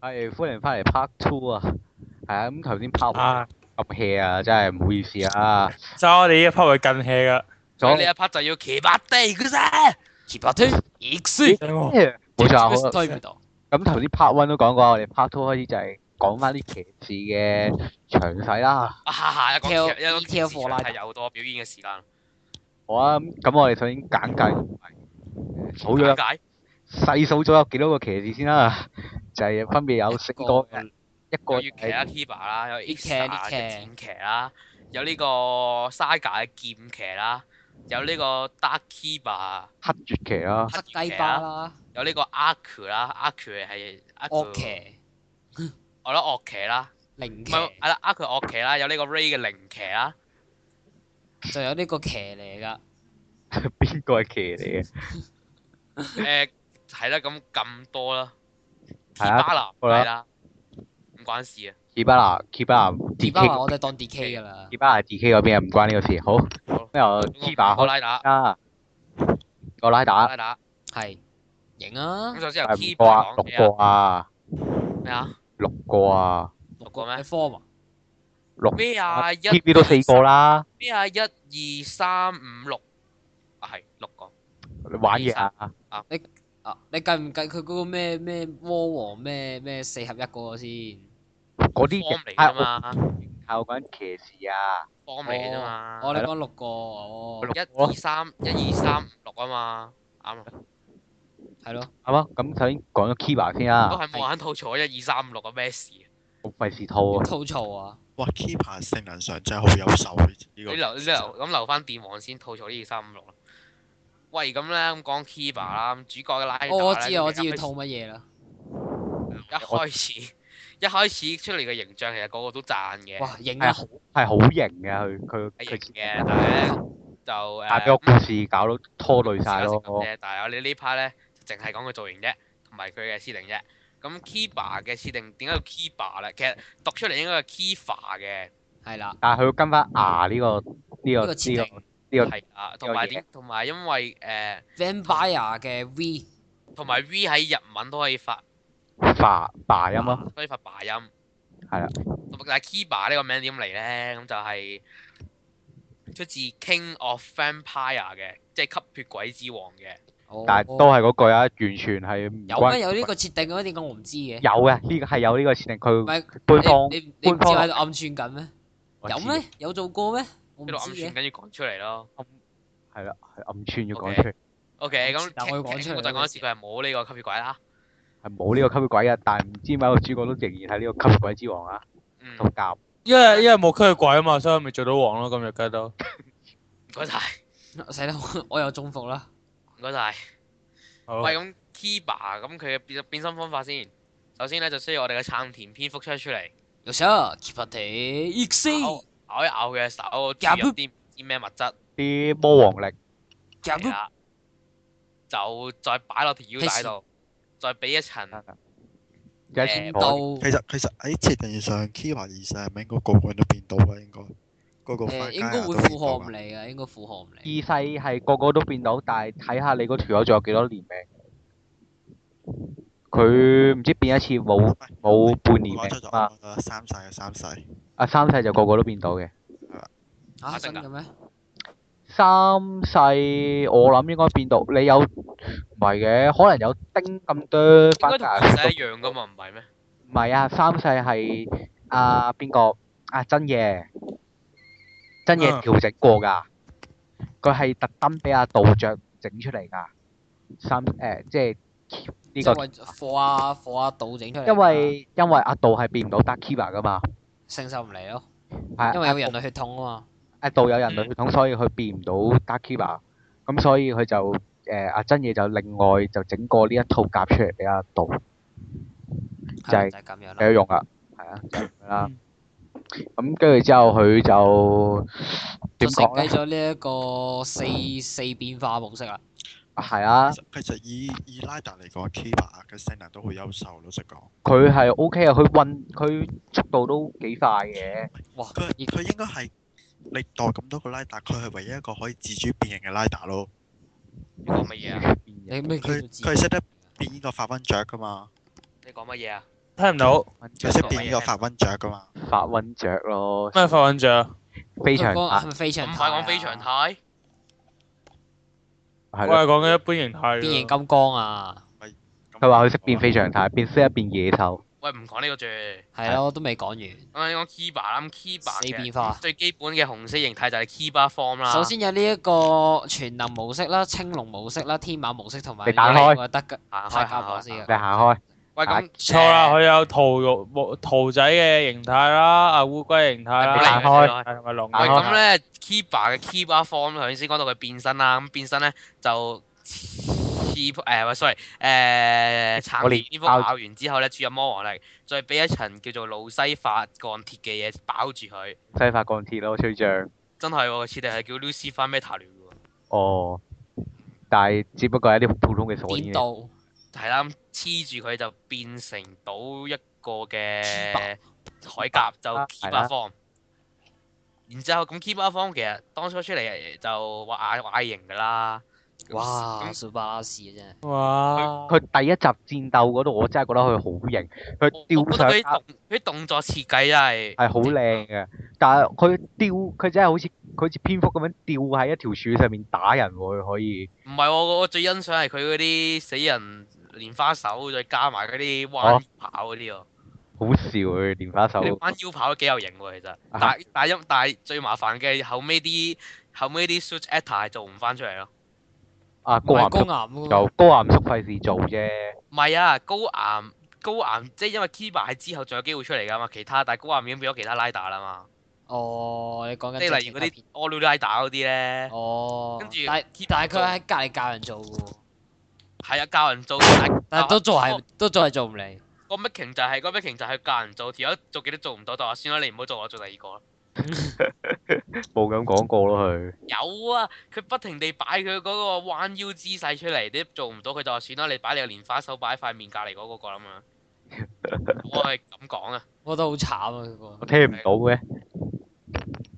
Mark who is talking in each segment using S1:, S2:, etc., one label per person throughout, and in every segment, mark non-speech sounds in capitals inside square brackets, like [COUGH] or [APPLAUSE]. S1: 係歡迎翻嚟 Part Two 啊，係啊，咁頭先 Part One
S2: 啊！
S1: 咁 hea 啊，真係唔好意思啊，
S2: 所以我哋呢一 part 會更 hea 噶。
S1: 所
S3: 所以呢一 part 就要 keep up day 嘅啫，keep up day X，
S1: 冇錯啊，好啊
S3: 推唔到。
S1: 咁頭先 Part One 都講過，我哋 Part Two 開始就係講翻啲騎士嘅詳細啦。
S3: 啊哈哈，一個
S4: Detail-
S3: 一個時長
S4: detail for
S3: 係有多表演嘅時間。
S1: 好啊，咁咁我哋首先簡介，數咗
S3: 點
S1: 有
S3: 解？
S1: 細數咗有幾多個騎士先啦，就係分別有聖
S4: 嗯
S1: 多嘅一個
S3: 有月騎
S1: 係
S3: 啦，Kiba 啦，有 X
S4: 騎
S3: 嘅
S4: 列騎
S3: 戰騎啦，有呢個 Saga 嘅劍騎啦，有呢個 Dark Kiba，
S1: 黑絕騎啦，
S4: 黑雞巴啦，
S3: 有呢個 Arc 啦，Arc 係 Arc，
S4: 惡騎、
S3: 我覺得惡騎啦，
S4: 靈
S3: 唔係
S4: 騎，
S3: 係啦，Arc 惡騎啦，有呢個 Ray 嘅靈騎啦。
S4: 就有呢個騎嚟噶。
S1: [LAUGHS] 邊個係騎嚟嘅？
S3: 誒係啦，咁咁多啦，
S1: 係啊
S3: 巴啦，
S1: 好啦
S3: 係啦，唔關事啊。
S1: 基巴拿，基巴拿
S4: 而家話
S1: DK，
S4: 我哋當 DK 噶啦
S1: 基，巴拿 DK 嗰邊啊唔關呢個事。好，
S3: 好
S1: 咩我基巴
S3: 我
S1: 開
S3: 拉打，
S1: 啊，我拉
S3: 我
S1: 打
S3: 拉
S4: 啊
S3: 打。
S4: 係型啊
S3: 咁！首先由
S1: 係
S3: Key
S1: 五個啊，
S3: 講
S1: 六
S3: 起啊，
S1: 個啊，
S3: 咩啊？
S1: 六個啊，
S3: 六個
S4: 你
S3: 咩？
S4: 科嘛？
S1: 六
S3: 咩啊？一
S1: TV 都四個。啦，
S3: 咩啊？一二三五六，啊係六個。
S1: 你玩嘢啊，
S4: 啊，你計唔計佢嗰個咩咩魔王咩咩四合一嗰個先？
S1: 嗰啲
S3: form 嚟
S1: 嘅啊
S3: 㗎嘛
S1: 靠嗰陣騎士啊，
S3: 方嚟啫
S4: 我
S3: 嘛。
S4: 哋講六個，哦
S1: 六，
S3: 一二三，一二三五六啊嘛，啱啊。
S4: 係咯，
S1: 啱啊，咁首先講咗 Kiba 先
S3: 都
S1: 啦，
S3: 係冇人吐槽一二三五六啊，咩事啊？
S1: 我費事套啊，
S4: 吐槽啊！
S5: 哇！Keeper 性能上真係好優秀呢
S3: 你
S5: 個。
S3: 留你留咁留翻電王先吐槽呢二三五六啦。喂，咁咧咁講 Kiba 啦，咁主角嘅拉打
S4: 我我
S3: 呢
S4: 知啊，我
S3: 咁
S4: 知
S3: 一
S4: 要
S3: 開
S4: 套乜嘢啦。
S3: 一開始一開始出嚟嘅形象其實個個都讚嘅，
S4: 哇，型
S1: 係
S4: 啊！
S1: 好係好型嘅佢佢
S3: 係
S1: 佢
S3: 型嘅，但係咧就誒，
S1: 但係俾個故事搞到拖累晒咯
S3: 咁，啫。但係我哋呢 part 咧就淨係講佢造型啫，同埋佢嘅設定啫。咁 Kiba 嘅設定點解叫 Kiba 咧？其實讀出嚟應該係 Kifa 嘅，
S4: 係啦，
S1: 但係佢要跟翻牙呢個呢
S4: 呢
S1: 個
S4: 個
S1: 呢
S4: 設
S1: 個
S4: 定
S1: 呢
S3: 係啊，同埋點？同埋因為誒，
S4: Vampire 嘅 V
S3: 同埋 V 喺日文都可以發
S1: 個化化音咯。
S3: 可以發霸音。
S1: 係啦。
S3: 但係 Kiba 呢個名點嚟咧？咁就係出自 King of Vampire 嘅，即係吸血鬼之王嘅。
S4: 哦。
S1: 但係都係嗰句啊，完全係唔
S4: 有
S1: 關
S4: 咩有呢個設定嘅咩？點解我唔知嘅？
S1: 有嘅，呢個係有呢個設定，
S4: 唔
S1: 佢
S4: 係
S1: 官方
S4: 你你你唔知
S1: 官方
S4: 喺度暗串緊咩？
S1: 我
S4: 有
S1: 知
S4: 咩？有做過咩？我唔
S3: 呢度
S4: 知
S3: 暗
S4: 嘅
S3: 算。跟住講出嚟咯。
S1: 係啦，係暗穿要
S3: OK
S1: 講出嚟，
S3: OK，
S4: 我
S3: 咁
S4: 知但我要講出嚟
S3: 我再
S4: 咯
S3: 講一次，佢係冇呢個吸血鬼啦。
S1: 係冇呢個吸血鬼啊，但係唔知點解個主角都仍然係呢個吸血鬼之王啊，
S3: 嗯，
S1: 同夾
S2: 因為因為冇區域鬼啊嘛，所以咪做到王咯。今日雞都
S3: 唔該晒，
S4: 死啦！ [LAUGHS] 我我又中伏啦。
S3: 唔該晒。
S2: 好
S3: 喂，咁 Kiba 咁佢嘅變變身方法先。首先咧就需要我哋嘅撐田蝙蝠出出嚟，
S4: 有啥 keep 下地 x
S3: 咬咬一咬佢嘅手，
S4: 夾
S3: 注入啲唔知咩物質
S1: 啲魔王力，
S3: 係啦，就再擺落條腰帶度，再俾一層
S1: 啊
S4: 啊
S1: 有一千
S3: 誒
S1: 火
S4: 到
S5: 其實其實喺設定上，Keeper 以上咪應該個個人都變到啦，應該個個
S4: 誒
S5: 翻
S4: 應
S5: 街
S4: 該
S5: 啊
S4: 會
S5: 都
S4: 負
S5: 變
S4: 荷
S5: 到
S4: 唔
S5: 嘛
S4: 嚟嘅，應該負荷唔嚟。
S1: 二世係個個都變到，但係睇下你嗰條友仲有幾多年命。佢唔知變一次冇冇半年
S5: 講
S1: 命
S5: 出咗
S1: 啊嘛，
S5: 我覺得三世嘅三世，
S1: 啊三世就個個都變到嘅。
S4: 嚇
S3: 打
S4: 真
S3: 定
S4: 嘅咩？
S1: 三世我諗應該變到，你有唔係嘅，可能有丁咁多啊
S3: 應
S1: 翻
S3: 該同
S1: 大
S3: 二世一樣噶嘛，唔係咩？
S1: 唔係啊，三世係阿邊個啊？真夜，真夜
S2: 嗯
S1: 調整過㗎，佢係特登俾阿道着整出嚟㗎。三誒、即係呢、
S4: 即係
S1: 個，
S4: 為貨啊貨啊倒整出嚟㗎。
S1: 因為因為阿道係變唔到 Dark Kiva 㗎嘛，
S4: 承受唔嚟咯，
S1: 係
S4: 因為有人類血統啊嘛。
S1: 阿道有人類血統，所以佢變唔到 Dark Kiva，咁所以佢就誒阿、真嘢就另外就整個呢一套夾出嚟俾阿道。就係
S4: 係就係咁樣
S1: 有
S4: 啦。
S1: 用噶，係啊，就係咁啦。咁跟住之後，佢就
S4: 就
S1: 點
S4: 承
S1: 講
S4: 繼
S1: 咧？
S4: 咗呢一個四四變化模式啦。
S1: 啊係啊，
S5: 其實其實以以拉達嚟講，Keeper 嘅性能都好優秀，老實講。
S1: 佢係 O K 啊，佢運佢速度都幾快嘅。
S4: 哇！
S5: 佢
S4: 已
S5: 佢應該係歷代咁多個拉達，佢係唯一一個可以自主變形嘅拉達咯。
S3: 你
S4: 嗯
S3: 講乜嘢啊？
S4: 你咩叫做
S5: 佢
S4: 自
S5: 佢係識得變呢個發瘟雀噶嘛？
S3: 你講乜嘢啊？
S2: 聽唔到，
S5: 佢識變呢個法瘟雀噶嘛？
S1: 發瘟雀咯，
S2: 咩發韻象？
S1: 非常
S4: 佢講係
S1: 態
S4: 咪非
S3: 咁快
S4: 常態啊？
S3: 講非常態，
S2: 我
S1: 係
S2: 係
S1: 咯。
S2: 講緊一般形態㗎。
S4: 變形金剛啊，
S1: 佢話佢識變非常態，變識一變野獸。
S3: 喂唔講呢個住，咁
S4: 係咯，都未講完。
S3: 我講 Kiba 啦，咁 Kiba
S4: 四
S3: 嘅
S4: 變化，
S3: 最基本嘅紅色形態就係 Kiba form 啦。
S4: 首先有呢一個全能模式啦、青龍模式啦、天馬模式同埋
S1: 你打開
S4: 呢個得㗎
S3: 行
S4: 泰
S3: 開
S4: 迦
S3: 行
S4: 模
S3: 開
S4: 式嘅。
S1: 你行開，
S3: 喂咁
S2: 錯啦，佢有兔肉木兔仔嘅形態啦，啊烏龜形態
S3: 誒
S2: 啦，
S3: 唔
S1: 打
S3: 好理
S1: 開
S3: 佢
S2: 係咪龍？
S3: 喂，
S1: 打開
S3: 咁咧 Kiba 嘅 Kiba form 頭先講到佢變身啦，咁變身咧就似誒喂，sorry 誒
S1: 我
S3: 橙
S1: 連
S3: 面蝙蝠咬完之後咧，注入魔王力，再俾一層叫做路西法鋼鐵嘅嘢包住佢，
S1: 西法鋼鐵咯，吹脹。
S3: 真係喎，似定係叫 Lucifer Metal 喎，
S1: 哦，但係只不過係一啲普通嘅鎖鏈
S4: 點到
S1: 嚟。
S3: 係啦，咁黐住佢就變成到一個嘅
S4: Kiba
S3: 海甲就
S1: 啊係
S3: Kiba
S1: 啦
S3: form。然之後咁 Kiba form 其實當初出嚟就話矮矮型噶啦，咁
S4: 哇！
S3: 咁
S4: 蘇巴拉斯啊真係，
S2: 哇！
S1: 佢第一集戰鬥嗰度，我真係覺得佢好型，佢
S3: 我
S1: 吊
S3: 覺
S1: 上
S3: 得佢啲動佢啲動作設計真係
S1: 係好靚嘅，但係佢吊佢真係好似佢好似蝙蝠咁樣吊喺一條柱上面打人喎，佢可以
S3: 唔係喎，我我最欣賞係佢嗰啲死人蓮花手，再加埋嗰啲彎腰跑嗰啲喎。
S1: 哦好笑佢蓮花手
S3: 你彎腰跑都幾有型喎，其實。
S1: 啊
S3: 但但因但係最麻煩嘅係後尾啲後尾啲 suit actor 係做唔翻出嚟咯。
S1: 啊
S4: 唔
S1: 高
S4: 係
S1: 岩
S4: 高
S1: 叔
S4: 岩嗰個
S1: 就高岩叔費事做啫，
S3: 唔係啊，高岩高岩即係因為 Kiba 喺之後仲有機會出嚟㗎嘛，其他但係高岩已經變咗其他拉打啦嘛，
S4: 哦，你講緊
S3: 即係例如嗰啲 all 拉打嗰啲咧，
S4: 哦，
S3: 跟住
S4: 但係
S3: Kiba
S4: 但係
S3: 做
S4: 佢喺隔離教人做嘅喎，
S3: 係啊教人做，但係
S4: 但係都做係都做係做唔嚟。
S3: 個 making 就係、個 making 就係教人做，條友做幾多做唔到，就話算啦，你唔好做，我做第二個啦。
S1: 冇咁講過咯佢。
S3: 有啊，佢不停地擺佢嗰個彎腰姿勢出嚟，你做唔到佢就話算啦，你擺你個蓮花手擺喺塊面隔離嗰個個啦
S4: [LAUGHS]
S3: 嘛。我係咁講啊。
S4: 我覺得好慘啊！嗰個
S1: 我聽唔到嘅，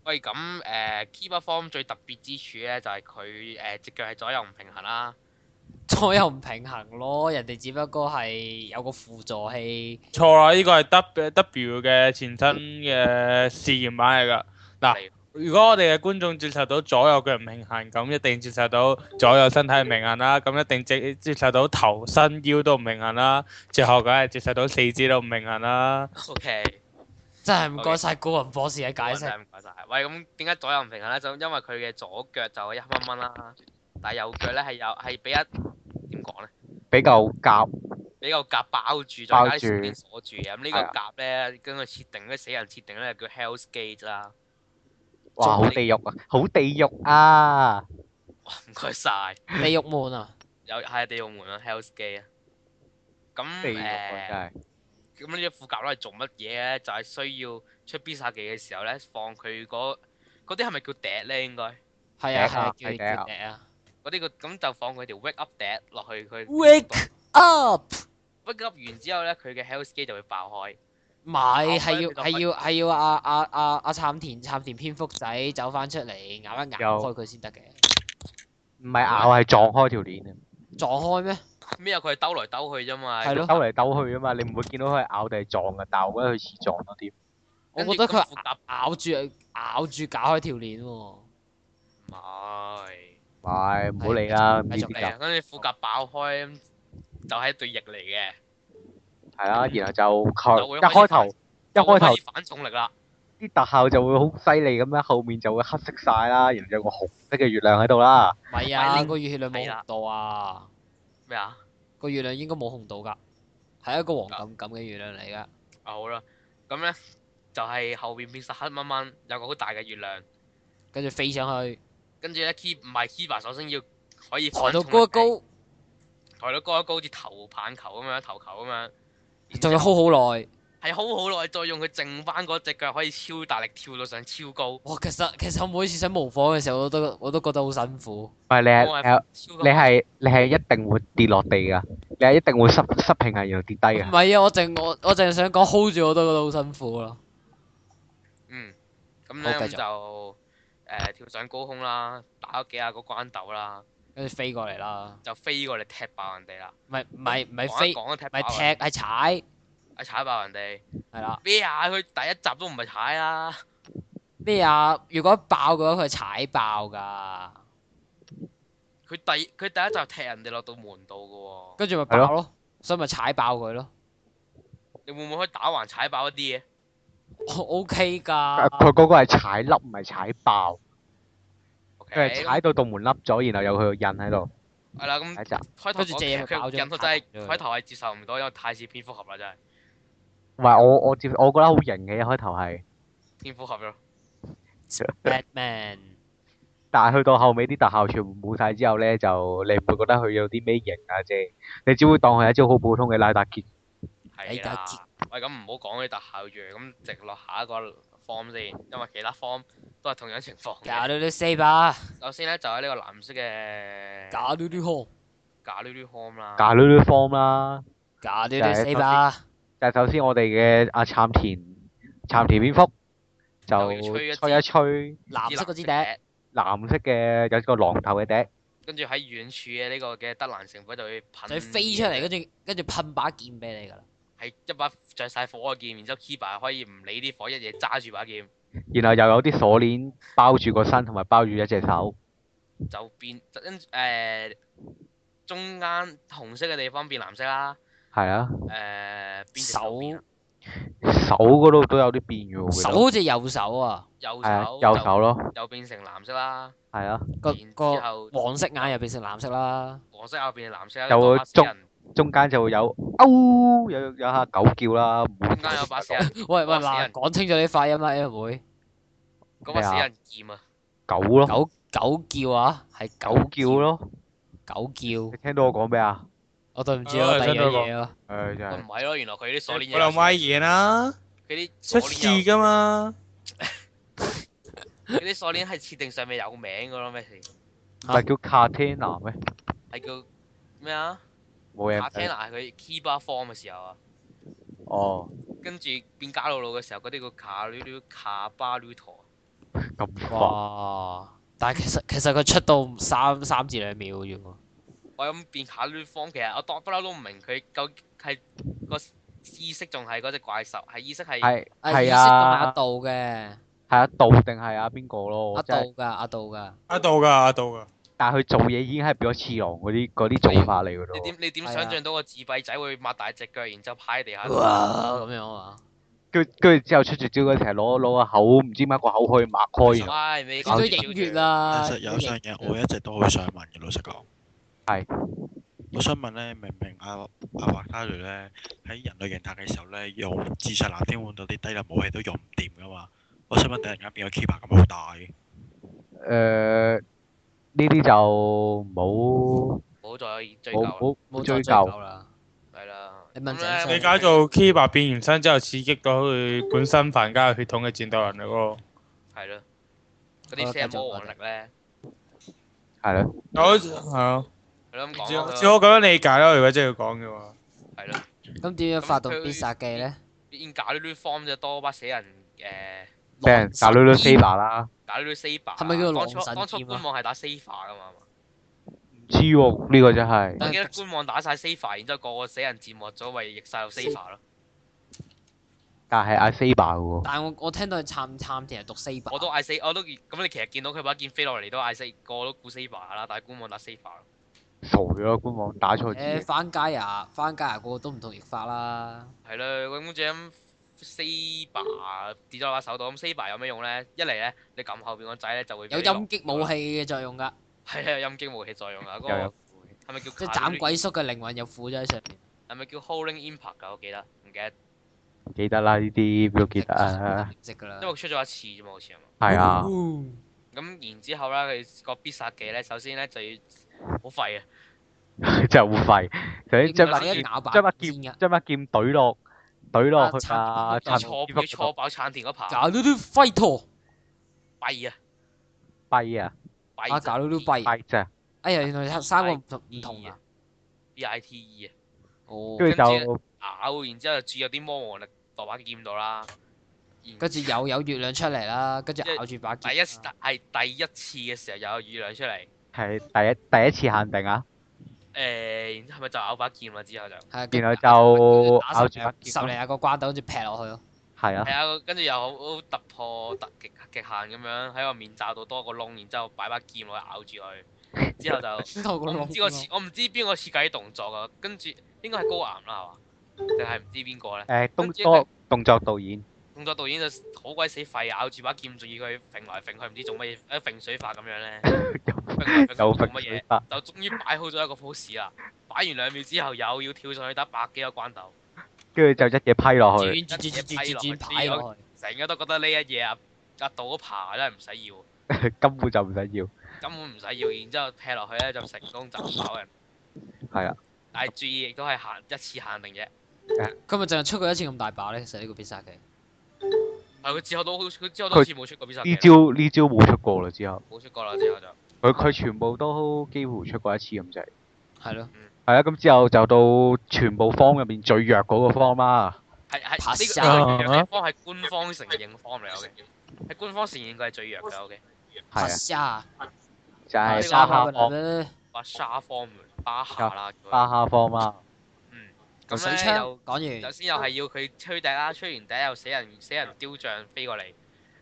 S3: 喂，咁誒、Keep Up Form 最特別之處咧，就係佢誒只腳係左右唔平衡啦。
S4: 左右唔平衡咯，人哋只不過係有個輔助器，
S2: 錯啦，呢個係 W W 嘅前身嘅試驗版嚟㗎。嗱
S3: 係，
S2: 如果我哋嘅觀眾接受到左右腳唔平衡，咁一定接受到左右身體唔平衡啦。咁一定接接受到頭身腰都唔平衡啦。最後梗係接受到四肢都唔平衡啦。
S3: OK，
S4: 真係唔該
S3: OK
S4: 晒高雲博士嘅解釋。
S3: 唔該晒。喂，咁點解左右唔平衡咧？就因為佢嘅左腳就一蚊蚊啦，但係右腳咧係有係俾一點講咧？
S1: 比較夾
S3: 俾個夾包住，再
S1: 包
S3: 加啲
S1: 住
S3: 手機鎖住嘅。咁呢個
S1: 係啊
S3: 夾咧，根據設定咧，死人設定咧叫 Hell's Gate 啦。
S1: 哇，好地獄啊，好地獄啊！
S3: 唔該晒，
S4: 地獄門啊，
S3: 有係地獄門啦，Hell's Gate 啊。咁
S1: 地獄啊，
S3: 誒，
S1: 真係
S3: 咁呢啲副夾攞嚟做乜嘢咧？就係需要出必殺技嘅時候咧，放佢嗰嗰啲係咪叫笛咧？應該嗰
S4: 係
S1: 頂
S4: 啊係啊
S1: 啊，
S4: 叫
S1: 係頂
S4: 叫
S1: 啊
S4: 頂啊
S3: 啲個咁就放佢條 Wake Up 笛落去佢。
S4: ！Wake
S1: Oh，
S4: up，
S3: Wake Up 完之後咧，佢嘅 Hell's Gate 就會爆開。
S4: 唔係係
S3: 爆開呢
S4: 要
S3: 個
S4: 係要係要阿阿阿阿杉田杉田蝙蝠仔走翻出嚟咬一咬
S1: 有
S4: 開佢先得嘅，
S1: 唔係咬係撞開條鏈啊，
S4: 撞開咩？
S3: 咩啊？佢係兜來兜去啫嘛。
S4: 係咯
S1: 兜嚟兜去啊嘛，你唔會見到佢係咬定係撞嘅，但係我覺得佢似撞多啲。
S4: 我
S3: 跟住
S4: 覺得
S3: 咁
S4: 佢
S3: 副夾
S4: 咬住咬住搞開條鏈喎，
S3: 唔係。
S1: 唔係，唔好理啦，唔
S4: 繼
S1: 知
S4: 續
S1: 點
S3: 嚟啊！跟住副甲爆開，咁就係一對翼嚟嘅，
S1: 係啦，然後就佢
S3: 就會
S1: 一開
S3: 開始
S1: 頭
S3: 反
S1: 一開頭
S3: 就可以反重力啦。
S1: 啲特效就會好犀利咁樣，後面就會黑色晒啦，然後有個紅色嘅月亮喺度啦。
S4: 唔係啊，
S3: 呢
S4: 個月亮冇
S3: 係啦
S4: 紅到啊，
S3: 咩啊？
S4: 個月亮應該冇紅到㗎，係一個黃咁咁嘅月亮嚟㗎。
S3: 啊好啦，咁咧就係後邊變實黑掹掹，有個好大嘅月亮，
S4: 跟住飛上去，
S3: 跟住咧 Keep 唔係 Kiba 首先要可以
S4: 抬
S3: 反
S4: 到
S3: 重
S4: 高一
S3: 力地，
S4: 高，
S3: 抬到高一高，好似投棒球咁樣，投球咁樣。
S4: 仲要 hold 好耐。
S3: 係 hold 好耐，再用佢剩翻嗰只腳可以超大力跳到上超高。
S4: 哇，其實其實我每次想模仿嘅時候，我都我都覺得好辛苦。
S1: 唔係你
S3: 我
S1: 係
S3: 超
S1: 你係你係一定會跌落地㗎，你係一定會失失平衡然後跌低
S4: 唔
S1: 嘅。
S4: 係啊，我淨我我淨係想講 hold 住，我都覺得好辛苦咯。
S3: 嗯，咁咧
S4: 好繼
S3: 咁
S4: 續
S3: 就誒跳上高空啦，打咗幾下個關鬥啦，
S4: 跟住飛過嚟啦，
S3: 就飛過嚟踢爆人哋啦。
S4: 唔係唔係唔係
S3: 講
S4: 飛，
S3: 一
S4: 唔
S3: 講一踢爆
S4: 係
S3: 人
S4: 踢係踩，
S3: 啊踩爆人哋
S4: 係啦。
S3: 咩啊？佢第一集都唔係踩啦，
S4: 咩啊？如果爆嘅話，佢踩爆㗎，
S3: 佢第佢第一集踢人哋落到門度噶喎。
S4: 跟住咪
S1: 係咯
S4: 爆咯，所以咪踩爆佢咯。 [LAUGHS]
S3: 你會唔會可以打橫踩爆一啲嘢？
S4: O K
S1: 啊
S4: 㗎，
S1: 佢嗰個係踩粒，唔係踩爆，佢係
S3: OK，
S1: 踩到道門凹咗，然後有佢個印喺度。
S3: 係啦，咁
S1: 睇集。
S3: 開頭
S4: 跟住
S3: 嗰
S4: 借
S3: 劇
S4: 咪搞
S3: 佢
S4: 咗
S3: 引到真係
S4: 佢
S3: 開頭係接受唔到，因為太似蝙蝠俠啦，真係
S1: 唔係我我接，我覺得好型嘅一開頭係，
S3: 蝙蝠俠咯。
S4: Batman
S1: 但係去到後尾啲特效全部冇晒之後咧，就你唔會覺得佢有啲咩型啊啫，你只會當佢係一招好普通嘅拉達傑。
S3: 係
S4: 你
S3: 啦
S4: 搞結。
S3: 喂，咁唔好講啲特效住，咁直落下一個 form 先，因為其他 form 都係同樣情況嘅。
S4: 搞到啲 save 啊，
S3: 首先咧就係呢個藍色嘅
S4: 搞到啲 home，
S3: 咖喱啲 form 啦。
S1: 咖喱 form 啦，
S4: 搞到
S1: 就
S4: 啲
S1: 係
S4: save 啊，
S1: 就係首先我哋嘅阿杉田杉田蝙蝠就
S3: 就要吹一支
S1: 吹一吹
S4: 藍色嗰支
S3: 支
S4: 笛，
S3: 藍
S1: 藍色嘅有個狼頭嘅笛，
S3: 跟住喺遠處嘅呢個嘅德蘭城堡就會噴，
S4: 就飛出嚟，跟，住跟住噴把劍俾你㗎啦。
S3: 係一把着晒火嘅劍，然之後 Kiba 可以唔理啲火，一嘢揸住把劍
S1: 然後又有啲鎖鏈包住個身同埋包住一隻手。
S3: 就變跟誒中間紅色嘅地方變藍色啦，
S1: 係啊，
S3: 誒邊隻
S4: 手
S3: 變啊
S1: 手嗰度都有啲變嘅喎。我記得
S4: 手好似右手啊，
S3: 右
S1: 係啊
S3: 手
S1: 右
S3: 就
S1: 手咯，
S3: 又變成藍色啦，
S1: 係啊，
S4: 個
S3: 然之
S4: 個
S3: 後
S4: 黃色眼又變成藍色啦，
S3: 黃色又變藍色啦，
S1: 有個
S3: 個
S1: 中
S3: 人
S1: 中間就會有嗷有有下狗叫啦，唔會
S3: 中間有把死人，
S4: 喂喂
S3: 哇死
S4: 嗱，
S3: 人
S4: 講清楚啲發音啦，L 妹，
S3: 嗰把死人劍啊，
S1: 狗咯，
S4: 狗狗叫啊，係
S1: 狗叫咯。
S4: 狗
S1: 你
S4: 叫，
S1: 聽到我講咩啊？
S4: 我對唔住
S2: 啊
S4: 啊，第二
S2: 真係
S4: 樣
S2: 講
S4: 嘢咯，
S1: 誒真
S4: 啊
S3: 喂唔係咯，原來佢啲鎖鏈
S2: 我又買嘢啦，
S3: 佢啲
S2: 出
S3: 鎖
S2: 事
S3: 鏈有
S2: 㗎嘛，
S3: 佢啲鎖鏈係設定上面有名噶咯，咩事？
S1: 唔係叫 Catena 咩？
S3: 係叫咩啊？
S1: 冇嘢唔
S3: 阿
S1: 使。
S3: Tana 佢 Kiba form 嘅時候啊，
S1: 哦，
S3: 跟住變加魯魯嘅時候，嗰啲叫卡魯魯卡巴魯陀，
S1: 咁煩。
S4: 哇！但係其實其實佢出到三三至兩秒啫喎，
S3: 我咁變卡魯 form，其實我當不嬲都唔明佢究竟係個意識仲係嗰只怪獸，係意識係
S1: 係係
S4: 阿
S1: 啊，
S4: 杜嘅，
S1: 係啊，道定係啊邊個咯？
S4: 阿
S1: 我真係
S4: 杜㗎，阿杜㗎，
S2: 阿杜㗎，阿杜㗎，
S1: 但係佢做嘢已經係變咗次郎嗰啲嗰啲做法嚟嘅
S3: 你
S1: 咯。
S3: 點你點
S4: 係啊
S3: 想像到個自閉仔會擘大隻腳，然之後趴喺地下度？
S4: 哇咁樣啊嘛，
S1: 跟跟住之後出絕招嗰時係攞攞個口，唔知點解個口可以擘開，然後
S3: 唉，你
S4: 佢都影月啦，
S5: 其實有
S4: 影
S5: 樣嘢我一直都好想問嘅，老實講。
S1: 係。
S5: 我想問咧，明明阿阿華卡雷咧喺人類形態嘅時候咧，用自殺藍天換到啲低能武器都用唔掂噶嘛？我想問，突然間變咗 Keeper 咁好大，
S1: 誒呃呢啲就冇
S3: 冇再追究啦，
S1: 冇
S4: 冇
S1: 冇追
S4: 再
S1: 究
S4: 追究。啦，
S3: 係啦。
S4: 你問
S3: 咁
S4: 鄭
S3: 咧
S4: 生
S2: 你解做 Kiba 變完身之後，刺激到佢本身凡家嘅血統嘅戰鬥能力喎。
S3: 係咯，嗰
S4: 好啦
S3: 啲聲
S4: 繼續
S3: 魔
S4: 我
S3: 王力咧，
S1: 係咯，
S2: 我係啊，
S3: 係咯咁
S2: 只
S3: 講啦
S2: 我只可咁樣理解咯。如果真係要講嘅話，
S3: 係咯。
S4: 咁點樣發動
S3: 咁佢
S4: 必殺技咧？
S3: 變搞呢啲 form 就多把死人誒，
S1: 俾人打
S4: 狼
S1: Lulu
S4: 神
S1: Saber 啦，
S3: 搞呢啲 saber。
S4: 係咪叫
S3: 當初
S4: 狼神
S3: 當初
S4: 劍啊
S3: 官網係打 saber 噶嘛？
S1: 唔知喎呢個真係
S4: 但
S3: 我
S4: 係
S3: 記得官網打晒 saber，然之後個個死人字幕咗，為逆晒有 saber 咯。
S1: 但係阿 Saber 嘅喎，
S4: 但係我我聽到佢慘慘，其實讀四百，
S3: 我都嗌 saber，我都咁你其實見到佢把劍飛落嚟都嗌 saber，個個都估 saber 啦，但係官網打 saber 咯。
S1: 傻咗官網打錯
S4: 誒
S1: 字，
S4: 番家牙番家牙個個都唔同譯法啦，
S3: 係咯，咁跟住咁 saber 跌咗落把手度，咁 saber 有咩用咧？一嚟咧，你撳後邊個掣咧就會
S4: 有音擊武器嘅作用㗎，
S3: [LAUGHS] 係啊，有音擊武器作用啊！嗰
S1: 又有
S3: 個係咪叫
S4: 即係斬鬼叔嘅靈魂又附咗喺上面。
S3: 係咪叫 holding impact 啊㗎？我記得唔記得，
S1: 記得啦呢啲邊度記得
S4: [LAUGHS]
S1: 啊？
S4: 識㗎啦
S3: 因為，佢出咗一次啫嘛，好似係嘛。
S1: 係啊，
S4: 嗯
S3: 咁然之後咧，佢個必殺技咧，首先咧就要好廢啊！
S1: 真係好廢，首先將把
S4: 你一
S1: 劍
S4: 咬把
S1: 將把
S4: 劍㗎
S1: 劍將把劍懟落懟落去
S4: 啊
S1: 啊！
S4: 插
S1: 陳蝙蝠
S3: 錯表
S1: 嗰度
S3: 錯爆撐田嗰排，
S4: 搞到啲 fighter，
S3: 跛啊
S1: 跛啊
S3: 跛
S4: 啊搞到都跛
S1: 跛啫，
S4: 哎呀，原來三個唔同唔同啊！
S3: B I T E
S4: 哦，
S1: 跟住
S3: 跟
S1: 就
S3: 啊，咬然之後就注入啲魔王力落把劍度啦。然
S4: 跟住又有月亮出嚟啦，跟住
S3: 即係
S4: 咬住把劍。
S3: 第一係第一次嘅時候又有雨量出嚟，
S1: 係第一第一次限定啊！
S3: 誒，然之後係咪就咬把劍啦？之後就
S4: 係
S1: 然後就
S4: 打
S1: 咬
S4: 十
S1: 住把劍
S4: 十零
S1: 咯
S4: 廿個關斗，好似劈落去咯。
S1: 係啊，
S3: 係啊，跟住又好好突破突極極限咁樣喺個面罩度多個窿，然之後擺把劍落去咬住佢，之後就。
S4: 我
S3: 我唔知個設，我唔知邊個設計動作啊，跟住應該係高岩啦，係嘛？定係唔知邊個咧？
S1: 誒
S3: 跟
S1: 東
S3: 住
S1: 多動作導演
S3: 動作導演就好鬼死廢，咬住把劍，仲要佢揈來揈去，唔知做乜嘢，誒揈水法咁樣咧，揈來揈去
S1: 有
S3: 做
S1: 揈
S3: 乜嘢
S1: 水？法，
S3: 就終於擺好咗一個 pose 啦！擺完兩秒之後，又要跳上去打百幾個關鬥，
S1: 跟住就一嘢批落去。
S4: 轉轉轉轉轉轉排落去。
S3: 成日都覺得呢一嘢啊，阿杜爬真係唔使要，
S1: 根本就唔使要。
S3: 根本唔使要，然之後劈落去咧就成功斬爆人。
S1: 係啊，
S3: 但係注意亦都係限一次限定啫。
S4: 佢咪淨係出過一次咁大把咧？其實呢個必殺技，
S3: 係佢之後都好，佢之後都好似冇出過必殺技
S1: 呢
S3: 啦。
S1: 招呢招冇出過啦，之後
S3: 冇出過啦，之後就
S1: 佢佢全部都幾乎出過一次咁滯。
S4: 係咯，
S1: 係啊，咁之後就到全部方入面最弱嗰個方啦。
S3: 係
S4: 拍
S3: 係
S4: 手
S3: 呢個呢個弱嘅方係官方承認方嚟，OK，係官方承認佢係最弱嘅，OK。
S4: 拍
S1: 係啊，
S4: 沙，
S1: 就係
S3: 呢個
S1: 巴
S3: 沙
S1: 哈方
S4: 咧，
S3: 巴沙方門巴下啦，
S1: 巴哈方啦。
S3: 嗯，
S4: 流水
S3: 咁咧
S4: 槍
S3: 又
S4: 講
S3: 首
S4: 完，
S3: 先又係要佢吹笛啦，吹完笛又死人死人雕像飛過嚟，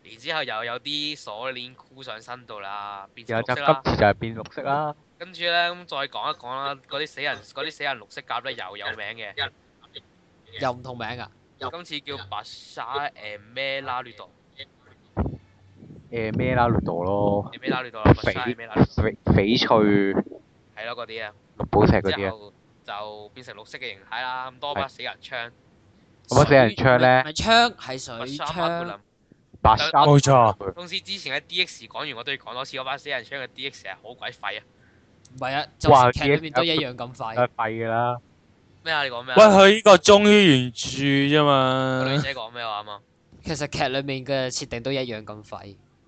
S3: 然之後又有啲鎖鏈箍上身度啦，變成
S1: 然後
S3: 綠
S1: 就
S3: 色啦。
S1: 今次就係變綠色啦。
S3: 跟住咧咁再講一講啦，嗰啲死人嗰啲死人綠色甲咧又有名嘅，
S4: 又唔同名㗎，
S3: 今次叫白沙誒咩拉亂度，
S1: 誒咩啦，綠度咯，
S3: 咩拉亂度啦，白
S1: 肥
S3: 沙咩拉亂度，
S1: 翡翡翠
S3: 啊係咯嗰啲啊。
S1: 綠寶石嗰
S3: 之
S1: 啲啊。
S3: 後就變成綠色嘅形態啦，咁多把死人槍，
S1: 咁啊，死人槍
S4: 唔
S1: 咧，
S4: 係槍係水
S3: 白沙馬古
S4: 槍，
S3: 林。
S1: 白衫。
S2: 冇錯。
S3: 公司之前喺 DX 講完，我都要講多次，嗰把死人槍嘅 DX 係好鬼廢啊！
S4: 唔係啊，
S1: 哇
S4: 就劇裏面都一樣咁
S1: 係
S4: 快。
S1: 廢㗎啦！
S3: 咩啊？你講咩
S2: 喂，
S3: 啊？
S2: 佢呢個忠於原著啫
S3: 個女
S2: 嘛，
S3: 仔講咩話啊嘛？
S4: 其實劇裏面嘅設定都一樣咁快，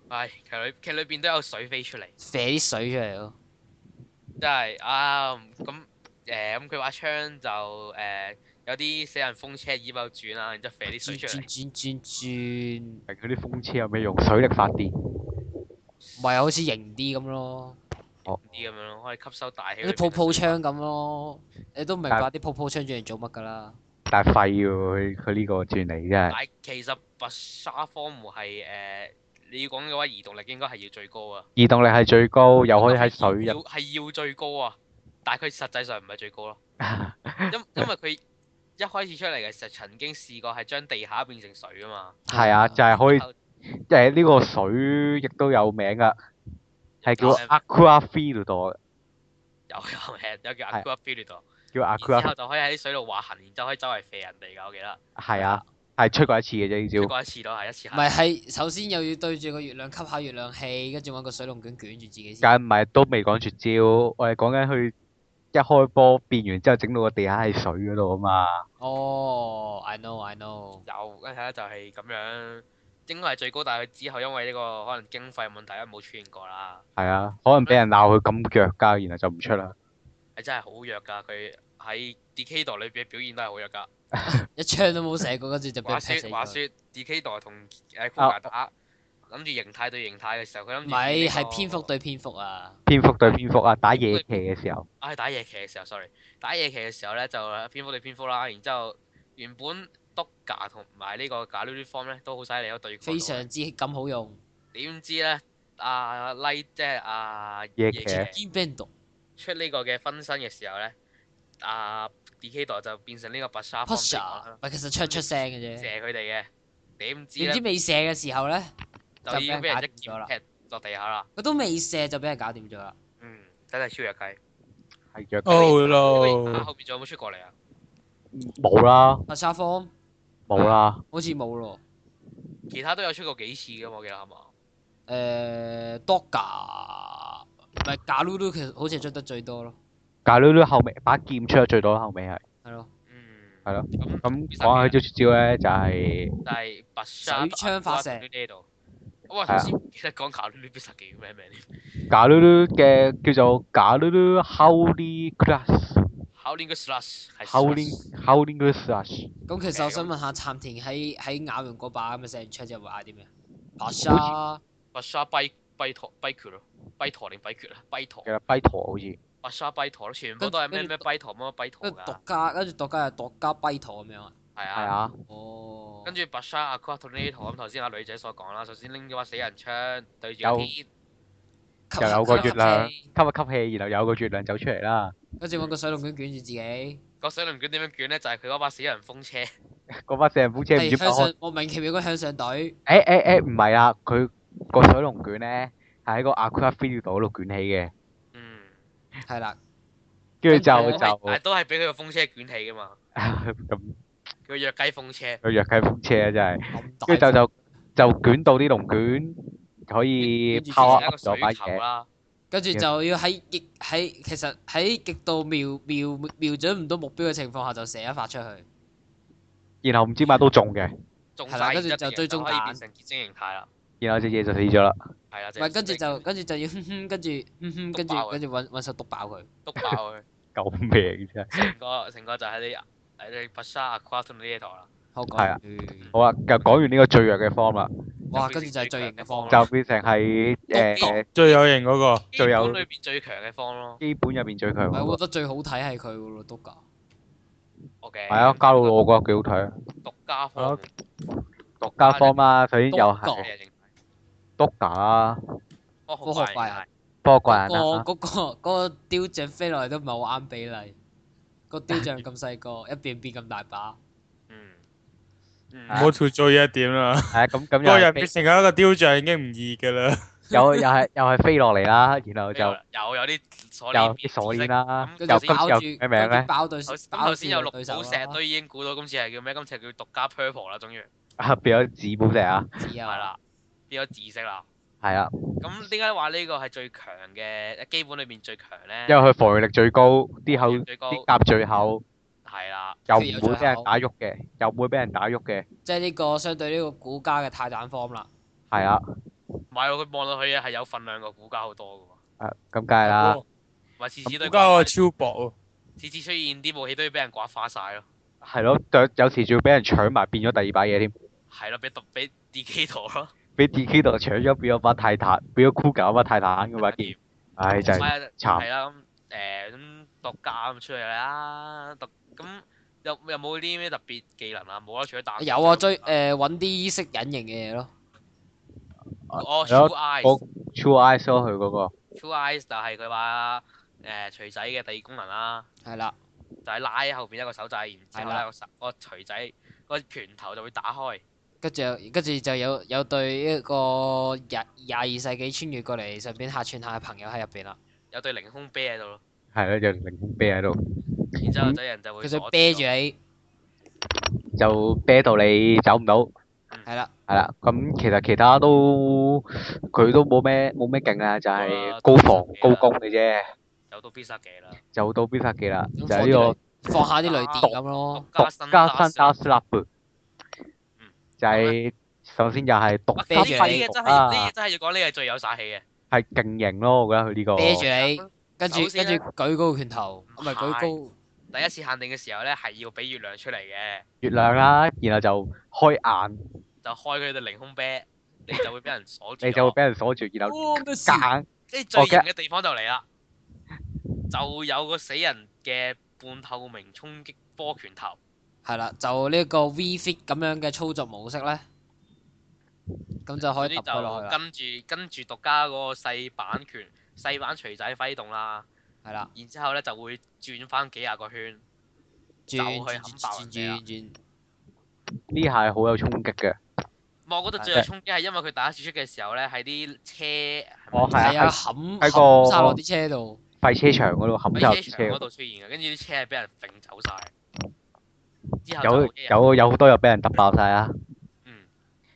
S3: 唉，劇裏劇裏邊都有水飛出嚟，
S4: 射啲水出嚟咯。
S3: 真係啊咁誒咁佢把槍就誒有啲死人風車椅喺度轉啊啦，然之後飛啲水
S4: 轉
S3: 出
S4: 轉
S3: 嚟，
S4: 轉轉轉，
S1: 明嗰啲風車有咩用？水力發電。
S4: 唔係啊好似型啲咁咯，
S1: 哦，
S3: 啲咁樣咯，可以吸收大氣。
S4: 有啲泡泡槍咁咯，你都唔明白啲泡泡槍轉嚟做乜㗎啦。
S1: 但係廢喎，佢佢呢個轉嚟真
S3: 但
S1: 係。
S3: 係其實白沙科目係誒你要講嘅話，移動力應該係要最高啊。
S1: 移動力係最高，
S3: 嗯
S1: 又可以喺水入
S3: 要係要最高啊，但係佢實際上唔係最高咯，因因為佢一開始出嚟嘅時候曾經試過係將地下變成水啊嘛，
S1: [LAUGHS] 係啊，就係、可以，
S3: 嗯
S1: 誒呢個水亦都有名噶，係叫
S3: 有名
S1: Aqua Field，
S3: 有有名有叫
S1: 係
S3: aqua b i l d
S1: 叫
S3: 然之
S1: Aqua，
S3: 後就可以喺啲水度劃痕，然之後可以周圍射人哋㗎，我記得，
S1: 係啊，係出過一次嘅啫呢
S3: 出
S1: 招，
S3: 過一次咯，係一次
S4: 唔
S3: 係
S4: 係係首先又要對住個月亮吸下月亮氣，跟住揾個水龍捲捲住自己先。
S1: 但唔係都未講絕招，我哋講緊佢一開波變完之後整到個地下係水嗰度啊嘛，
S4: 哦，I know I know。
S3: 有，跟住咧就係咁樣，應該係最高，但係佢之後因為呢個可能經費問題，冇出現過啦，
S1: 係啊，可能俾人鬧佢咁弱㗎，然後就唔出啦，
S3: 係真係好弱㗎，佢喺 Decade 裏邊嘅表現都係好弱㗎。
S4: 一槍都冇射過，跟住就俾
S3: 話
S4: 人劈死
S3: 説話
S4: 咗。啊
S3: 説，D.K. 代同誒酷格打，諗住形態對形態嘅時候，佢諗
S4: 唔
S3: 住
S4: 係
S3: 呢個
S4: 係蝙蝠對蝙蝠啊！
S1: 蝙蝠對蝙蝠啊，打野騎嘅時候，
S3: 啊，係打夜騎嘅時候，sorry，打夜騎嘅時候咧就蝙蝠對蝙蝠啦，然之後原本督架同埋呢個假 l u form 咧都好犀利，有對抗到
S4: 非常之咁好用，
S3: 點知咧阿 l 即係阿
S1: 夜騎
S3: 騎
S4: 堅冰毒
S3: 出呢個嘅分身嘅時候咧，阿 D.K. 代就變成呢個白沙
S4: p u
S3: 方
S4: s h
S3: 射
S4: e 咪其實出出聲嘅啫。
S3: 佢哋嘅，點知
S4: 點
S3: 咧
S4: 知未射嘅時候咧，
S3: 就已經俾人一
S4: 就俾人打
S3: 劍劈落地下啦，
S4: 佢都未射就俾人搞掂咗啦。
S3: 嗯，真係超弱雞。
S1: 係弱
S2: 哦
S3: 因為
S2: no，
S3: 後面仲有冇出過嚟啊？
S1: 冇啦
S4: p u s h e form
S1: 冇啦，
S4: 好似冇咯。
S3: 其他都有出過幾次嘅，我記得係嘛？
S4: 誒 Doga 唔係 g a l u l 其實好似係出得最多咯，
S1: 咖嚕嚕後尾把劍出得最多啦，後尾係。
S4: 係咯。
S3: 嗯，
S1: 係咯
S3: 咁
S1: 咁講下佢招絕招咧，就係、
S3: 就係白沙
S4: 水槍發射
S3: 呢度。喂，
S1: 係啊
S3: 頭先唔記得講搞呢啲殺技叫咩名添？
S1: 假嚕嚕嘅叫做假嚕嚕 Howling Class，Howling
S3: 考練嘅 slash 係 slash
S1: Howling Class，
S4: 咁其實我想問下，杉田喺喺咬完嗰把咁嘅射完槍之後會嗌啲咩 p u s h e
S3: 白沙跛跛陀跛拳咯，跛陀定跛拳啊？跛陀
S1: 其實跛陀好似
S3: 阿沙跛陀，全部都係咩
S4: 跟
S3: 咩跛陀乜乜跛陀
S4: 跟住獨
S3: 㗎，
S4: 家，跟住獨家又獨家跛陀咁樣啊。
S3: 係
S1: 係
S3: 啊。
S1: 啊，
S4: 哦，
S3: 跟住白沙阿 q u a t o n a t o 咁頭先阿女仔所講啦，首先拎咗把死人槍對住個
S1: 有
S3: 天，
S4: 吸
S1: 又有個
S4: 吸
S1: 月亮
S4: 吸氣
S1: 吸一吸氣，然後有個月亮走出嚟啦。
S4: 跟住揾個水龍捲捲住自己。
S3: 個水龍捲點樣捲咧？就係佢嗰把死人風車，
S1: 嗰把四人風車唔
S4: 係
S1: 知
S4: 哎向
S1: 乜開
S4: 上，莫名其妙嗰個向上隊。
S1: 誒誒誒，唔係啊，佢個水龍捲咧係喺個 Aqua Field 度捲起嘅，
S3: 嗯，
S4: 係啦，
S1: 跟住就
S4: 佢
S1: 就
S3: 但係都係俾佢個風車捲起噶嘛，
S1: [LAUGHS] 咁
S3: 叫弱雞風車。
S1: 佢弱雞風車啊，真係。
S4: 咁
S1: 跟住
S4: 大
S1: 就就就捲到啲龍卷，可以
S4: 跟住
S1: 拋
S4: 我
S3: 而
S1: up
S3: 家個
S1: 咗把
S3: 水球
S1: 嘢。
S3: 啦，
S4: 跟住就要喺極喺其實喺極度瞄瞄瞄準唔到目標嘅情況下，就射一發出去。
S1: 然後唔知點解都中嘅，
S3: 中
S4: 係啦
S3: 晒
S4: 跟住
S3: 然
S4: 就
S3: 之後
S4: 追
S3: 就
S4: 蹤
S3: 可以
S4: 彈
S3: 變成結晶形態啦，
S1: 然後隻嘢就死咗啦。
S3: 係啦。
S4: 唔
S3: 就係
S4: 係跟住就
S3: 結晶
S4: 跟住就要哼 [LAUGHS] 哼，跟住哼哼，跟住
S3: 篤爆佢
S4: 跟住揾揾手篤爆佢。
S3: 篤爆佢，
S1: 救命真係！
S3: 成個成個就係你喺你白沙阿 q u a t o n a t o 啦。
S4: 好講嗯
S1: 係啊
S4: 完
S1: 好啦，就講完呢個最弱嘅 form 啦，
S4: 哇！跟住就係最型嘅
S3: 哦
S4: 方
S1: 就變成係
S3: 篤
S1: 誒
S2: 最有型嗰個。
S1: 最有
S3: 基本裏邊最強嘅方咯。
S1: 基本入邊最強
S4: 唔係，
S1: 嗰
S4: 我
S1: 個。
S4: 覺得最好睇係佢喎，都噶。
S3: O K。
S1: 係啊，加到我覺得幾好睇啊！
S3: 獨家方，
S1: 獨家
S3: Ờ,
S1: form 啦，首先又
S4: 獨
S1: 係
S4: 角
S3: 咩形態？
S1: Doga 啦，
S3: 哦，好
S4: 嗰
S3: 怪
S4: 個怪
S1: 波怪人啊
S4: 嗰
S1: 啦，
S4: 個嗰個嗰個雕像飛落嚟都唔係好啱比例，個雕像咁
S3: [LAUGHS]
S4: 細個，一邊變咁大把。
S3: 嗯，
S2: 唔
S3: 嗯，
S2: 好跳追呢一點啦，
S1: 係啊，咁咁又
S2: 個人
S1: 係
S2: 變
S1: 飛
S2: 成一個雕像已經唔易㗎啦。
S1: 有又係又係飛落嚟啦，然後就
S3: 有
S1: 又
S3: 有有啲鎖鏈
S1: 有啲鎖鏈啦，
S3: 咁
S4: 跟
S1: 又
S4: 住
S1: 今
S4: 包
S1: 又
S4: 住
S1: 咩名咧？
S4: 包對
S3: 頭先
S4: 包
S3: 頭
S4: 住
S3: 先有
S4: 個
S3: 綠
S4: 對手啊
S3: 寶
S4: 啦
S3: 石都已經估到今次係叫咩？今次係叫獨家 purple 啦，終於
S1: 啊， [LAUGHS] 變咗紫寶石啊，
S4: 知
S3: 係
S4: 啊。
S3: 啦，變咗紫色啦。
S1: 係啊，
S3: 咁點解話呢個係最強嘅？基本裏面最強咧，
S1: 因為佢防禦力最高，啲厚
S3: 最高
S1: 啲甲最厚，
S3: 係啦，
S1: 又
S4: 有
S1: 唔會俾
S4: 最
S1: 人
S4: 厚
S1: 打喐嘅，又唔會俾人打喐嘅，
S4: 即係呢個相對呢個古家嘅泰坦方啦，
S1: 係啊，
S3: 唔係喎佢望落去係有份量個股價好多嘅喎，
S1: 啊咁梗係啦，
S3: 唔係次次
S2: 而
S3: 都要
S2: 家我
S3: 掛
S2: 超薄
S3: 次次出現啲武器都要俾人刮花晒咯，
S1: 係咯，有有時仲要俾人搶埋變咗第二把嘢添，
S3: 係咯，俾毒俾 DK 圖咯，
S1: 俾 D.K. 度搶咗變咗把泰坦，變咗 Kuga 把泰坦嗰把劍，唉真係
S3: 係
S1: 慘
S3: 係啦，咁誒咁獨家咁出嚟啦，獨咁有有冇啲咩特別技能啊？冇啦，除咗打
S4: 有啊追誒揾啲識隱形嘅嘢咯，
S3: 哦
S1: 係咯
S3: True Eyes
S1: 啊我 True Eyes 咯佢嗰個
S3: True Eyes 就係佢話誒錘仔嘅第二功能啦，
S4: 係啦，
S3: 就係拉喺後邊一個手掣，然之後
S4: 係啦
S3: 咧個手個錘仔個拳頭就會打開，
S4: 跟住有跟住就有有對一個廿廿二世紀穿越過嚟順便客串下嘅朋友喺入邊啦，
S3: 有對凌空啤喺度咯，
S1: 係咯，就凌空啤喺度，
S3: 然之後仔人就會
S4: 佢想
S3: 攞
S4: 啤住你，
S1: 就啤到你走唔到。
S4: 係啦，
S1: 係啦，咁其實其他都佢都冇咩冇咩勁啊啦，就係、高防高攻嘅啫，
S3: 有到必殺技啦，
S1: 就到必殺技啦，就
S4: 咁
S1: 係呢個
S4: 放啲雷放下啲雷電咁咯，
S3: 獨家
S1: 獨家新
S3: 新打
S1: d 斯 s
S3: 嗯
S1: 就係首先就係獨
S3: 哇！
S1: 家
S3: 呢
S4: 啤
S3: 啲
S4: 住
S1: 新
S4: 你
S3: 嘢真係呢啲
S1: 啊
S3: 嘢，真係要講呢個係最有殺氣嘅，
S1: 係勁型咯，我覺得佢呢個
S4: 啤住
S1: 哦
S4: 你，跟住
S3: 啊首
S4: 跟
S3: 先
S4: 住
S3: 咧
S4: 舉高個拳頭，唔係
S3: 唔係
S4: 舉高，
S3: 第一次限定嘅時候咧係要俾月亮出嚟嘅。
S1: 月亮啦，然後就開眼，
S3: 就開佢哋凌空啤，你就會俾人鎖
S4: [LAUGHS]
S3: 住咗。
S1: 你就會俾人鎖住，然後
S4: 哦咩事
S1: 夾硬
S3: 即係最型嘅地方就嚟啦，就有個死人嘅半透明衝擊波拳頭，
S4: 係啦，就呢個 V Fit 咁樣嘅操作模式咧，咁就可
S3: 嗰
S4: 以揼佢落
S3: 啲就
S4: 去啦，
S3: 跟住跟住獨家嗰個細板拳、細板錘仔揮動啦，
S4: 係啦，
S3: 然之後咧就會轉翻幾廿個圈，
S4: 轉
S3: 就
S4: 轉
S3: 去
S4: 轉
S3: 冚爆人
S4: 轉
S3: 哋啦
S4: 轉轉。
S1: 呢下係好有衝擊嘅，
S3: 我覺得最有衝擊係因為佢打一次出嘅時候咧，喺啲車
S1: 哦係啊
S4: 係啊，冚
S1: 喺個
S4: 冚晒落啲車度，
S1: 廢車場嗰度冚晒
S3: 喺
S1: 落
S3: 車
S1: 車
S3: 場嗰
S1: 嗰度，
S3: 度出現嘅，跟住啲車係俾人揈走晒。之後就
S1: 有
S3: 好驚
S1: 有有好多又俾人揼爆晒啊啦，
S3: 嗯，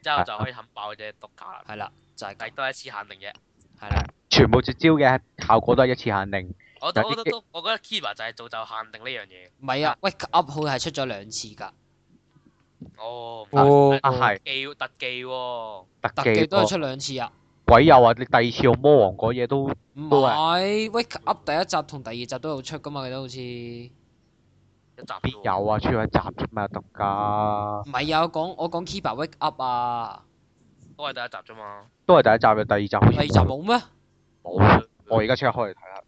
S3: 之
S1: 啊
S3: 後就可以冚爆只獨家啦，
S4: 係啦，就係
S3: 但
S4: 咁
S3: 係，都係一次限定嘅。
S4: 係啦，
S1: 全部絕招嘅效果都係一次限定。
S3: 我我
S1: 但係
S3: 覺得
S1: 呢
S3: 都，我覺得 Kiva 就係造就限定呢樣嘢。
S4: 唔係啊，Wake Up 好似係出咗兩次㗎，
S3: 哦，
S1: 啊
S2: 喎。
S1: 啊係
S3: 技喎特技喎，
S1: 特
S4: 特
S1: 技
S4: 技都
S1: 都
S4: 係出兩次啊，
S1: 鬼友啊！你第二次用魔王嗰嘢都
S4: 唔
S1: 都
S4: 係 Wake Up 第一集同第二集都有出㗎嘛，佢都好似唔
S3: 一集
S1: 必
S3: 啫喎
S1: 有啊，出咗一集啫嘛，特價
S4: 係啊，我講我講 Kiba Wake Up 啊，
S3: 都係第一集啫嘛。
S1: 都係第一集嘅，第二集好
S4: 第
S1: 似
S4: 二集冇咩？
S1: 啊冇。我而家即刻開嚟睇下，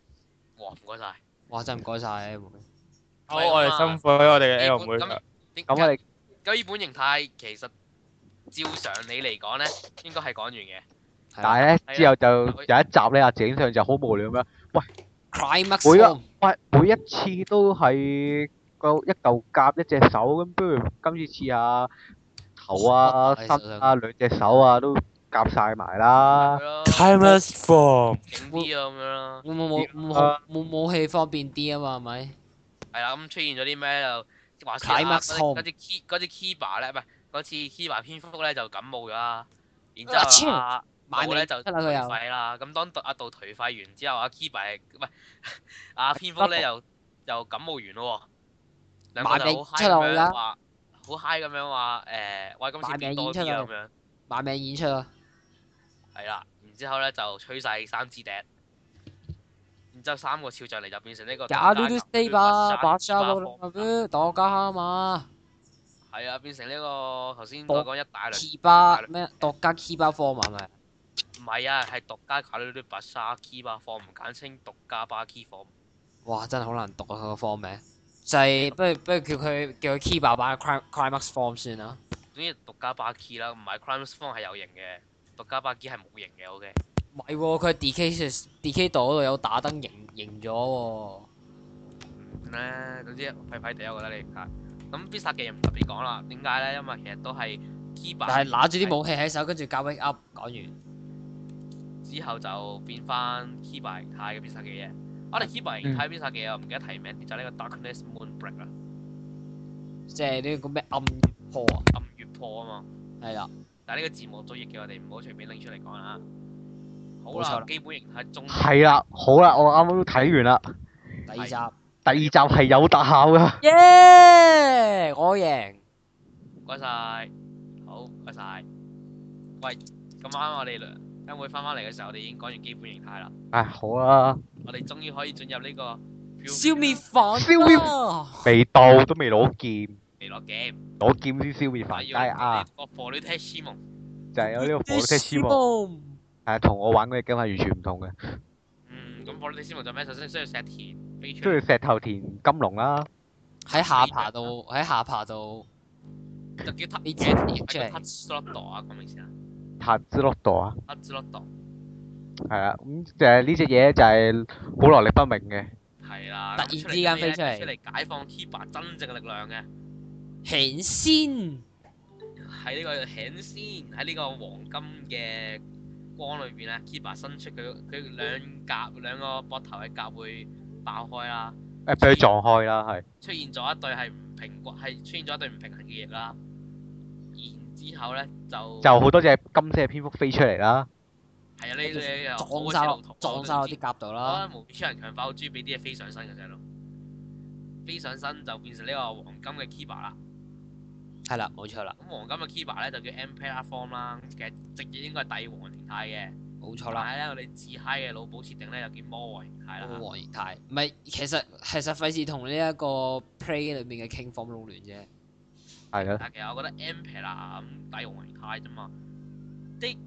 S3: 哇，哦，唔該晒。
S4: 哇！真係唔啊該晒，
S2: 好，我哋辛苦喺我哋嘅 L 妹
S3: 咁
S4: 啊
S2: 啦。
S3: 點
S1: 啊咁我哋
S3: 咁呢本形態其實照常理嚟講咧，應該係講完嘅。
S4: 係啊
S1: 但係咧
S3: 係啊
S1: 之後就有一集咧，阿井上就好無聊咁樣，
S4: ，Climax
S1: 每一
S4: Form
S1: 喂每一次都係個一嚿甲一隻手咁，不如今次試下頭啊、
S4: 係
S1: 身
S4: 想
S1: 啊兩隻手啊都夾晒埋啦
S3: 係。咯，
S2: Timeless form，
S3: 勁啲啊咁樣啦。
S4: 會唔會冇冇
S1: 啊
S4: 冇武器方便啲啊嘛？係咪？
S3: 係啦，咁出現咗啲咩就話説
S4: 解
S3: 啦
S4: 密
S3: 嗰
S4: 倉
S3: 嗰隻 Ki 嗰隻 Kiba 咧，唔係嗰次 Kiba 蝙蝠咧就感冒咗啦，然
S4: 啊
S3: 之
S4: 超
S3: 後啊
S4: 買
S3: 我
S4: 你
S3: 咧就
S4: 得啦佢
S3: 頹
S4: 又
S3: 廢啦。咁當阿杜頹廢完之後，阿 Kiba 係唔係 [LAUGHS] 阿蝙蝠咧又又感冒完咯喎，兩個
S4: 萬
S3: 就
S4: 里
S3: 好
S4: 出
S3: high 咁
S4: 路啦
S3: 樣話，好 high 咁樣話誒，喂今次
S4: 萬
S3: 變
S4: 里
S3: 多
S4: 出
S3: 啲啊
S4: 路
S3: 咁樣。
S4: 買命演出啊！
S3: 係啦，然之後咧就吹晒三支笛，然之後三個肖像嚟就變成呢個
S4: 假
S3: 獨家
S4: Lulu
S3: 牛血
S4: Stay 吧，
S3: 密殺
S4: 把沙
S3: 花
S4: 羅
S3: 火
S4: 布當家哈嘛，
S3: 係啊，變成呢個頭先我講一大輪，
S4: 奇巴咩？獨家 k 巴 form 啊係咪？
S3: 唔係啊，係獨家卡魯魯白沙 key 巴科，唔簡稱獨家巴 key 科。
S4: 哇！真係好難讀啊佢個 form 名，就係不如不如叫佢叫佢 k 爸爸 crime climax form 算啦。
S3: 總之獨家巴 key 啦，唔係 crime s 方係有型嘅，獨家巴 key 係冇型嘅，OK。
S4: 唔係喎，佢 DK DK 度嗰度有打燈贏贏咗喎。
S3: 咧，總之廢廢地，我覺得你嚇。咁必殺技唔特別講啦，點解咧？因為其實都係 key 巴。
S4: 但係揦住啲武器喺手，跟住教 wake up 講完。
S3: 之後就變翻 Kiba 形態嘅必殺技嘅。我哋 Kiba 形
S4: 嗯
S3: 態必殺技我唔記得提名，就係呢個 Darkness Moonbreak 啦，
S4: 即係呢個咩暗月破啊，
S3: 暗月破啊嘛。
S4: 係啦，
S3: 但係呢個字幕組譯嘅，我哋唔好隨便拎出嚟講啦。好
S4: 冇錯
S3: 啦
S4: 啦，
S3: 基本形態中
S1: 係啦，好啦，我啱啱都睇完啦，
S4: 第二集，
S1: 第二集係有特效噶。
S4: 耶！我贏，
S3: 唔該晒，好唔該晒。喂，咁啱我哋兩一會翻返嚟嘅時候，我哋已經講完基本形態啦。
S1: 唉，好啊，
S3: 我哋終於可以進入呢個
S4: 消滅反
S1: 消滅未到都未攞劍，
S3: 未落 game，
S1: 攞劍先消滅凡
S3: 但
S1: 街
S3: 要
S1: 啊！
S3: 個 f o r t e s i m o
S1: 就係有呢個火車之王，
S4: 望。
S1: 係啊同我玩嗰隻 game 係完全唔同嘅，
S3: 嗯，咁 f o r t e s i m o 就咩？首先需要石田飛出
S1: 跟
S3: 嚟，
S1: 住石頭田金龍啦，
S4: 喺下爬度，喺下爬度，
S3: 就叫 touch
S4: 你
S3: 嘅，
S4: 你出
S3: 係叫
S4: 嚟
S3: touch slot 啊，講明先啊。
S1: 塔之洛度啊，
S3: 阿茲洛度
S1: 係啊，咁就係呢只嘢就係好來歷不明嘅，
S3: 係啦，
S4: 突然之間飛出嚟
S3: 出嚟解放 Kiba 真正嘅力量嘅，
S4: 顯先
S3: 喺呢個顯先喺呢個黃金嘅光裏邊咧，Kiba 伸出佢佢兩甲兩個膊頭嘅甲會爆開啦，
S1: 誒俾佢撞開啦，係。
S3: 出現咗一對係唔平均係出現咗一對唔平衡嘅翼啦，然之後咧就
S1: 就好多隻金色嘅蝙蝠飛出嚟啦，
S3: 係啊呢呢呢
S4: 撞晒落撞晒落啲。甲度
S3: 我覺
S4: 啦，
S3: 得無邊超人強爆珠俾啲嘢飛上身嘅啫咯，飛上身就變成呢個黃金嘅 Kiba 啦。
S4: 係啦，冇錯啦，
S3: 咁黃金嘅 Kiba 咧就叫 Emperor Form 啦，其實直接應該係帝王形態嘅。
S4: 冇錯
S3: 但
S4: 啦，
S3: 係咧，我哋自嗨嘅腦補設定咧就叫魔王形態
S1: 嗯
S3: 啦。
S4: 王形態，唔係，其實其實費事同呢一個 play 裏面嘅 king form 撈亂啫，
S1: 係啊咯，
S3: 但係其實我覺得 Emperor 咁帝王形態啫嘛，即係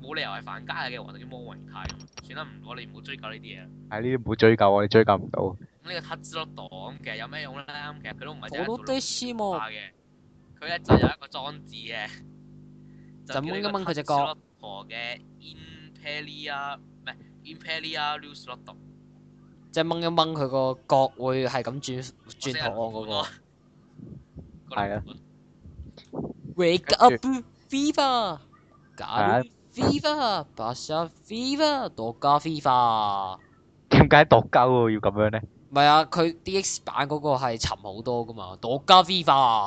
S3: 冇理由係反家嘅王就叫魔王形態。算啦，唔我哋唔好追究呢啲嘢啦。
S1: 係呢啲唔好追究，我哋追究唔到。 [LAUGHS]
S3: 咁呢個 t u t z l o d o 咁其實有咩用咧？咁其實佢都唔係
S4: 好
S3: 真係做腦
S4: 多啲
S3: 補
S4: 希
S3: 化
S4: 望，
S3: 嘅，佢咧就有一個裝置
S4: [LAUGHS]
S3: 嘅，
S4: 就掹一掹佢隻角
S3: 婆嘅 Imperia 唔係 Imperia l u s l o d o
S4: 即係掹一掹佢個角會係咁轉轉圖案嗰個
S3: 個
S1: 係啊
S4: ，wake up fever，假
S1: 啊
S4: fever，白沙 fever，多加 fever，
S1: 點解度鳩喎要咁樣咧？
S4: 唔係啊，佢 DX 版嗰個係沉好多噶嘛，多加 fever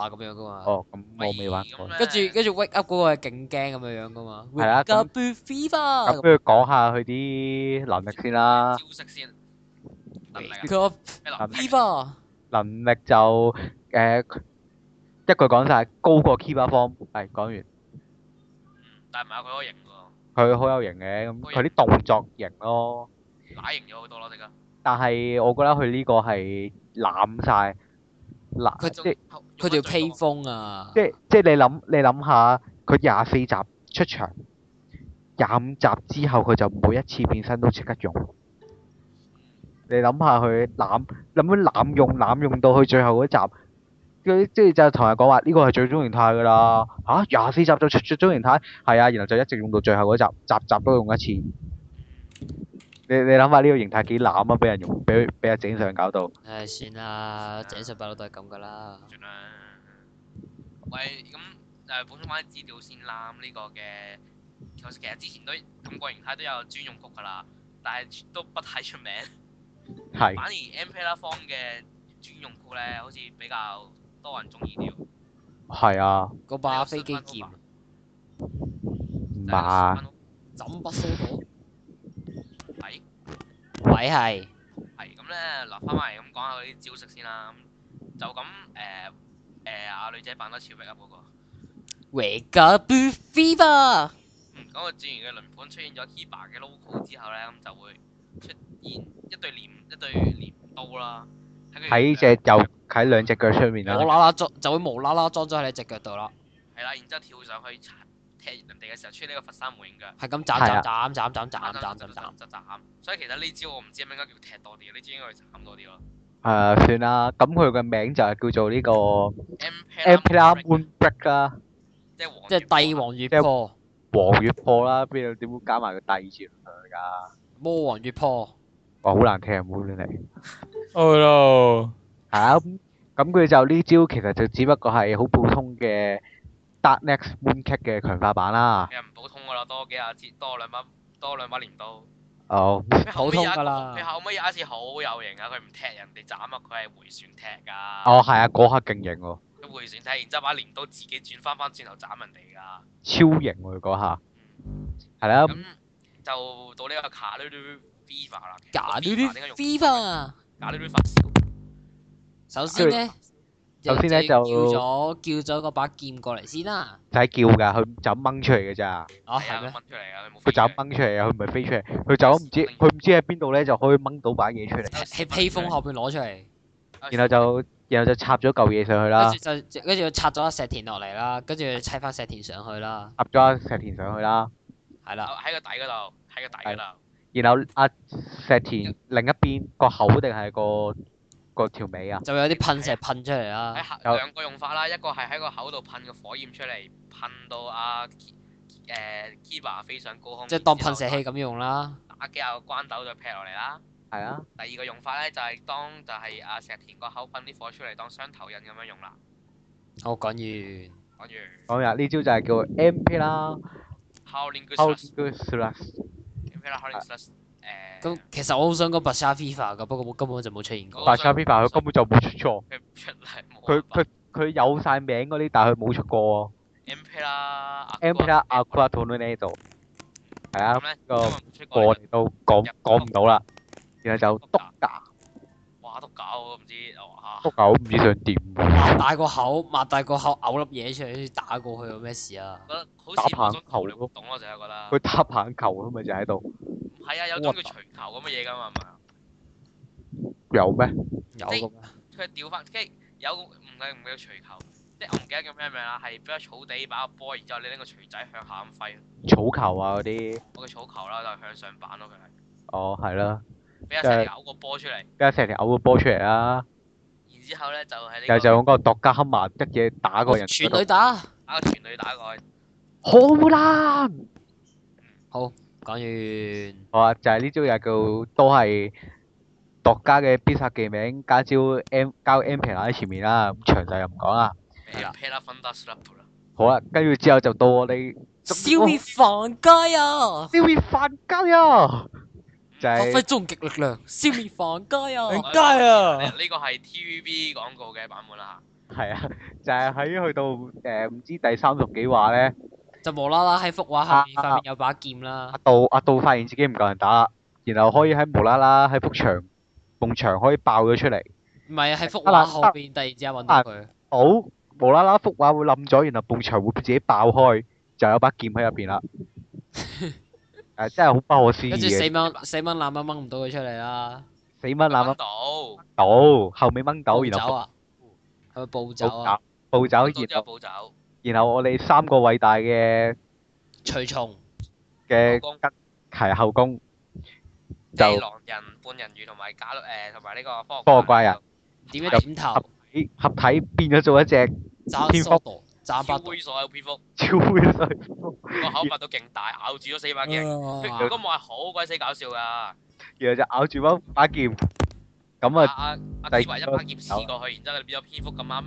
S4: 咁樣噶嘛。
S1: 哦，咁我未玩過。
S4: 跟住跟住 wake up 嗰個係勁驚咁樣樣噶嘛，
S1: 係啦
S4: wake
S1: 咁
S4: up with fever，
S1: 咁不如講下佢啲能力先啦。
S3: 招式先，
S4: 네,
S3: 能力啊
S4: wake up
S3: 咩能力？
S4: fever，
S1: 能力就誒一句講晒，高過 Keeper Form。係講完，
S3: 嗯但係唔係佢嗰個型喎，
S1: 佢好有型嘅，咁佢啲動作型咯。
S3: 乸型咗好多咯，即刻。
S1: 但係我覺得佢呢個係攬晒，
S4: 佢
S1: 攬
S3: 仲
S1: 即係
S4: 佢條
S3: 用得最
S4: 披
S3: 多
S4: 風啊，
S1: 即係即係你諗你諗下，佢廿四集出場，廿五集之後佢就每一次變身都即刻用。你諗下佢濫諗緊濫用濫用到去最後嗰集，佢即係就同人講話呢個係最終形態㗎啦嚇，廿、四集就出最終形態，係啊，然後就一直用到最後嗰集，集集都用一次。你你諗下呢個形態幾濫啊！俾人用，俾俾阿整上搞到。
S4: 唉，算啦，井上不嬲都係咁噶啦。
S3: 算啦。喂，咁誒補充翻啲資料先啦。咁呢個嘅其實其實之前都咁個形態都有專用曲㗎啦，但係都不太出名。
S1: 係
S3: 反而 M p e l a 方嘅專用曲咧，好似比較多人中意啲喎。
S1: 係啊，
S4: 嗰把飛機
S3: 啊
S4: 劍
S1: 唔
S3: 就係
S1: 係啊
S3: 新聞
S4: 怎不蘇到？
S3: 係
S4: 位係
S3: 係咁咧，嗱翻返嚟咁講下嗰啲招式先啦。咁就咁誒誒，阿女仔扮得超逼啊嗰個。
S4: Vega Blue Fever。
S3: 嗯，咁個戰員嘅輪盤出現咗 Kiba 嘅 logo 之後咧，咁就會出現一對鐮一對鐮刀啦。Ừ.
S1: 喺隻右喺兩隻腳出面
S4: 我
S1: 啦。
S4: 啦啦裝就會無啦啦裝咗喺你只腳度啦，
S3: 係啦，然之後跳上去插踢人哋嘅時候，出呢個佛山無影腳，
S4: 係咁斬斬
S1: 啊
S4: 斬斬斬斬斬斬斬。
S3: 就斬。所以其實呢招我唔知係咪應該叫踢多啲，呢招應該叫斬多啲咯。
S1: 誒、算啦，咁佢嘅名就係叫做呢個
S3: M
S1: a m p i l a Moon Break à, 啦，
S3: 即係黃
S4: 即係帝
S3: 王
S4: 王月破，
S1: 黃月破啦，邊度點會加埋個帝字落去㗎？
S4: 魔王月破，
S1: 哇，好難聽，唔好亂嚟。
S2: Oh no！
S1: 係啊，咁咁佢就呢招其實就只不過係好普通嘅 Dark Next Moon Kick 嘅強化版啦。
S3: 其實唔普通噶啦，多幾下節，多兩把多兩把鐮刀。
S1: 哦，
S4: 普通㗎啦
S3: 佢後尾有一次好有型啊！佢唔踢人哋斬啊，佢係回旋踢㗎。
S1: 哦，係啊，嗰刻勁型喎，
S3: 佢回旋踢，然之後把鐮刀自己轉翻翻轉頭斬人哋㗎。
S1: 超型喎嗰下。係啦，
S3: 咁就到呢個卡魯魯 Viva 啦。
S4: 假呢
S3: 呢
S4: 啲 fever。啊
S3: 卡魯魯發燒。
S4: 首先咧，
S1: 首先呢
S4: 就
S1: 就
S4: 叫咗叫咗嗰把劍過嚟先啦。
S1: 就係叫㗎，佢就咁掹出嚟嘅咋。
S4: 啊
S3: 係
S4: 係
S3: 啊，佢
S4: 咩？
S3: 掹出嚟㗎，佢冇飛
S1: 佢就咁
S3: 出
S1: 掹出
S3: 嚟。
S1: 嚟啊！佢唔係飛出嚟，佢就咁唔知，佢唔知喺邊度咧就可以掹到把嘢出嚟，
S4: 喺喺披風後邊攞出嚟，
S1: 然後就然後就插咗嚿嘢上去啦
S4: 跟，住就跟住拆咗石田落嚟啦，跟住砌翻石田上去啦，
S1: 插咗阿石田上去啦，
S4: 係啦，
S3: 喺個底嗰度，喺個底嗰度。
S1: 然後阿石田另一邊個口定係個個條尾啊？
S4: 就有啲噴石噴出嚟
S3: 喺
S4: 啦。
S1: 有
S3: 口兩個用法啦，一個係喺個口度噴個火焰出嚟，噴到阿誒 Kiba 飛上高空，
S4: 即係當噴射器咁用啦，
S3: 打幾下個關鬥就劈落嚟啦。
S1: 係啊，
S3: 第二個用法咧就係、當就係阿石田個口噴啲火出嚟當雙頭印咁樣用啦。
S4: 我講完，
S3: 講完
S1: 講完呢招就係叫 M P 啦
S3: Howling
S1: h o w
S3: Goose
S1: g o o d 啦，
S3: Imperial Howling Goose 誒，
S4: 咁其實我好想講 b a s h a FIFA 噶，不過我根本就冇出現過。
S1: 啊白沙 p i p a 佢根本就冇出錯，
S3: 佢唔出嚟冇
S1: 佢
S3: 辦法
S1: 佢佢有晒名嗰啲，但係佢冇出過喎。
S3: Imperial
S1: M P 啦，阿 q u a t o n 呢度係啊
S3: 咁，咧，
S1: 個
S3: 因為冇出
S1: 我
S3: 過嚟
S1: 哋都講講唔到啦，然後就篤架
S3: 哇都搞我唔知哇
S1: 篤架，我唔知想點喎。
S4: 擘大個口，擘大個口，嘔粒嘢出嚟，打過去有咩事啊？
S3: 覺得好
S1: 打
S3: 似
S1: 棒
S3: 冇
S1: 球
S3: 咗球你
S1: 咯
S3: 懂我成日覺得
S1: 佢打棒球咁咪就喺度，
S3: 係啊，有種叫除球咁嘅嘢㗎嘛，係嘛？
S1: 有啊咩？
S4: 有嘅咩？
S3: 佢調翻，跟住有個唔係唔叫除球，即係我唔記得叫咩名啦，係俾個草地把個波，然之後你拎個錘仔向下咁揮，
S1: 草球啊嗰啲，
S3: 我嘅草球啦，就向上板咯佢係，
S1: 哦係啦，
S3: 俾阿
S1: 即係
S3: 石咬個波出嚟，
S1: 跟住成條嘔個波出嚟啦，
S3: 然之後咧就係呢
S1: 又
S3: 個
S1: 就用嗰個度加黑麻一嘢打個人嗰
S4: 全
S1: 度，
S4: 女打，
S3: 打個全女打過去，
S1: 好啦，
S4: 講完
S1: 好啊，就係呢招又叫都係度加嘅必殺技名，加招 M 交 M 皮拿喺前面啦，咁詳細又唔講啦。
S4: 係啦
S3: p e l a f u n d a s l a p 啦，
S1: 好啦，跟住之後就到我哋哦
S4: 消滅凡街啊！
S1: 消滅飯雞啊，就
S4: 發揮
S1: 係
S4: 終極力量，消滅凡街啊！
S2: 街啊
S3: 呢個係 TVB 廣告嘅版本啦
S1: 係啊，就係喺去到誒唔知第三十幾話咧。
S4: 就無啦啦喺幅畫下面
S1: 哎啊啊
S4: 塊面有把劍啦
S1: 阿，杜阿杜發現自己唔夠人打啦，然後可以喺無啦啦喺幅牆埲牆可以爆咗出嚟，
S4: 唔係喺幅
S1: 得啊啦
S4: 畫後邊突然之間揾到佢，
S1: 好無啦啦幅畫會冧咗，然後埲牆會自己爆開，就有把劍喺入
S4: [LAUGHS]
S1: 邊啦。誒、真係好不可思議
S4: 跟住
S1: 嘅，
S4: 死蚊死蚊攬蚊啊掹唔到佢出嚟啦，
S1: 死蚊
S3: 嚇，
S1: 攬
S3: 掹
S1: 掹
S3: 到
S1: 到，後尾掹到，
S4: 暴
S1: 然
S4: 走
S1: 後
S4: 啊！係咪暴走
S1: 暴
S4: 啊？
S1: 走暴走，
S3: 掹到之
S1: 然
S3: 後
S1: 後
S3: 暴走，
S1: 然後我哋三個偉大嘅
S4: 隨從
S1: 嘅
S3: 後宮
S1: 係後宮，就
S3: 狼人、半人魚同埋假誒同埋呢個科
S1: 科學怪人，
S4: 點樣點頭？
S1: 咦合體變咗做一隻
S4: 斬疏度，斬
S3: 超
S4: 八度。
S3: 猥瑣嘅蝙蝠，
S1: 超猥瑣，
S3: 個口擘到勁大，咬住咗死把劍。佢
S4: 啊
S3: 嗰幕係好鬼死搞笑㗎。
S1: 然後就咬住把把劍，咁
S3: 阿
S1: 啊
S3: 阿阿
S1: 第
S3: 志華一把劍刺過去，然之後變咗蝙蝠咁啱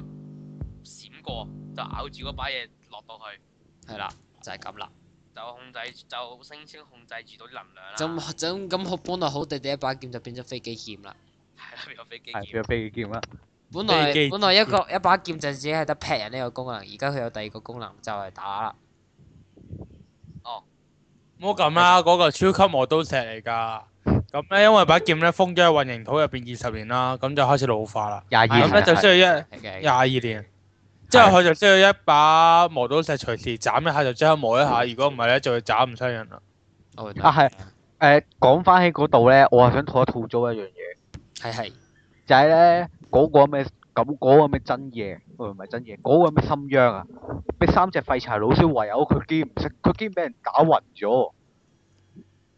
S3: 閃過，就咬住嗰把嘢落到去，
S4: 係啦，就係咁啦。
S3: 就控制就聲稱控制住到啲能量啦。
S4: 就就咁好，本來好地地一把劍就變咗飛機劍啦。
S3: 係啦，變咗飛
S1: 係
S3: 機劍
S1: 變。咗飛劍啦，
S4: 本來
S2: 飛機劍
S4: 本來一個一把劍就只係得劈人呢個功能，而家佢有第二個功能就係打啦。
S2: 唔好咁啦，嗰個超級磨刀石嚟㗎。咁咧，因為把劍咧封咗喺混凝土入邊二十年啦，咁就開始老化啦。
S1: 廿二
S2: 咁咧就
S1: 係
S2: 需要一
S4: 係嘅
S2: 廿二年，之後佢就需要一把磨刀石，隨時斬一下就即刻磨一下。如果唔係咧，就會斬唔傷人啦。
S4: 我會
S1: 啊係誒講翻起嗰度咧，我係想吐一吐糟一樣嘢。
S4: 係係
S1: 就係咧嗰個咩咁嗰個咩真嘢，唔係真嘢，嗰、個咩心秧啊，俾三隻廢柴老鼠圍毆，佢竟然唔識，佢竟然俾人打暈咗。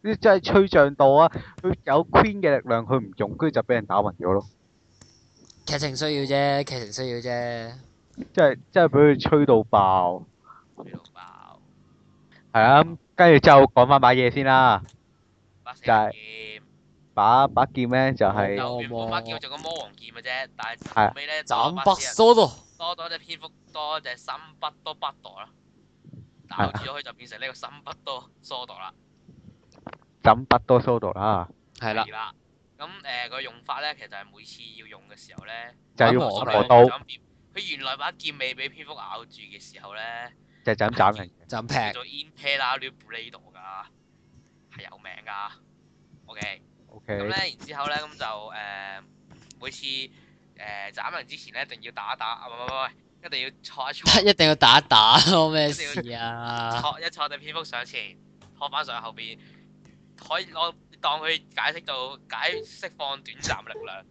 S1: 呢真係吹脹到啊！佢有 Queen 嘅力量，佢唔用，跟住就俾人打暈咗咯。
S4: 劇情需要啫，劇情需要啫。
S1: 即係即係俾佢吹到爆。
S3: 吹到爆，
S1: 係啊，咁跟住之後講翻把嘢先啦。
S3: 把死
S1: 就係
S3: 劍，
S1: 把把劍咧就係、
S4: 有
S3: 就原本把劍做個魔王劍嘅啫，但係
S1: 係
S3: 後尾咧多
S4: 斬
S3: 把
S4: 北
S3: 死人
S4: 疏度，
S3: 多多隻蝙蝠多隻心不多不墮啦，咬住咗佢就變成呢個心不多疏墮啦，
S1: 枕不多蘇度啦，
S4: 係啦
S3: 係，啦。咁誒個用法咧，其實係每次要用嘅時候咧，
S1: 就係
S4: 打
S1: 用
S4: 磨
S1: 磨刀，
S4: 刀
S3: 佢原來把劍未俾蝙蝠咬住嘅時候咧，
S1: 就係咁斬人。
S4: 就
S3: 叫
S4: 咁劈。
S3: 做 Impala l Blade 㗎，係有名㗎。OK。
S1: O
S3: 咁
S1: K，
S3: 咧，然之後咧，咁就誒、呃每次誒、呃、斬人之前咧，一定要打一打，啊唔係唔係唔係，一定要戳一戳，
S4: [LAUGHS] 一定要打一打咯，咩事 [LAUGHS] 啊？
S3: 戳一戳對蝙蝠上前，戳翻上後邊，可以我當佢解釋到解釋放短暫力量，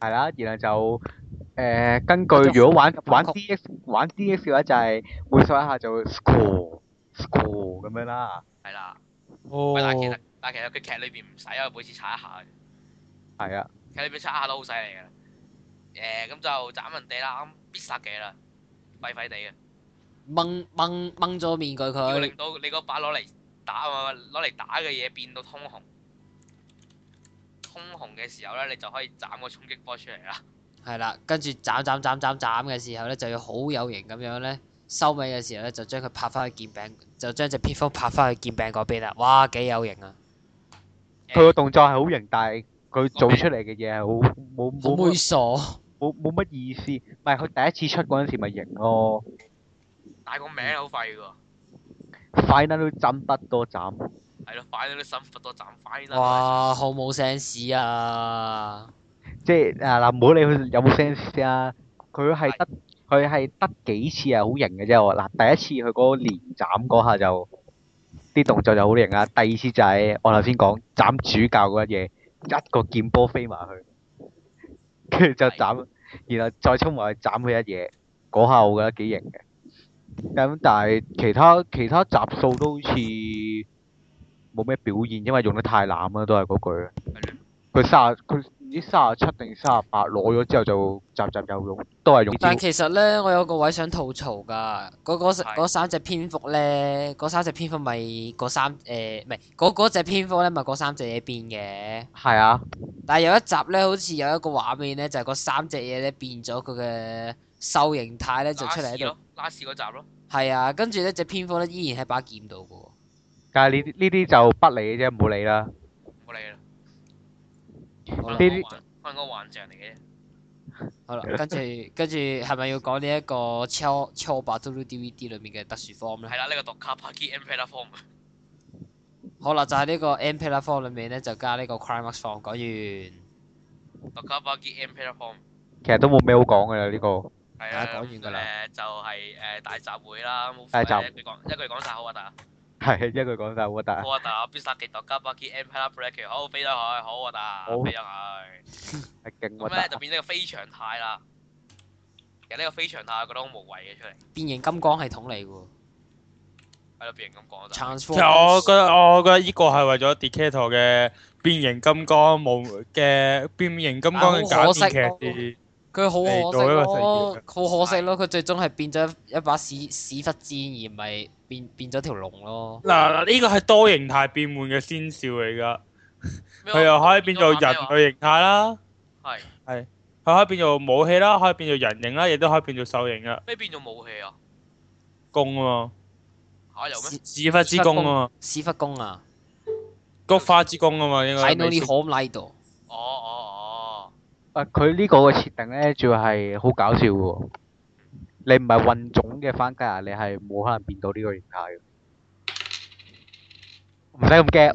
S1: 係啦，然後就誒、根據如果玩玩 D X 玩 D X 嘅話，就係每掃一下就會 score score 咁樣啦。
S3: 係啦。
S2: 哦
S3: 喂，但係其實但係其實佢劇裏邊唔使啊，每次踩一下，
S1: 係啊，
S3: 劇裏邊踩一下都好犀利㗎啦。誒、咁就斬人哋啦，咁必殺技啦，廢廢地嘅，
S4: 掹掹掹咗面具
S3: 要
S4: 佢
S3: 令，到你嗰把攞嚟打啊，攞嚟打嘅嘢變到通紅。通紅嘅時候咧，你就可以斬個衝擊波出嚟啦。
S4: 係啦，跟住斬斬斬斬斬嘅時候咧，就要好有型咁樣咧，收尾嘅時候咧，就將佢拍翻去劍柄，就將只蝙蝠拍翻去劍柄嗰邊啦，哇，幾有型啊！
S1: 佢個動作係好型，但係佢做出嚟嘅嘢係好冇
S4: 好
S1: 冇
S4: 猥瑣，
S1: 冇冇乜意思。唔係佢第一次出嗰陣時咪型咯，
S3: 但係個名好廢㗎喎，
S1: 快得都針不多斬。
S3: 係咯，快到啲心佛多斬，快啦！
S4: 哇， [LAUGHS] 好冇 sense 啊！
S1: 即係誒嗱，唔好理佢有冇 sense 先啊。佢係得佢係得幾次係好型嘅啫。我嗱第一次佢嗰個連斬嗰下就啲動作就好型啦。第二次就係我頭先講斬主教嗰一嘢，一個劍波飛埋去，跟住就斬， [LAUGHS] 然後再衝埋去斬佢一嘢，嗰下我覺得幾型嘅。咁但係其他其他集數都好似冇咩表現，因為用得太濫啦，都係嗰句。佢卅佢唔知卅七定卅八攞咗之後就集集有用，都係用招
S4: 但其實咧，我有個位想吐槽㗎，嗰嗰
S3: 係
S4: 嗰三隻蝙蝠咧，嗰三隻蝙蝠咪嗰三誒，唔係嗰嗰隻蝙蝠咧，咪嗰三隻嘢變嘅。
S1: 係啊，
S4: 但係有一集咧，好似有一個畫面咧，就係、嗰三隻嘢咧變咗佢嘅獸形態咧，就出嚟喺度。
S3: 啊咯，拉屎嗰集咯，
S4: 係啊，跟住咧只蝙蝠咧依然喺把劍度嘅
S1: 但係呢啲呢啲就不理嘅啫，唔好理啦。
S3: 冇理啦。
S4: 喎。好
S3: 可
S1: 呢
S3: 能
S4: 啦
S1: 啲
S3: 我幻可能我幻象嚟嘅啫，
S4: 好啦，跟住跟住係咪要講呢一個超超白 w DVD 裏面嘅特殊 form
S3: 係
S4: 咧？
S3: 啦，呢個讀卡帕基 M platform
S4: 好啦，就喺呢個 M p l a form 裏面咧，就加呢個 Crimex form。講完，
S3: 讀卡帕基 M platform
S1: 其實都冇咩好講㗎啦呢個。
S3: 係
S4: 啊
S3: 啦。
S4: 講完㗎啦
S3: 誒就係誒大集會啦，冇
S1: 大集
S3: 誒一句講一句講晒好核突啊！
S1: [LAUGHS] 係一句講晒好核突啊。
S3: 好核突啊！必殺技特加百劍 Empire Break，好飛咗佢，好核突啊，
S1: 好
S3: 飛咗佢。
S1: 係勁核
S3: 咁
S1: 突
S3: 咧就
S1: 啊。
S3: 變咗個飛翔態啦。其實呢個飛翔態我覺得好無謂嘅出嚟，
S4: 變形金剛系統嚟嘅喎
S3: 喺度變形咁講就係。
S2: 其實我覺
S4: Transform。
S2: 得我覺得依個係為咗 Decatur 嘅變形金剛無嘅變形金剛嘅假面騎士，
S4: 佢好
S2: 嚟到
S4: 可惜
S2: 一個
S4: 咯
S2: 世，
S4: 好可惜咯，佢最終係變咗一一把屎屎忽箭，而唔係變變咗條龍咯。
S2: 嗱嗱呢個係多形態變換嘅先兆嚟㗎。
S3: 咩
S2: 佢又可以變做人
S3: 咩話
S2: 類形態啦，
S3: 係
S2: 佢可以變做武器啦，可以變做人形啦，亦都可以變做獸形嘅
S3: 咩變做武器啊？
S2: 弓啊嘛，
S3: 嚇有咩？
S4: 屎
S2: 屎忽之弓啊嘛，
S4: 屎忽公啊，
S2: 菊花之弓啊嘛，應該
S4: 睇到啲可唔 like 到？
S3: 哦哦
S1: 啊，佢呢個嘅設定咧，主要係好搞笑嘅喎。你唔係混種嘅番家人，你係冇可能變到呢個形態嘅。唔使咁驚，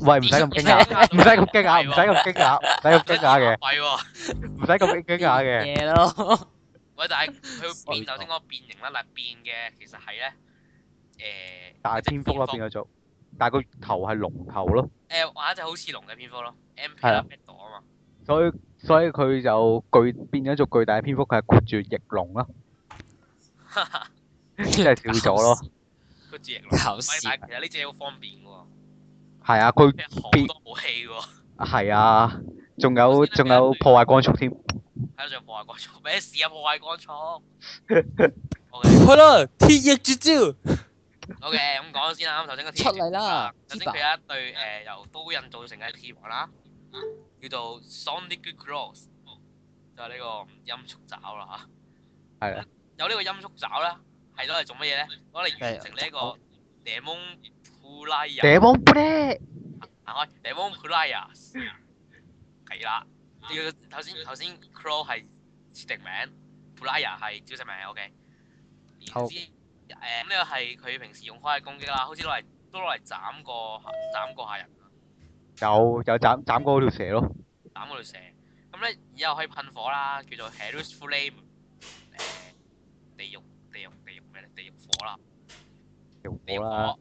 S1: [LAUGHS] 喂，唔使咁驚訝，唔使咁驚訝，唔使咁驚訝，唔使咁驚訝嘅，
S3: 係喎，
S1: 唔使咁驚訝 [LAUGHS] 嘅。
S4: 嘢咯，
S3: 喂，但係佢變頭先講變形啦，嗱變嘅其實係咧誒，
S1: 但係蝙蝠咯，變咗做，但係個頭係龍頭咯，
S3: 誒或者好似龍嘅蝙蝠咯，M P
S1: 係
S3: 啦
S1: 啊
S3: b a t t
S1: [LAUGHS]
S3: 啊嘛，
S1: 所以所以佢就巨變咗做巨大嘅蝙蝠，佢係括住翼龍咯，即係少咗咯。
S3: 佢自型龍。
S4: 搞
S3: 喂，
S4: 屎
S3: 但係其實呢只好方便嘅喎，
S1: 係啊，佢
S3: 即係好多武器嘅喎，
S1: 係啊，仲有仲有破壞光速添。
S3: 喺度仲破壞光速，咩事啊破
S1: [LAUGHS]
S3: 壞光速？OK
S2: 係啦，鐵翼絕招，
S3: OK，咁講先啦，咁頭先個
S4: 出嚟
S3: [LAUGHS]
S4: 啦
S3: 首先佢有一對誒由刀刃造成嘅鐵環啦，叫做 Sonic Cross，就係呢個音速爪啦嚇。
S1: 係啊，
S3: 有呢個音速爪咧，係攞嚟做乜嘢咧？攞嚟完成呢一個 Demon Player，
S1: 嗲幫不咧，
S3: 打開 Demon Player，係啦。呢個頭先頭先 Crow 係設定名，Player 係招式名，OK。然
S1: 好
S3: 之誒咁呢個係佢平時用開嘅攻擊啦，好似攞嚟都攞嚟斬過斬過下人，
S1: 有有斬斬過嗰條蛇咯。
S3: 斬過條蛇。咁咧然之後可以噴火啦，叫做 Hellish Flame，誒地獄地獄地獄咩咧？地獄火啦。
S1: 用
S3: 地獄
S1: 火啦，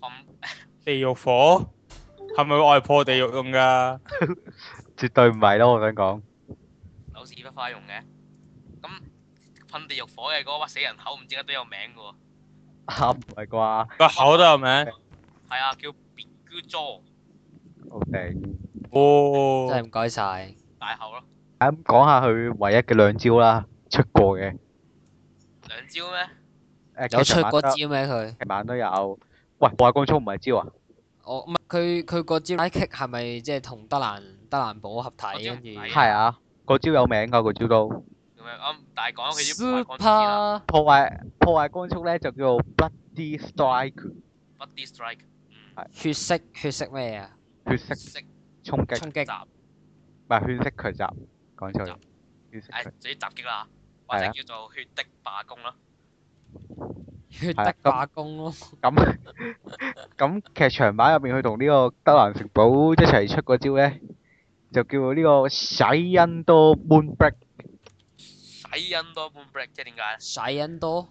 S3: 火，咁
S2: 地獄火係咪外破地獄用㗎？
S1: 絕對唔係咯，我想講。
S3: 有屎忽花用嘅。咁噴地獄火嘅嗰個死人口唔知點解都有名嘅喎，
S1: 啊，唔係啩？我
S2: 個口都有名，
S3: 係啊，叫 b i g j o
S1: 頂。
S4: 真
S2: 哦
S4: 係，唔該晒。
S3: 大口咯，
S1: 咁講下佢唯一嘅兩招啦，出過嘅。
S3: 兩招咩？
S1: 誒
S4: 有出
S1: 過
S4: 過招咩佢？
S1: 劇版都有。喂，破壞光速唔係招啊？
S4: 我唔係佢佢個招 like 係咪即係同德蘭德蘭堡合體
S3: 我
S4: 跟
S3: 知
S4: 住
S3: 唔係啊
S1: 係啊，個招有名㗎，個招都。
S3: 咁樣啱，但係講咗佢啲破壞光啦
S4: ？Super
S1: 破壞破壞光速咧就叫做 Bloody Strike，
S3: b u d d y Strike，嗯，
S4: 血色血色咩啊？
S1: 血色
S3: 識集
S1: 衝擊，
S4: 衝擊
S3: 誒，
S1: 唔係血色強襲，講錯咗。血色強
S3: 總之襲擊啦，或者
S1: 係啊
S3: 叫做血的罷工啦，
S4: 血
S1: 係
S4: 的
S1: 啊咁
S4: 罷工咯。
S1: 咁 [LAUGHS] 咁劇場版入面，佢同呢個德蘭城堡一齊出嗰招咧，就叫呢個洗恩多 Moonbreak。
S3: 洗恩多半 break 即係點解？
S4: 使恩多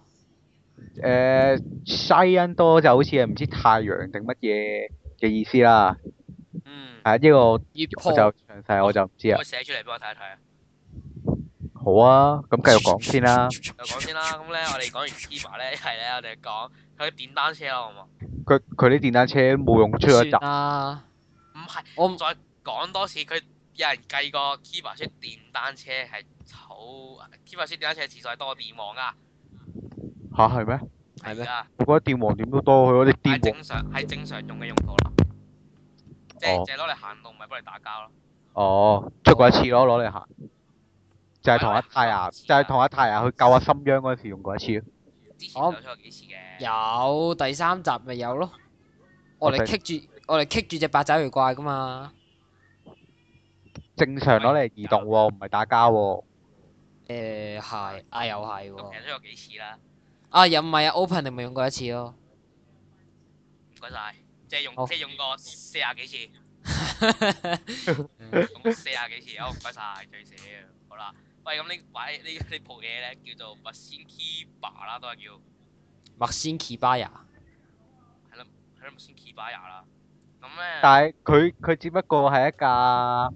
S1: 誒、呃西恩多就好似係唔知太陽定乜嘢嘅意思啦。
S3: 嗯，
S1: 係啊，呢個我
S4: 月
S1: 就
S4: 破
S1: 詳細我就唔知啊
S3: 可唔可以。寫出嚟俾我睇一睇啊？
S1: 好啊，咁繼續講先啦。
S3: 就講先啦，咁咧我哋講完 Kiba 咧，一係咧我哋講佢電單車啦，好唔好？
S1: 佢佢啲電單車冇用出咗一集，
S4: 算啦。
S3: 唔係。
S4: 我
S3: 咁再講多次，佢有人計過 Kiva 出電單車係好，Kiva 出電單車嘅次數係多過電王啊，
S1: 吓係咩？
S4: 係咩
S3: 係啊，
S1: 我覺得電王點都多，佢嗰
S3: 係
S1: 啲電
S3: 正常係正常用嘅用途啦，即係
S1: 哦
S3: 淨係攞嚟行路，唔係幫你打交咯。
S1: 王哦出過一次咯，攞嚟 [LAUGHS] 行。就係同阿泰牙，就係同阿泰牙去救阿心央嗰陣時用過一次咯。
S3: 之前
S4: 哦
S3: 有出過幾次嘅，
S4: 有第三集咪有咯，我哋
S1: 我哋
S4: 棘住我哋棘住只八爪魚怪噶嘛，
S1: 正常攞嚟移動喎，唔係打交喎。
S4: 誒係啊又係
S3: 咁其
S4: 喎，
S3: 實出過幾次啦，
S4: 啊又唔係啊 open 你咪用過一次咯，
S3: 唔該晒，即係用
S4: 好
S3: 即係用過四廿幾次，用
S4: 嗯
S3: 過四廿幾次，好唔該晒，最少好啦。喂，咁呢位呢呢部嘢咧叫做 m a s i n Kiba 啦，都係叫。
S4: 麥仙奇巴牙
S3: 係啦，係啦，先 key 把牙啦。咁咧，
S1: 但係佢佢只不過係一架，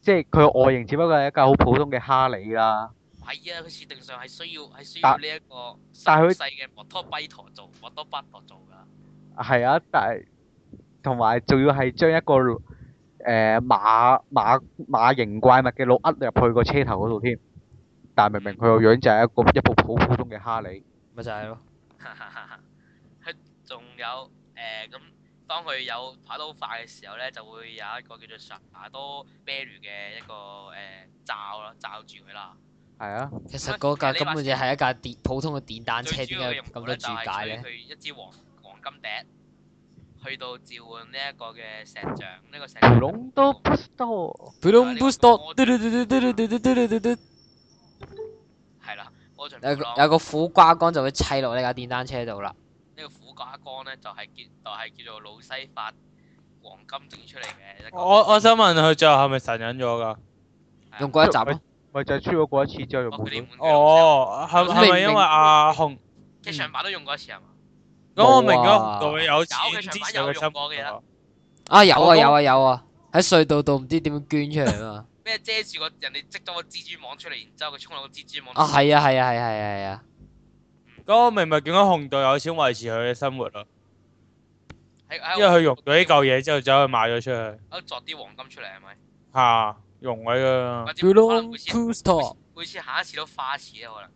S1: 即係佢外形只不過係一架好普通嘅哈利啦。
S3: 係啊，佢設定上係需要係需要
S1: 但
S3: 呢一個
S1: 但係佢
S3: 細嘅摩托跛陀做，摩托巴陀做噶。
S1: 係啊，但係同埋仲要係將一個誒、誒馬馬馬型怪物嘅腦呃入去個車頭嗰度添。但係明明佢個樣就係一個一部好普通嘅哈利。
S4: 咪就係咯。
S3: [LAUGHS] 佢仲有誒咁、當佢有呃跑得好快嘅時候咧，就會有一個叫做薩亞多啤魯嘅一個誒、呃罩啦，罩住佢啦。
S1: 係啊，
S4: 其實嗰架根本就係一架電普通嘅電單車，
S3: 最主
S4: 點
S3: 要嘅
S4: 解有
S3: 用
S4: 咁
S3: 途
S4: 多
S3: 咧就
S4: 注
S3: 係
S4: 解
S3: 佢
S4: 咧？
S3: 佢一支黃黃金笛，去到召喚呢一個嘅石像，呢、個石像
S1: 龍都不多。
S4: 普
S3: 通
S4: 通 boost 多，嘟
S3: 嘟嘟
S4: 嘟嘟
S3: 嘟
S4: 嘟
S3: 嘟
S4: 嘟
S3: 嘟嘟
S4: 嘟嘟嘟嘟嘟嘟，
S3: 係啦，嗰場
S4: 有
S3: 布
S4: 個
S3: 朗
S4: 有個苦瓜乾就會砌落呢架電單車度啦。
S3: 呢個苦瓜乾咧就係叫就係叫做老西法黃金整出嚟嘅一個。
S2: 我我想問佢最後係咪神隱咗㗎？
S3: 係啊
S4: 用過一集咯，
S1: 咪就係超咗過一次之後就
S3: 哦
S1: 冇
S3: 佢哋
S1: 咗
S3: 換。佢老
S2: 哦，係
S3: 咁
S2: 係咪
S4: 明
S2: 因為
S4: 明
S2: 阿紅？
S3: 西劇場版都用過一次啊係嘛？
S2: 咁我明
S4: 冇
S2: 咗紅
S4: 啊
S2: 道有
S3: 有
S2: 錢
S3: 嘅
S2: 之所
S3: 長版有
S2: 嘅
S3: 用
S2: 心
S3: 過嘅啦
S2: 啊
S4: 啊有
S2: 我
S4: 啊
S2: 都
S4: 有啊有啊，喺隧道度唔知點樣捐出嚟啊嘛。
S3: 咩遮住個人哋織咗個蜘蛛網出嚟，然之後佢衝落個蜘蛛網。
S4: 啊係啊係啊係啊係啊係啊，
S2: 咁我明咪點解紅道有錢維持佢嘅生活咯？
S3: 喺喺
S2: 因為佢用咗呢嚿嘢之後，走去賣咗出去
S3: 喺度作啲黃金出嚟係咪？
S2: 嚇，用佢㗎。
S3: 或者
S4: 普
S3: 可能
S4: 通
S3: 每次
S4: boost
S3: 每次下一次都花錢啊可能。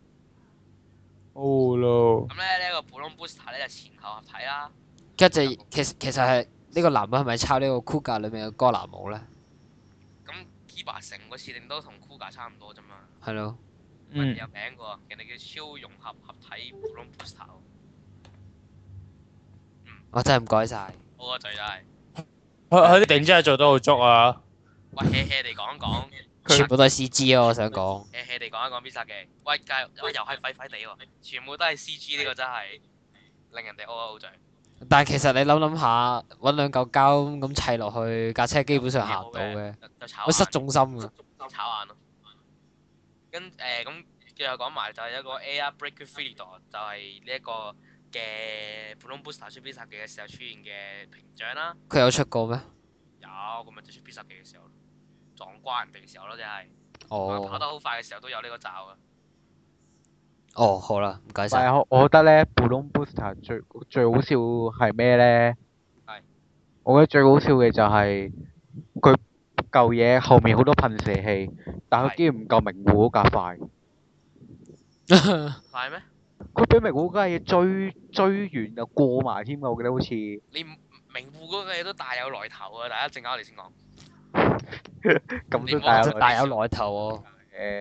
S2: 哦咯，
S3: 咁咧呢個普通 booster 咧就前後合體啦，
S4: 跟住其實其實係呢個男人係咪抄呢個 Kuga 裏面嘅哥南姆咧？
S3: 咁 Kiba 城嗰次令到同 Kuga 差唔多啫嘛，
S4: 係咯，
S3: 人
S2: 嗯
S3: 哋，有名過，人哋叫超融合合體普通 booster，喎
S4: 我真係唔該晒。
S3: 我個嘴真係，
S2: 佢佢啲頂真係做得好足啊！
S3: 喂 hea hea 地講一講
S4: 全部都係 C G 啊！我想講，
S3: ，hea hea 地講一講 Visa 嘅，喂繼續喂又係廢廢地喎，全部都係 CG 呢個真係令人哋 O O 嘴，
S4: 但係其實你諗諗下，揾兩嚿膠咁砌落去架車，基本上行唔到嘅，
S3: 就就炒
S4: 我失
S3: 眼。
S4: 重心啊！
S3: 炒眼咯。跟誒咁，最後講埋就係一個 Air Breaker f r e e d o 就係呢一個嘅普通 Booster 出 B 十技嘅時候出現嘅屏障啦。
S4: 佢有出過咩？
S3: 有咁咪就出 B 十技嘅時候撞瓜人哋嘅時候咯，即係跑
S4: 哦
S3: 得好快嘅時候都有呢個罩啊。
S4: 哦，好啦，唔該晒。
S1: 但係我我覺得咧 b l o o m Booster 最最好笑係咩咧？
S3: 係
S1: 我覺得最好笑嘅就係佢嚿嘢後面好多噴射器，但佢
S3: 係
S1: 竟然唔夠明湖嗰架快。
S3: 快咩？
S1: 佢俾明湖嗰架嘢追追完就過埋添啊！我記得好似
S3: 你唔明戶嗰個嘢都大有來頭啊！大家陣間我哋先講，
S1: 咁
S3: 你
S1: 都
S3: 冇
S1: 大有來
S3: 真
S4: 啊大有來頭喎，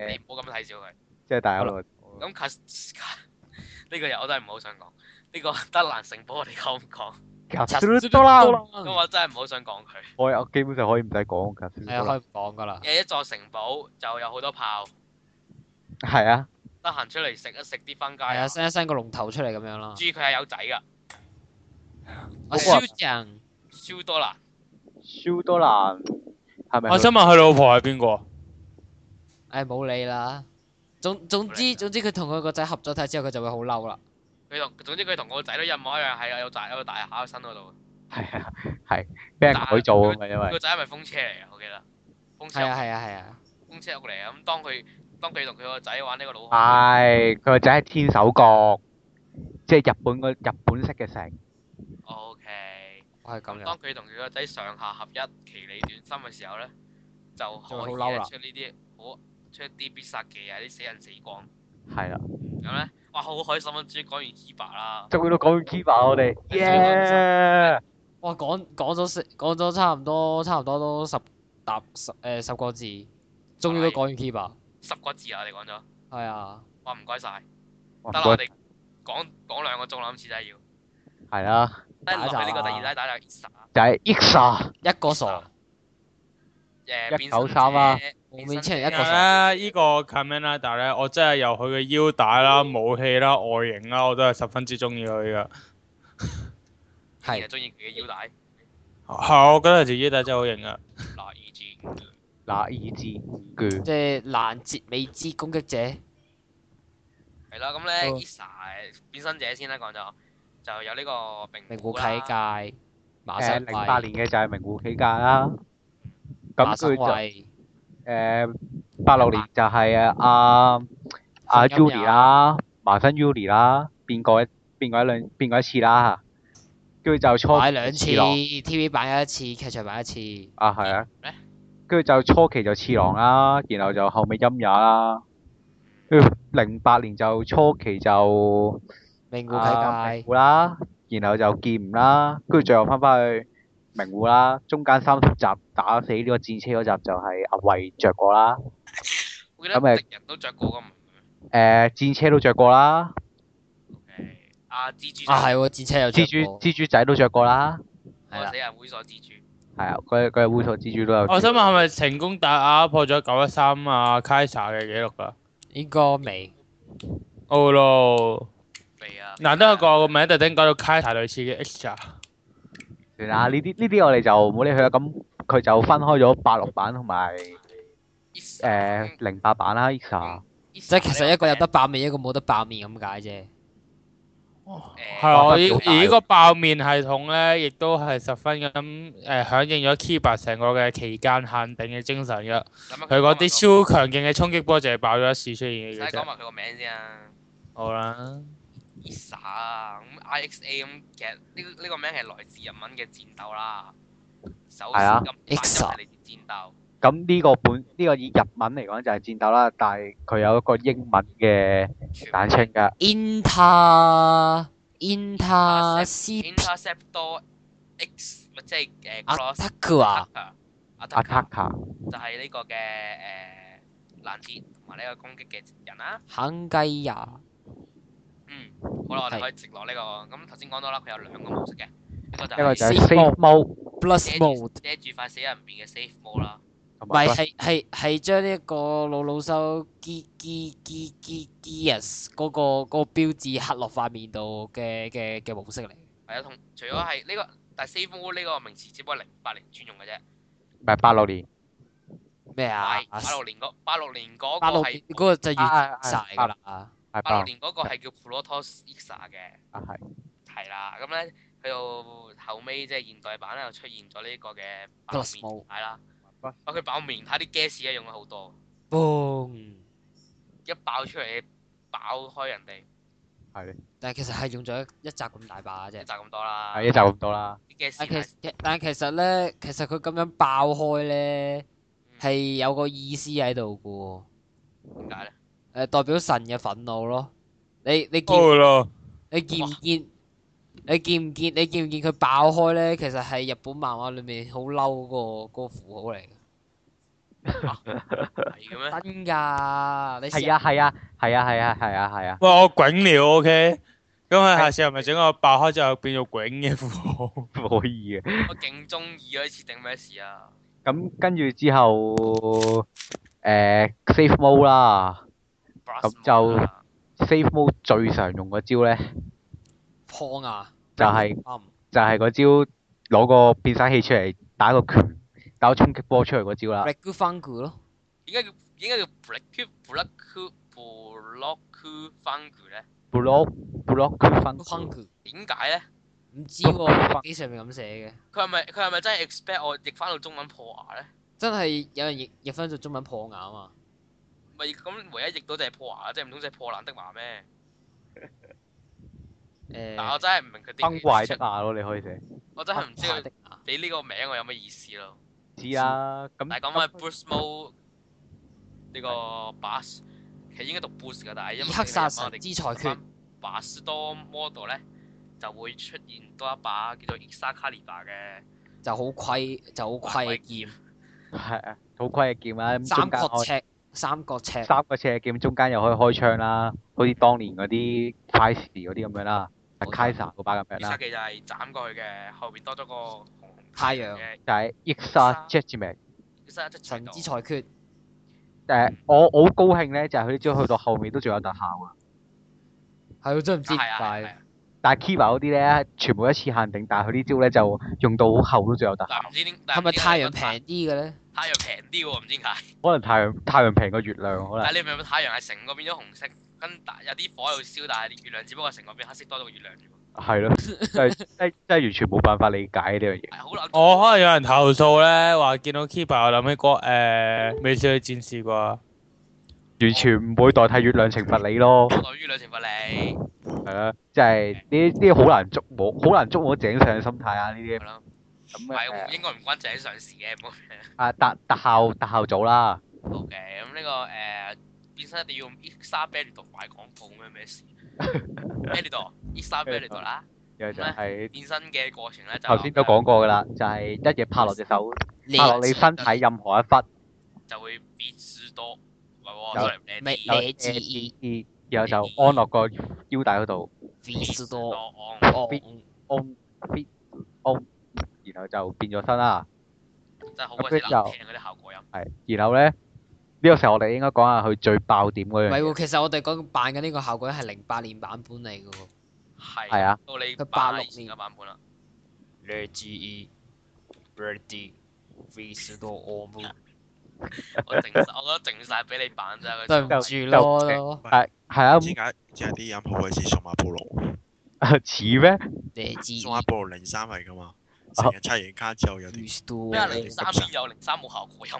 S3: 你
S1: 誒，
S3: 唔好咁睇小佢。
S1: 即係大有來。
S3: 咁 cas 呢個嘢我真係唔係好想講。呢個德蘭城堡我哋講唔講？
S1: 多啦，
S4: Ừ.
S3: 咁
S4: 啊
S3: 我真係唔好想講佢。
S1: 我有基本上可以唔使講㗎。
S4: 係啊，可以唔講噶啦。
S3: 有一座城堡就有好多炮，
S1: 係啊，
S3: 得閒出嚟食一食啲分街
S4: 係
S3: 啊
S4: 啊，！伸一伸個龍頭出嚟咁樣啊啦
S3: 注。意佢係有仔噶，
S4: 我燒人，
S3: 燒多啦，
S1: 超多難係咪佢？
S2: 我想問佢老婆係邊個？
S4: 唉，冇理啦。總總之總之，佢同佢個仔合咗體之後，佢就會好嬲啦。
S3: 佢同總之佢同我個仔都一模一樣，係有大有大下身嗰度。
S1: 係啊，係俾人改造啊嘛，因為
S3: 佢個仔係咪風車嚟啊？我記得，風車
S4: 係啊
S3: 屋
S4: 係啊係啊，
S3: 風車屋嚟啊！咁當佢當佢同佢個仔玩呢個老
S4: 啊
S3: 虎，
S1: 係佢個仔係天手角，即係日本個日本式嘅城。
S3: O K。
S4: 我係咁
S3: 咁
S4: 樣
S3: 當。佢同佢個仔上下合一、其理斷心嘅時候咧，就
S4: 就會好
S3: 可以
S4: 嬲啦
S3: 出呢啲好出一啲必殺技啊！啲死人死光
S1: 係啦，
S3: 咁咧，哇！好開心啊！終於講完 Kiba 啦。
S1: 終於都講完 Kiba 我哋
S3: 係最開心
S1: ，yeah！
S4: 哇，講講咗四，講咗差唔多，差唔多都十搭十誒、呃十個字，終於都講完 Kiba。
S3: 十個字啊！你講咗，
S4: 係啊，
S3: 哇唔該晒，
S1: 哇
S3: 得啦，
S1: 唔
S3: 我
S1: 該
S3: 哋講講兩個鐘啦，今次真係要。
S1: 係啦，
S3: 低落去呢個第
S4: 打
S3: 二
S4: 一打
S3: 單打就 Isa，
S1: 就係 Exa，
S4: 一個傻，
S3: 誒變身者
S1: 193啊，
S4: 蒙面超人一個
S2: 但
S4: 傻
S2: 係咧，依個 c a m e n a d a 咧，我真係由佢嘅腰帶啦、武器啦、外形啦，我都係十分之中意佢噶。
S3: 係
S4: 係
S3: 中意佢嘅腰帶，
S2: 係，我覺得條腰帶真係好型啊！
S3: 嗱 E.G.
S1: 嗱，以至卷
S4: 即係攔截未知攻擊者。
S3: 係啦，咁咧
S4: 好
S3: Isa 變身者先啦，講咗就有呢個
S4: 名
S3: 名
S4: 古
S3: 古
S4: 啟
S3: 啦，
S4: 介，馬
S1: 誒
S4: 生
S1: 零八
S4: 貴，
S1: 年嘅就係名護起價啦。咁
S4: 馬
S1: 佢
S4: 生
S1: 就
S4: 貴，
S1: 誒八六年就係啊阿阿
S4: 神陰
S1: Yuli 啦，麻生 Yuli 啦，變過一變過一兩變過一次啦。跟跟住就初
S4: 買兩次
S1: 次郎
S4: ，TV 版有一次，劇場版一次。
S1: 啊係啊
S3: 咩，
S1: 跟住就初期就次郎啦，然後就後尾陰也啦，跟住零八年就初期就
S4: 名古
S1: 啊
S4: 啟
S1: 明
S4: 介，
S1: 户啦，然後就劍吾啦，跟住最後翻返去明户啦，中間三集打死呢個戰車嗰集就係阿慧着過啦，
S3: 我記
S1: 咁
S3: 得
S1: 咪
S3: 敵人都着過噶嘛。
S1: 誒、戰車都着過啦，
S3: OK，阿蜘蛛
S4: 啊
S3: 仔，
S4: 係喎，戰車有
S1: 蜘
S4: 着
S1: 蛛
S4: 過
S1: 蜘蛛仔都着過啦，
S4: 係
S3: 我
S4: 啦
S3: 死人猥瑣蜘蛛。
S1: 係啊，佢佢係烏索蜘蛛都有。
S2: 我想問係咪成功打壓破咗九一三啊 Kaisa 嘅記錄㗎？
S4: 應該未。
S2: 哦咯，
S3: 未啊！
S2: 難得佢個名特登改到 Kaisa 類似嘅 X 啊！
S1: 算啦，呢啲呢啲我哋就唔好理佢啦。咁佢就分開咗八六版同埋
S4: 嗯
S1: 誒呃零八版啦。Elsa
S4: 即係其
S1: 啊
S4: 實一個有得爆面，一個冇得爆面咁解啫。
S2: 係啊，我依而呢個爆面系統咧，亦都係十分咁誒響應咗 Kiba 成個嘅期間限定嘅精神嘅。佢嗰啲超強勁嘅衝擊波就係爆咗一次出現嘅
S3: 使講
S2: 啫。
S3: 埋佢個名先啊
S2: 好啦，
S3: ，Isa 啊，咁 IXA 咁，其實呢呢個名係來自日文嘅戰鬥啦。首先
S1: 啊
S3: 咁發音係嚟自戰鬥，
S1: 咁呢個本呢、個以日文嚟講就係戰鬥啦，但係佢有一個英文嘅簡稱㗎。
S4: Inter
S1: 啊
S4: Inter 啊 C
S3: interceptor X 即係誒 cross
S4: Attack 啊，
S3: 阿塔
S1: 阿
S3: 卡
S1: Taka
S3: 就係呢個嘅誒攔截同埋呢個攻擊嘅人啦。
S4: 肯雞呀，
S3: 嗯，好啦，我
S4: 係
S3: 哋可以直落呢、個。咁頭先講到啦，佢有兩個模式嘅，一啊個就
S1: 一個就係
S4: Safe
S1: Safe Mode
S4: Plus
S3: 遮
S4: Mode
S3: 住。遮住塊死人面嘅 safe mode 啦。
S1: 同
S4: 唔係
S1: 埋
S4: 係係係將呢一個老老修 G G G G G S 嗰個嗰個標誌刻落塊面度嘅嘅嘅模式嚟。
S3: 係啊，同除
S4: 哦
S3: 咗係呢個，但係 safe mode 呢個名詞只不過係零八年專用嘅啫。
S1: 唔係八六年
S4: 咩啊
S3: 係？八六年嗰八六年嗰
S4: 八六
S3: 個
S4: 年
S3: 係
S4: 嗰個啊就
S1: 啊啊
S4: 完
S1: 啊
S4: 晒㗎啦。
S1: 係
S3: 八
S1: 八
S3: 六
S1: 六年
S3: 年嗰個係叫 Protos Exa 嘅，
S1: 啊係
S3: 係啦。咁咧去到後尾即係現代版咧，又出現咗呢個嘅爆
S4: Plus
S3: 面形態啦。
S1: Plus
S3: 啊，佢爆面形態啲 gas 啊咧用咗好多，
S4: boom！
S3: 一爆出嚟爆開人哋
S4: 但係其實係用咗一一集咁大把
S3: 一
S4: 啫
S3: 集。咁多啦。
S1: 啊係一集咁多啦。
S3: 啲 gas
S4: 但
S3: 係
S4: 啊其其但其實咧，其實佢咁樣爆開咧
S3: 嗯
S4: 係有個意思喺度㗎喎。
S3: 點解咧？
S4: 誒、代表神嘅憤怒咯。你你見
S2: 哦咯，
S3: 啊
S4: 你見唔見？你見唔見？你見唔見佢爆開咧？其實係日本漫畫裏面好嬲嗰個嗰個符號嚟嘅。
S3: 係嘅咩？
S4: 真㗎，你試
S1: 係啊係啊係啊係啊係啊係啊。
S2: 喂，我滾了，OK。咁啊，下次係咪整個爆開之後變做滾嘅符號？
S1: [LAUGHS] 可以嘅。
S3: 我勁中意啊！呢次定咩事啊？
S1: 啊咁跟住之後誒、Safe Mode 啦咁就，Safe
S3: 啊
S1: Mode 最常用嗰招咧
S4: 破牙
S1: 就係、
S4: 啱
S1: 就係嗰招攞個變身器出嚟打個拳，打個衝擊波出嚟嗰招啦
S4: r。e g u f u n g 咯，
S3: 點解叫點解叫 black black block fungu 咧？
S1: block block 分
S4: g u f u n g
S3: 點解咧？
S4: 唔知喎，機上面咁寫嘅，
S3: 佢係咪佢係咪真係 expect 我譯翻到中文破牙咧？
S4: 真係有人譯譯翻做中文破牙啊嘛。
S3: 咪咁唯一譯到就係破牙，即係唔通即係破爛的牙咩？
S4: 誒、
S3: 但我真係唔明佢
S1: 崩
S3: 點
S1: 壞的牙咯，你可以寫。
S4: 嗯
S3: 我真係唔知
S4: 崩壞
S3: 佢
S4: 的啊嗯牙
S3: 俾呢個名我有乜意思咯。
S1: 知啦，咁
S3: 但係講翻 boost mode 呢個 bus，其實應該讀 boost 㗎，但係因為
S4: 伊克薩神之裁決，
S3: bus 多 model 咧就會出現多一把叫做 Exa Caliber 嘅。
S4: 就好虧就好虧嘅劍，
S1: 係啊，好規嘅劍啦，咁
S4: 三
S1: 中間
S4: 角
S1: 開
S4: 尺三角尺，
S1: 三個斜劍，中間又可以開槍啦，好似當年嗰啲 Price 嗰啲咁樣啦，阿
S4: 冇錯
S1: Kaiser 嗰把咁樣
S3: Exa
S1: 啦，
S3: 技就係斬過去嘅，後邊多咗個紅紅
S4: 太陽
S3: 嘅
S1: 就係 Exa Judgment。
S3: Exa 一出
S4: 神
S3: 到
S4: 之裁決，
S1: 誒，我我好高興咧，就係佢呢招去到後面都仲有特效啊！
S4: 係我真係唔知
S3: 係
S4: 點
S3: 啊係
S4: 解
S3: 啊，
S1: 但係 Kiva 嗰啲咧，全部一次限定，但係佢呢招咧就用到好後都仲有特效
S3: 但。唔知點，但
S4: 係
S3: 唔
S4: 咪
S3: 知點解
S4: 太陽平啲嘅咧？
S3: 太陽平啲喎，唔知點
S4: 嗯
S3: 解。
S1: 可能太陽太陽平過月亮，可能
S3: 但係你明唔明太陽係成個變咗紅色，跟大有啲火喺度燒，但係月亮只不過成個變黑色多咗個月亮啫喎。
S4: [LAUGHS]
S1: 係咯，真係真真係完全冇辦法理解呢樣嘢。
S3: 係好難。
S2: 我
S4: 哦
S2: 可能有人投訴咧，話見到 Keeper，我諗起個誒美少女戰士啩。
S1: 完全唔會代替月亮懲罰你咯。
S3: 我於兩懲罰你。
S1: 係啦，即係呢啲好難捉摸，好難捉摸井上嘅心態啊！呢啲
S3: 係咯唔
S1: 咁
S3: 係
S1: 誒
S3: 應該唔關井上事嘅，冇
S1: 啊特特效特效組啦，
S3: 好嘅。咁呢個誒變身一定要用 Extra b e l d o 賣廣告咩咩
S4: [LAUGHS]
S3: 事 b e l d o Extra b e l d o 啦，
S1: 又就係
S3: 變身嘅過程咧就
S1: 頭先都講過㗎啦，就係一嘢拍落隻手，拍落你身體任何一忽，
S3: 就會變輸多，唔係
S1: 有
S3: 喎，sorry，你
S4: 咩
S1: 有
S4: 你自己
S1: 而然後就安落個腰帶嗰度，
S4: feel
S3: 多
S4: 多
S3: 昂
S4: 哦
S1: 必安必安，然後就變咗身啦。
S3: 真係好鬼死難聽嗰啲效果音。
S1: 係，然後咧呢、個時候我哋應該講下佢最爆點
S4: 唔
S1: 嗰樣
S4: 係
S1: 嘢。
S4: 喎，其實我哋講扮緊呢個效果係零八年版本嚟嘅喎。
S3: 係
S1: 係啊，
S3: 到你
S4: 佢
S3: 八
S4: 86
S3: 以前嘅版本啦。
S4: 你 G E ready feel 多我冇，
S3: 我靜晒，我覺得靜晒俾你版啫。
S4: 對
S3: 佢
S4: 唔
S1: 就
S4: 住咯，
S1: 係係啊，[LAUGHS]
S5: 唔知點解唔知係啲音好鬼似數碼暴龍，
S1: 咁似咩？
S4: 你 G
S5: 數碼
S4: E
S5: 暴龍零三嚟噶嘛，成日刷完卡之後有啲
S4: feel 多
S3: 咩啊？
S4: 我
S3: 零三邊有零三冇效果音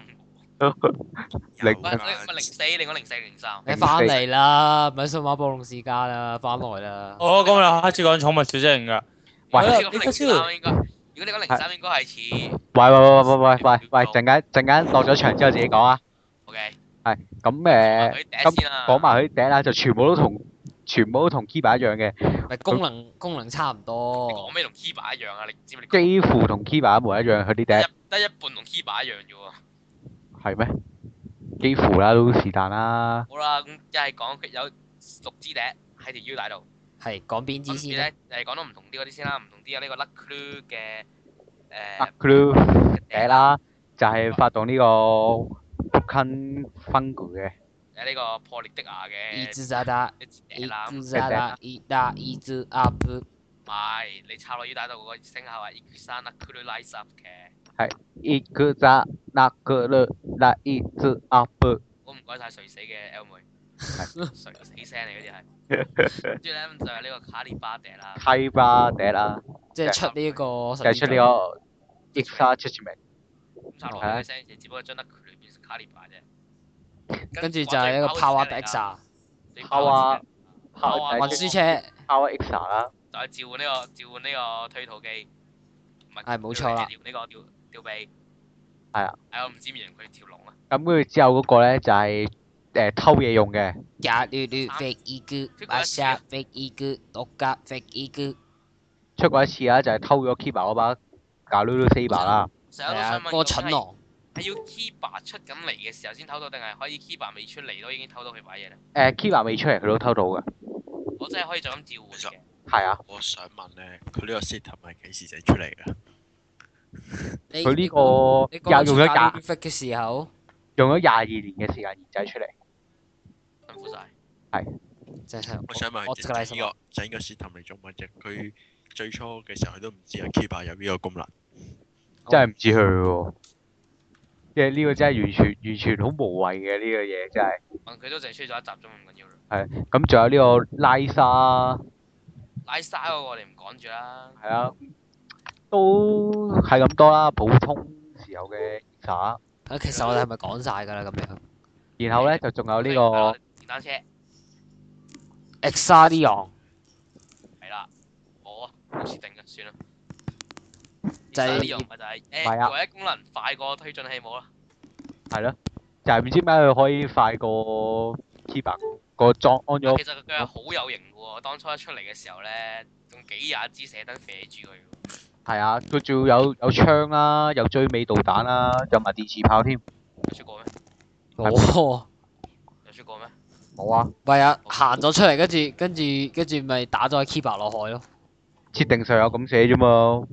S3: 嘅喎。
S1: 零
S3: 唔係
S5: 有㗎
S3: 你唔係零四，你講零四零三。
S4: 你翻嚟啦，唔係數碼暴龍時間啦，翻來啦。
S2: 我咁啦，開始講寵物小精靈噶。
S1: 喂
S3: 如
S2: 你
S3: 果你講
S2: 睇
S3: 零
S2: 先
S3: 三應該，如果你講零三應該係似
S1: 喂喂喂喂喂喂喂，陣間陣間落咗場之後自己講啊。
S3: OK。
S1: 咁誒
S3: 佢第一先啦。
S1: 講埋佢第一啦，就全部都同全部都同 Kiba 一樣嘅，
S4: 咪功能功能差唔
S3: 你
S4: 多
S3: 講，咩同 Kiba 一樣啊？你知唔知你講？
S1: 幾乎同 Kiba 一模一樣。佢啲
S3: 得
S1: 笛
S3: 一得一半同 Kiba 一樣啫喎。
S1: 係咩？幾乎啦，都是但啦。
S3: 好啦，咁一係講佢有六支笛喺條腰帶度。
S4: 係講邊支
S3: 跟住
S4: 先咧？
S3: 咧誒講到唔同啲嗰啲先啦，唔同啲有呢個 Luck Clue 嘅
S1: 啊
S3: 誒
S1: Clue 笛
S3: 笛
S1: 啦，就係發動呢個 Broken Fungal 嘅。
S3: 誒呢個破裂的牙
S4: 一
S3: 嘅
S4: 支咋得，
S3: 一支
S4: 一
S3: 笛啦，
S4: 支
S3: 唔
S4: 咋得，一打一支 up，
S3: 係你插落腰帶度嗰個聲效係 Equisan Luck Clue Lights Up 嘅。
S1: 一個扎那個勒那一隻阿伯。
S3: 好唔該晒垂死嘅 L 妹，
S1: 係
S3: [LAUGHS] 垂死聲嚟嗰啲係。
S4: [LAUGHS]
S3: 跟住咧就係呢個卡利巴笛啦，
S1: 溪巴笛啦，
S4: 即係出呢個
S1: 就
S4: 十
S1: 係
S4: 二集。
S1: 出呢個 extra judgment，
S3: 咁插落去嘅聲，只不過將 Luck Clue 變成卡利巴啫。
S4: 跟住就係一個 Power X
S3: 啊
S4: 啊，
S1: Power
S4: 運
S1: power
S3: 運
S4: 輸車
S1: power extra 啦，
S3: 就係啊召喚呢個召喚呢個推土機，唔係
S4: 係冇錯啦
S3: 調呢個吊吊臂，
S1: 係啊，
S3: 係我唔知形容佢條龍啊，
S1: 咁跟住之後嗰個咧就係誒偷嘢用嘅，
S4: 廿六六 fake E 一個，八十 fake E 一個，六甲 fake E 一個。
S1: 出過一次啦，就係偷咗 Kiba 嗰把 Galulu Saber 啦，
S3: 成日
S4: 係
S3: 都
S4: 啊
S3: 想，問
S4: 嗰個蠢
S3: 係
S4: 狼
S3: 係要 Kiba 出緊嚟嘅時候先偷到，定係可以 Kiba 未出嚟都已經偷到佢把嘢咧？
S1: 誒 Kiba 未出嚟佢都偷到嘅，
S3: 我真係可以就咁召喚嘅，
S1: 係啊，
S5: 我想問咧，佢呢個 system 係幾時整出嚟㗎？
S4: 你
S1: 佢呢個又用咗廿
S4: fake 嘅時候，
S1: 用咗廿二年嘅時間研製出嚟，
S3: 辛苦晒。
S4: 真係
S5: 我想問
S4: 我
S5: 佢
S4: 真係
S5: 整呢個整個 system 嚟做乜啫？佢最初嘅時候佢都唔知啊 Keeper 有呢個功能。
S1: 真係唔知佢喎，即係呢個真係完全完全好無謂嘅呢個嘢真係。
S3: 問佢都淨係出咗一集啫嘛，唔緊要啦。
S1: 咁仲有呢個拉沙，
S3: 拉沙嗰個我哋唔講住啦，
S1: 係啊，都係咁多啦，普通時候嘅耍。
S4: 啊，其實我哋係咪講晒㗎啦咁樣
S1: 然後咧就仲有
S4: 哦
S1: 呢
S3: 係啦
S4: 啊
S1: 個
S3: 電單車
S4: ？Exarion
S3: 係啦，我啊冇設定嘅，算啦。
S4: 就係
S3: 呢樣咪就係
S1: 係啊
S3: 誒唯一功能快過推進器冇啦，
S1: 係咯，就係唔知點解佢可以快過 Kiba 個裝安
S3: 但
S1: 咗
S3: 其實佢係好有型嘅喎，當初一出嚟嘅時候咧，用幾廿支射燈射住佢喎。
S1: 係啊，佢仲要有有槍啦，有追尾導彈啦，有埋電磁炮添。
S3: 有出過咩？
S4: 哦。
S3: 有出過咩？
S1: 冇啊，
S4: 唔係啊，行咗出嚟，跟住跟住跟住咪打咗 Kiba 落海咯。
S1: 設定上有咁寫啫嘛。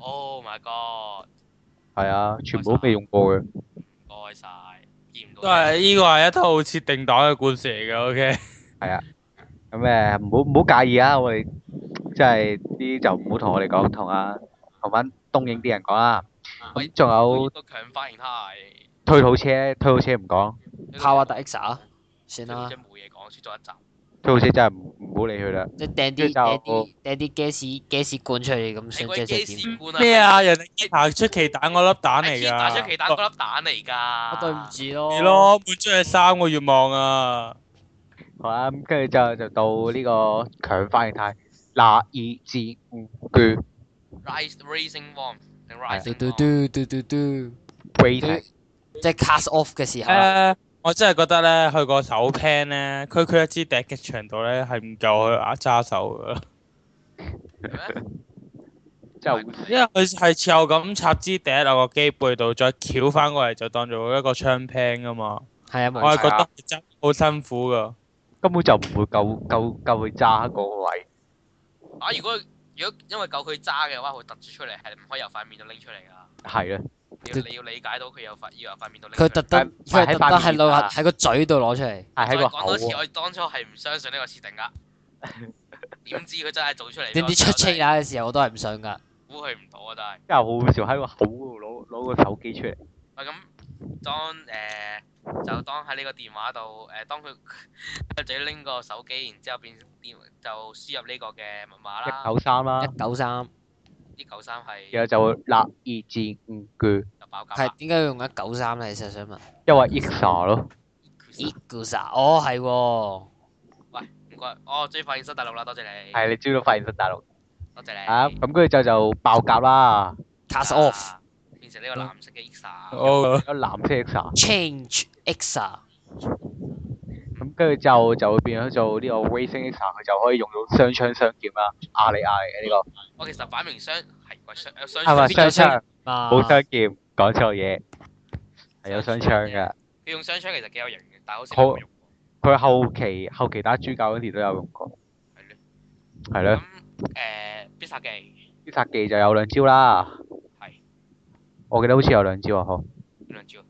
S3: Oh my god！
S1: 係啊，全部都未用過嘅。
S3: 唔該晒，見唔
S2: 都
S3: 到
S2: 係
S3: 你。
S2: 呢個係一套設定黨嘅故事嚟嘅，OK。 [LAUGHS]
S1: 咁誒，唔好唔好介意啊，我哋即係呢啲就唔好同我哋講，同啊同翻東影啲人講啦。咁仲有
S3: 都強化形態。
S1: 推土車，推土車唔講，
S4: Power X 啊，算啦
S3: 真。冇嘢講，出咗一集。
S1: 最好似真係唔唔好理佢啦。
S4: 即係掟
S1: 跟
S4: 啲
S1: 住就
S4: 掟啲掟啲 gas gas 罐出去咁
S3: 你
S4: 想
S3: 鬼
S4: 即
S3: 機
S4: 係
S3: 士
S4: 點？
S3: 官啊！
S2: 咩啊？人哋爬出奇蛋嗰粒蛋嚟
S3: 係
S2: 㗎，
S3: 打出奇蛋嗰粒蛋嚟
S4: 我
S3: 㗎。
S4: 對唔住
S2: 係
S4: 咯，
S2: 咯，滿足你三個願望啊！
S1: 好啦，咁跟住之後就到呢個強化形態，那以自故居
S3: Rise Raising One 定
S4: 嘟
S3: Rising
S4: 嘟
S3: One。
S4: 嘟嘟嘟嘟，
S1: waiting
S4: 即係 cast off 嘅時候啦，
S2: 誒，我真係覺得咧，佢個手 pan 咧，區區一支笛嘅長度咧係唔夠佢握揸手㗎，
S3: 係咩嗯
S1: 之後
S2: 因為佢係似後咁插支笛落個機背度，再翹翻過嚟就當做一個槍 pan 㗎嘛。
S4: 係啊，
S2: 我
S4: 冇
S2: 係覺
S4: 錯。
S2: 得真係好辛苦㗎。
S1: 根本就唔會夠夠夠佢揸嗰個位。
S3: 啊！如果如果因為夠佢揸嘅話，佢突出出嚟係唔可以由塊面度拎出嚟㗎。
S1: 係啊，
S3: 你
S4: 佢
S3: 要你要理解到佢有塊要由塊面度拎出
S4: 佢
S3: 嚟。
S4: 特登，
S1: 唔係喺
S4: 佢係特
S1: 塊
S4: 登喺
S1: 面啊
S4: 腦喺個嘴度攞出嚟。
S1: 係
S3: 再
S1: 喺個
S3: 講
S1: 口
S3: 多次，
S1: 喎。啊
S3: 我當初係唔相信呢個設定㗎。點知佢真係做出嚟。
S4: 點知出車啊
S3: 車
S4: 打嘅時候我都係唔信㗎。
S3: 估佢唔到啊！真係。
S1: 之後好好笑，喺個口嗰度攞攞個手機出嚟。
S3: 喂，咁當誒、呃就當喺呢個電話度誒、呃，當佢就要拎個手機，然之後變電就輸入呢個嘅密碼啦
S1: 啊一。九三啦，
S4: 一九三
S3: 呢九三
S1: 然後
S3: 係
S1: 就會立二至五句，
S3: 就爆格
S4: 係
S3: 啦。
S4: 點解要用一九三咧？其實想問。
S1: 因為 EXA 咯，
S4: 一九三，哦係喎。
S3: 喂，唔該，哦我終於發現新大陸啦，多謝你，
S1: 係你知道發現新大陸
S3: 多謝你。
S1: 啊！咁跟住就就爆夾啦，
S3: À.
S4: cast off
S3: 啊變成呢個藍色嘅啊 EXA，
S2: 哦，
S1: 有藍色 EXA，
S4: change x à? 啊，
S1: 咁跟住之後就會變咗做呢個 Racing EXA，佢就可以用到雙槍雙劍啦，壓你壓你嘅呢
S3: 我其實擺明雙係鬼雙有雙
S1: 個，係咪
S3: 槍，
S1: 雙
S4: 雙
S1: 槍啊
S4: 槍啊
S1: 冇雙劍？講錯嘢，係有雙槍嘅。
S3: 佢用雙槍其實幾有型嘅，但係好似
S1: 好
S3: 冇用過。
S1: 佢後期後期打主教嗰時都有用過，
S3: 係
S1: 係
S3: 咧。咁
S1: 咯。
S3: 誒，必殺技
S1: 必殺技就有兩招啦，
S3: 係
S1: 我記得好似有兩招啊，嗬，
S3: 兩招，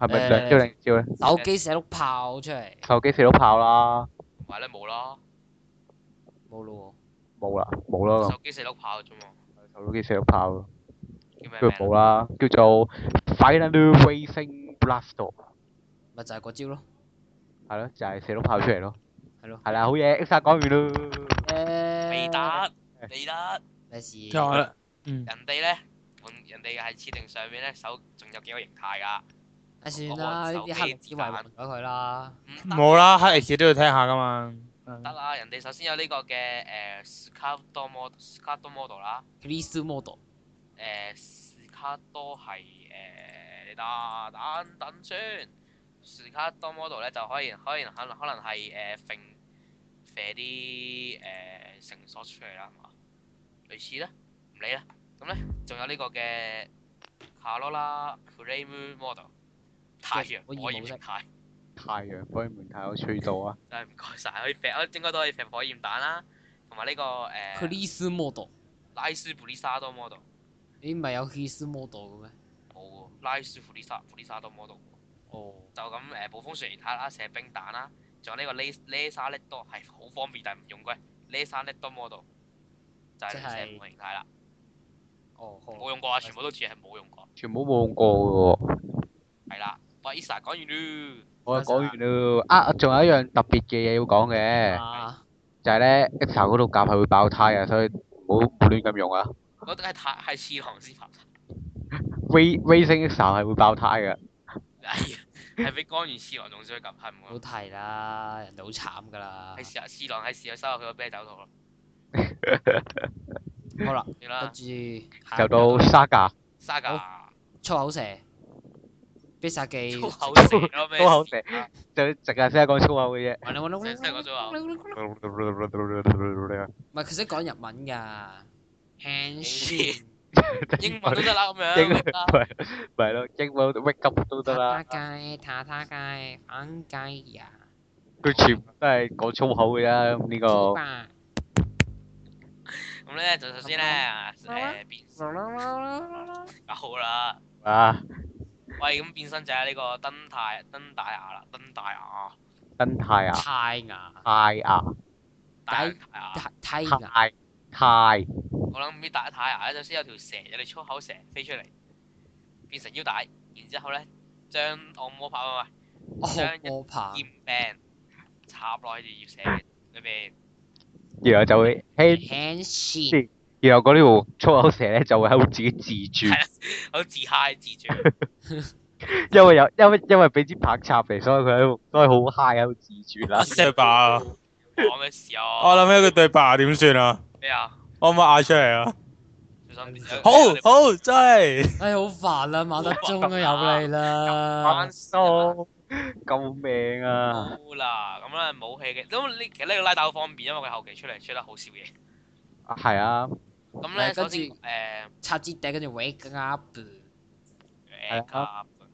S1: 係咪
S4: 誒
S1: 兩招定招咧？
S4: 手機射碌炮出嚟，
S1: 手機射到炮啦，
S3: 同埋咧冇啦，
S4: 冇咯
S1: 冇啦，冇啦，
S3: 手機四碌炮啫嘛，
S1: 手機射到炮咯。
S3: 叫咩
S1: 叫
S3: 名啊？
S1: 冇啦，叫做 Final Racing Blaster，
S4: 喎，咪就係嗰招咯。
S1: 係咯，就係射碌炮出嚟咯。
S4: 係咯
S1: 係啦，好嘢，X 殺講完咯。
S4: 誒，
S3: 未得，未得。
S4: 咩事？
S2: 嗯，
S3: 人哋咧，本人哋喺設定上面咧，手仲有幾個形態㗎。
S4: 唉，算啦，呢啲黑歷史遺忘咗佢啦。
S3: 唔得
S2: 冇啦，黑歷史都要聽下㗎嘛。
S3: 得啦，人哋首先有呢個嘅呃誒 s c a r d o model s c a r d o model 啦，
S4: Glisu model
S3: 誒 s c a r d o 係誒呃你打等等先 s c a r d o model 咧就可以可以可能可能係誒揈射啲誒繩索出嚟啦，係嘛？類似啦，唔理啦。咁咧仲有呢個嘅卡羅拉 c r a m model 太陽
S4: 火焰
S3: 火焰
S4: 模式
S3: 形態。
S1: 太陽輝門太有吹到啊！
S3: 真係唔該晒，可以掟，我應該都可以掟火焰彈啦，同埋呢個誒
S4: Glisu model，
S3: 拉斯布里沙多 model
S4: 你唔係有 Glisu model 嘅咩？
S3: 冇喎，拉斯布里沙布里沙多 model
S4: 哦，
S3: 就咁誒暴風雪形態啦，射冰彈啦，仲有呢個呢呢沙叻多係好方便，但係唔用嘅呢沙叻多 model 就係
S4: 即
S3: 射
S4: 係
S3: 唔同形態啦，
S4: 哦，好
S3: 冇用過啊，全部都似係冇用過，
S1: 全部冇用過嘅喎，
S3: 係啦，喂 Isa 講完啦，
S1: 我就講完咯。啊，仲有一樣特別嘅嘢要講嘅，
S4: 啊，
S1: 就係咧 X 嗰度夾係會爆胎啊，所以唔好唔好亂咁用啊。
S3: 我覺得係太係次郎先拍，
S1: Ra- Racing X 係會爆胎
S4: [LAUGHS]
S1: 嘅，
S3: 哎呀，係俾干完次郎仲衰咁，係
S4: 唔好
S3: 唔好？
S4: 提啦，人哋好慘㗎啦
S3: 係。次郎次郎係時候收下佢個啤酒肚咯，
S4: 好啦，
S3: 算
S4: 跟
S3: 啦，
S4: 住下
S1: 就
S4: 一個
S1: 到 Saga
S3: 沙㗎。
S4: 粗口蛇，必殺技。
S3: 粗口蛇咯，咩
S1: 粗口蛇
S3: 事啊
S1: 就淨係識得講粗口嘅啫。
S4: 搵啦搵啦
S3: 真係講粗口
S4: 唔係佢識講日文㗎。
S3: Henshin 英文
S1: 文
S3: 都得啦，咁
S1: 英
S3: 樣
S1: 文
S3: 得啦
S1: 咪咪咯，英文 wake up 都得啦
S4: 塔。塔雞，塔塔雞，反雞呀！
S1: 佢全部都係講粗口嘅啫，咁呢
S4: 豬
S1: 個
S4: 吧，
S3: 咁咧就首先咧誒變夠啦，
S1: 啊
S3: 喂咁變身就係呢個登泰登大雅啦，登大雅，
S1: 登泰啊、
S4: 泰牙，
S1: 泰啊、
S3: 大雅泰雅。
S4: 泰泰牙，
S1: 泰泰
S3: 我諗啲大泰牙咧，首先有條蛇，有條粗口蛇飛出嚟，變成腰帶，然之後咧將按摩棒啊，
S4: 惡魔棒，
S3: 劍柄插落去條葉蛇嘅裏面，
S1: 然後就會輕，
S4: 輕
S1: 即係
S4: 線
S1: 然後嗰條粗口蛇咧就會喺度自己自轉，
S3: 好自嗨自轉。
S1: 因為有因為因為俾支拍插嚟，所以佢喺度所以好 high 喺度自轉
S2: [LAUGHS]
S1: 啦。
S2: 對白啊！
S3: 講咩事啊？
S2: 我諗起佢對白啊點算啊？
S3: 咩啊？
S2: 可唔可以嗌出嚟啊？
S3: 小心啲。
S2: 好好真係〜
S4: 唉，好煩啊！馬德鐘都有你啦
S3: 關，數。
S1: 救命啊！
S3: 啊好啦，咁咧武器嘅，咁呢其實呢個拉打好方便，因為佢後期出嚟出得好少嘢。
S1: 係啊，
S3: 咁
S4: 係
S3: 咧
S4: 跟
S3: 首先
S4: 住
S3: 誒
S4: 插支笛跟住 wake up，
S1: 係啊
S3: 甲，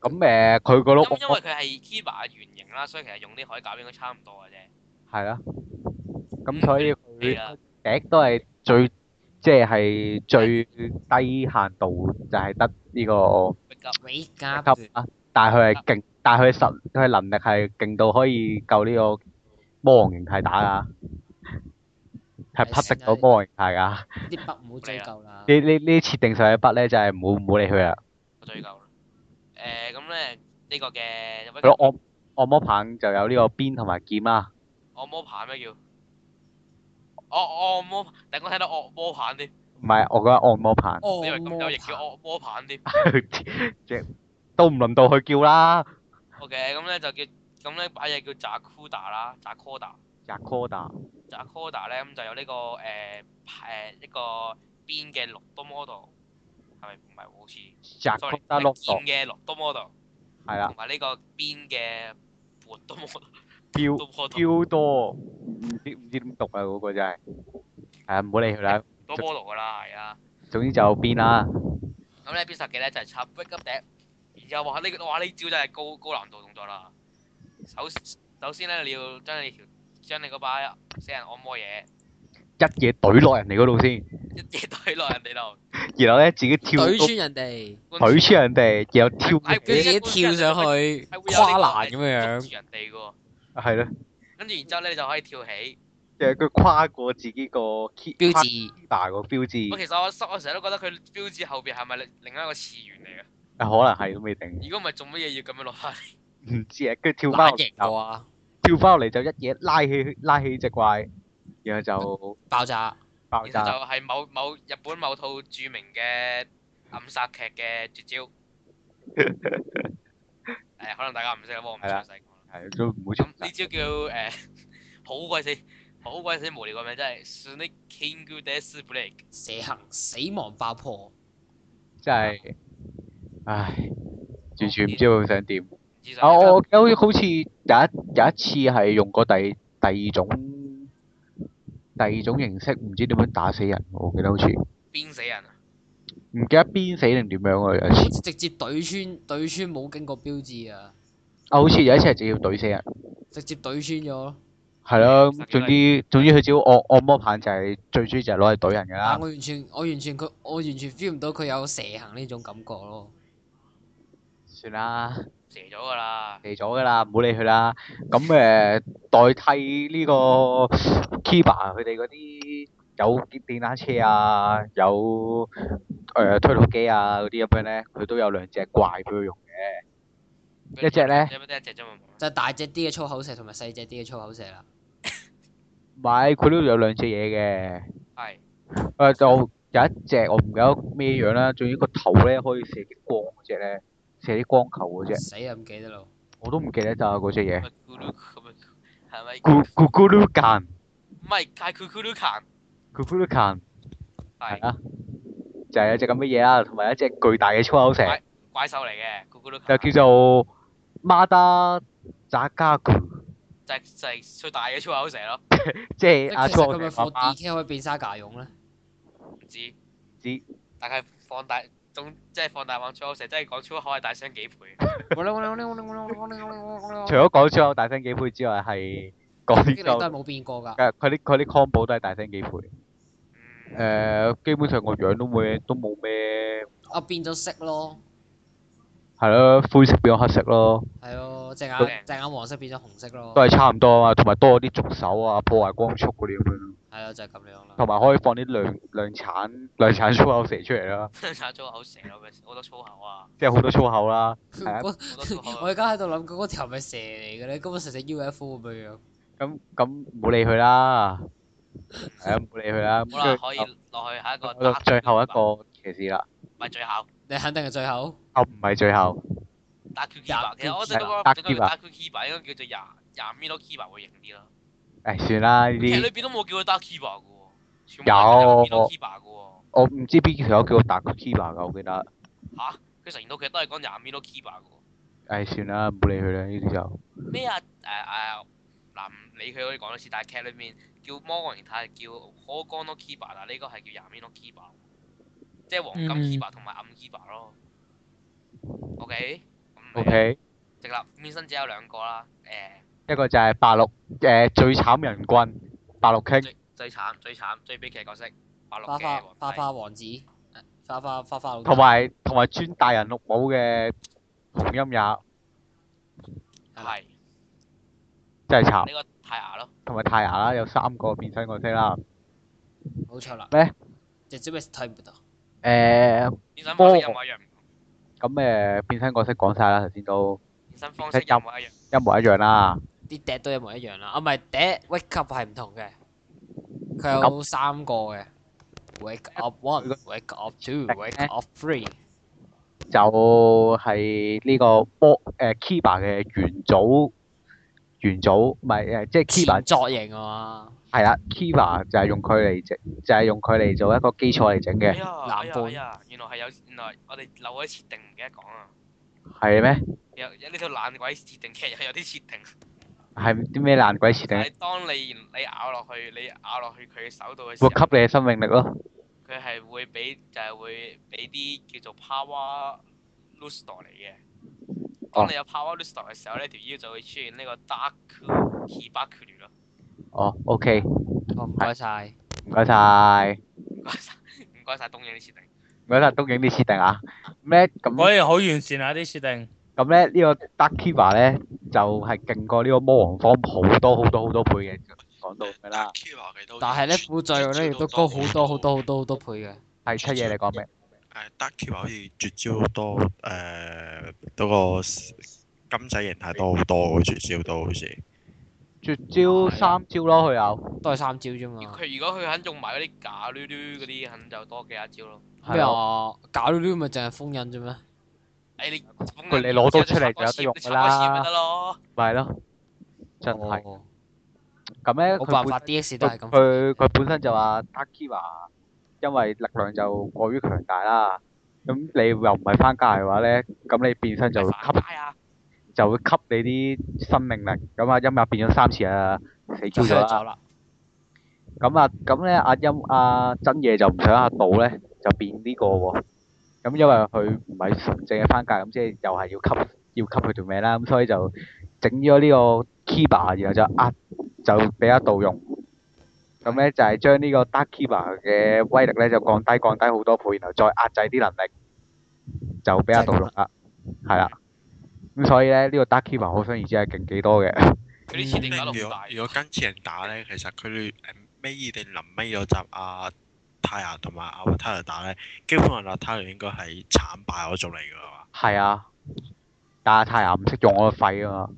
S1: 咁誒佢個
S3: 咁
S1: 碌
S3: 因為佢係 Kiba 嘅原型啦，所以其實用啲海甲應該差唔多嘅啫。
S1: 係啦，咁
S3: 嗯
S1: 所以
S3: 你
S1: 佢
S3: 啦，
S1: 笛都係最即係最低限度就係得呢個。
S3: 逼急
S4: wake
S1: 級
S4: up，
S1: 啊！但係佢係勁，但係佢實佢係能力係勁到可以救呢個魔王形態打噶，係匹敵到魔王形態噶。
S4: 啲筆唔好追究啦。
S1: 呢呢呢啲設定上嘅筆咧，就係唔好唔好理佢啦。
S3: 我追究啦。誒咁咧呢個
S1: 係
S3: 嘅
S1: 咯，按按摩棒就有呢個鞭同埋劍啦。
S3: 按摩棒咩叫？哦按摩，等我聽到按摩棒添，
S1: 唔係，我覺得按摩棒 [LAUGHS]
S4: 哦，
S3: 因為咁有型叫
S4: 我
S3: 按摩棒添。
S1: 都唔輪到佢叫啦。
S3: OK，咁咧就叫咁咧把嘢叫 Zakuda 啦，Zakuda。
S1: Yakoda
S3: 就 a c o d a 咧，咁就有呢、個誒誒、一個邊嘅綠都 model，係咪唔係好似 sorry，
S1: Yakoda
S3: 係
S1: Lock
S3: 劍嘅綠都 model，
S1: 係啦
S3: 同，埋呢個邊嘅活都 model，
S1: 叫
S3: 都 model，
S1: 叫多，唔知唔知點讀啊嗰個真係。係啊，唔好理佢啦。
S3: 都 model 噶啦，係啊。
S1: 總之就鞭啦。
S3: 咁咧邊十技咧就係、插 break up 笛，然後話呢個哇呢招真係高高難度動作啦。首首先咧你要將你條將你嗰把死人按摩嘢
S1: 一嘢懟落人哋嗰度先，
S3: 一 [LAUGHS] 嘢懟落人哋度，
S1: 然後咧自己跳
S4: 懟
S1: 高
S4: 穿人哋，
S1: 懟穿人哋，然後跳
S3: 係
S4: 跟住自己跳上去
S3: 係會有
S4: 跨
S3: 呢個
S4: 欄咁
S3: 人哋捉
S4: 樣，
S3: 住人哋嘅喎，
S1: 係咯，
S3: 跟住然之後咧你就可以跳起。
S1: 誒佢跨過自己個標
S4: 標誌
S1: Kiba 個標
S3: 我
S1: 誌，
S3: 其實我心我成日都覺得佢標誌後邊係咪另另一個次元嚟嘅？
S1: 啊可能係都未定，
S3: 如果唔係做乜嘢要咁樣落翻嚟？
S1: 唔知啊。跟住跳翻
S4: 乸
S1: 落
S4: 型
S1: 嚟
S4: 嘅哦
S1: 就
S4: 話
S1: 跳翻落嚟就一嘢拉起拉起只怪，然後就
S4: 爆炸。
S1: 爆
S3: 其實
S1: 炸。
S3: 就係某某日本某套著名嘅暗殺劇嘅絕
S1: [LAUGHS]
S3: 招。誒，可能大家唔識啦，我唔
S1: 係啦
S3: 詳細講啦。
S1: 係都唔好
S3: 咁
S1: 出
S3: 呢招叫誒 [LAUGHS] 好鬼死好鬼死無聊個名，真係 Snake King Good Death Break。
S4: 蛇行死亡爆破，
S1: 真係，唉，完全唔知道佢想點。
S3: 唔知
S1: 啊，我
S3: 想
S1: 我記得好似有一有一次係用過第第二種第二種形式，唔知點樣打死人，我記得好似唔
S3: 邊死人啊？
S1: 記得鞭死定點樣啊有一
S4: 好
S1: 次。
S4: 似直接懟穿懟穿冇經過標誌啊，
S1: 啊，好似有一次係直接懟死人，
S4: 直接懟穿咗咯。
S1: 係咯。
S3: 殺幾
S1: 總
S3: 多
S1: 之總之佢只要按按摩棒就係最主要就係啊攞嚟懟人㗎
S4: 但
S1: 啦
S4: 我。完全我完全佢我完全 feel 唔到佢有蛇行呢種感覺咯。
S1: 算啦，
S3: 射咗㗎啦！
S1: 嚟咗㗎啦，唔好理佢啦。咁誒、呃代替呢個 Kiba 佢哋嗰啲有電單車啊，有誒、呃推土機啊嗰啲咁樣咧，佢都有兩隻怪俾佢用。一隻呢
S3: 有冇得一隻啫嘛？
S4: 就係大隻啲嘅粗口蛇同埋細隻啲嘅粗口蛇啦。
S1: 唔係，佢都有兩隻嘢嘅。誒、
S3: 係
S1: 就有一隻我唔記得咩樣啦，仲有個頭咧可以射激光嗰只咧，射啲光球嗰只。
S4: 死啊唔記得咯。
S1: 我都唔記得咋嗰隻嘢。
S3: 咪咕嚕咁樣係咪？
S1: 咕咕咕嚕間，
S3: 唔係係佢咕嚕彈
S1: 咕咕嚕間
S3: 係
S1: 係。啊，就係有隻咁嘅嘢啦，同埋一隻巨大嘅粗口蛇，
S3: 係怪獸嚟嘅，咕咕
S1: 就
S3: 碌
S1: 叫做馬達扎加古，
S3: 就係就係最大嘅粗口蛇咯，
S1: 即
S4: 即
S1: 係阿
S4: 係其
S1: 粗
S4: 實
S1: 口
S4: 佢咪
S1: 蛇
S4: 放
S1: 媽媽
S4: DK 可以變沙架用咧？
S3: 唔知
S1: 知
S3: 但係放大總即係放大版粗口蛇，即係講粗口係大聲幾倍。
S1: 除咗講粗口大聲幾倍之外，係講
S4: 激
S1: 呢
S4: 你都係
S1: 個
S4: 冇變過㗎。
S1: 佢佢啲佢啲 combo 都係大聲幾倍。誒、
S3: 嗯， [LAUGHS]
S1: 基本上個樣都冇都冇咩，
S4: 啊變咗色咯，
S1: 係咯，灰色變咗黑色咯，
S4: 係咯，隻
S3: 都
S4: 眼
S3: 靚
S4: 隻眼黃色變咗紅色咯
S1: 都，係差唔多啊，同埋多咗啲觸手啊，破壞光速嗰啲咁樣咯，
S4: 係咯就係咁樣啦。
S1: 同埋可以放啲量量產量產粗口蛇出嚟啦，
S3: 打粗口蛇咯，好多粗口啊，
S1: 即係好多粗口啦，係啊
S4: 我
S3: 好多粗口
S4: [LAUGHS] 我
S3: 啊。
S4: [LAUGHS] 而家喺度諗，嗰條係咪蛇嚟嘅咧？根本成隻 UFO 咁樣樣。
S1: 咁咁冇理佢
S4: [LAUGHS]
S1: 啦，係啊，冇理佢啦。
S3: 好啦，
S1: 咁
S3: 可以落去下一個
S1: 到
S3: 打
S1: 最後一個騎士啦，
S3: 唔係最後
S4: 你肯定係最後。
S1: 啊唔係最後，
S3: 打 Q Kiba，其實我覺得嗰個
S1: Dark
S3: 整個
S1: Kiba
S3: 打 Q Kiba 應該叫做廿廿 m i l l Kiba 會型啲咯。
S1: 誒算啦呢
S3: 其實裏
S1: 啲，
S3: 邊都冇叫佢打 Kiba 嘅喎，全部都係 m i
S1: 有
S3: l l Kiba 嘅喎。
S1: 我唔知邊條友叫我打 Kiba 噶，我記得。
S3: 嚇，佢成套劇都係講廿 m i l l Kiba 嘅喎。
S1: 誒算啦，冇理佢啦呢啲就。
S3: 咩啊？誒誒，嗱唔理佢可以講多次，但係劇裏面叫魔王形態叫 h o g o n o Kiba，但係呢個係叫廿 m i l l Kiba，即係黃金
S2: 嗯
S3: Kiba 同埋暗 Kiba 咯。OK。
S1: O K。
S3: 直立變身者有兩個啦，誒、
S1: 一個就係白鹿誒最慘人君白鹿傾，
S3: 最最慘最慘最悲劇角色白鹿
S4: 花
S3: 嘅
S4: 花
S3: 皇帝
S4: 花花王子，花花花花老豆
S1: 同埋同埋專大人綠帽嘅紅音也
S3: 係呢
S1: 真係慘，
S3: 個太牙咯，
S1: 同埋泰牙啦，有三個變身角色啦。
S4: 冇錯啦。
S1: 咩？
S4: 直接咪睇唔到。
S1: 誒
S3: 變身方式
S1: 魔
S3: 一模一樣，
S1: 咁誒變身角色講晒啦，頭先都
S3: 變身方式一模一樣，
S1: 一模一樣啦。
S4: 啲笛都一模一樣啦。啊，唔係笛 wake up 係唔同嘅，佢有三個嘅。Wake up one, wake up two, wake up three。
S1: 就係呢個波誒 Kiba 嘅元祖元祖，唔係誒即係 Kiba
S4: 前作型啊
S1: 係啦，Kiba 就係用佢嚟整，就係用佢嚟做一個基礎嚟整
S3: 哎
S1: 嘅，
S3: 呀哎
S4: 男
S3: 呀
S4: 伴
S3: 哎呀，原來係有原來我哋漏咗設定唔記得講啊，
S1: 係咩？
S3: 有有呢套爛鬼設定劇又有啲設定，
S1: 係啲咩爛鬼設定
S3: 但？係當你你咬落去你咬落去佢嘅手度嘅時
S1: 會
S3: 候，
S1: 給你嘅生命力咯。
S3: 佢係會俾就係會俾啲叫做 power luster 嚟嘅。
S1: 哦
S3: 當你有 power luster 嘅時候咧，條腰就會出現呢個 dark hibakuru 咯。
S1: 哦，OK，
S4: 嘛。唔該晒。
S1: 唔該晒，
S3: 唔該晒，唔該晒東影啲設定。
S1: 唔該晒東影啲設定啊。咁咧，
S2: 果
S1: 咁
S2: 然好完善啊！啲設定，
S1: 咁咧呢個 Dark Kiva 咧就係勁過呢個魔王方好多好多好多倍嘅，講到㗎啦。
S5: Kira 嘅都
S4: 但係咧，
S5: 絕
S4: 副作用咧亦都高好多好多好多好多倍嘅。
S1: 係出嘢你講咩？
S5: 誒 Dark Kira 好似絕招好多誒，嗰、個金仔形態多好多喎，絕招都好似。
S1: 絕招
S4: 係啊
S1: 三招咯，佢有。
S4: 都係三招啫嘛。
S3: 佢如果佢肯用埋嗰啲假嚕嚕嗰啲，肯就多幾下招咯。
S4: 咩
S1: 係啊？
S4: 啊？搞到呢啲咪淨係封印啫咩？
S3: 誒哎你
S1: 佢你攞到出嚟就有得用㗎啦
S3: 咪得咯。
S1: 咪係咯，真係。
S4: 哦
S1: 咁咧，
S4: 冇
S1: 佢
S4: 辦
S1: 本
S4: 法，D X 都係咁。
S1: 佢佢本身就話 Dark Kiva 因為力量就過於強大啦。咁你又唔係翻家嘅話咧，咁你變身就會吸
S3: 反派啊！
S1: 就會給你啲生命力，咁啊音樂變咗三次啊死
S4: 就
S1: Q 咗
S4: 係
S1: 啦。
S4: 咗啦。
S1: 咁啊咁咧阿音阿真嘢就唔想阿杜咧就變呢個喎。咁因為佢唔係純正嘅番界，咁即係又係要吸要吸佢條命啦，咁所以就整咗呢個 Kiba，然後就壓就俾阿杜用。咁咧就係將呢個 Dark Kiba 嘅威力咧就降低降低好多倍，然後再壓制啲能力，就俾阿杜用啦。係啦。咁所以咧呢、個 Dark Kiba 可想而知係勁幾多嘅。
S3: 佢啲設定搞到
S5: 如
S3: 好
S5: 果
S3: 大。
S5: 如果跟超人打咧，其實佢哋誒尾二定臨尾嗰集阿泰亞同埋阿維泰勒打咧，基本上阿泰勒應該係慘敗嗰種嚟㗎嘛。
S1: 係啊，但係太陽唔識用我個肺啊嘛。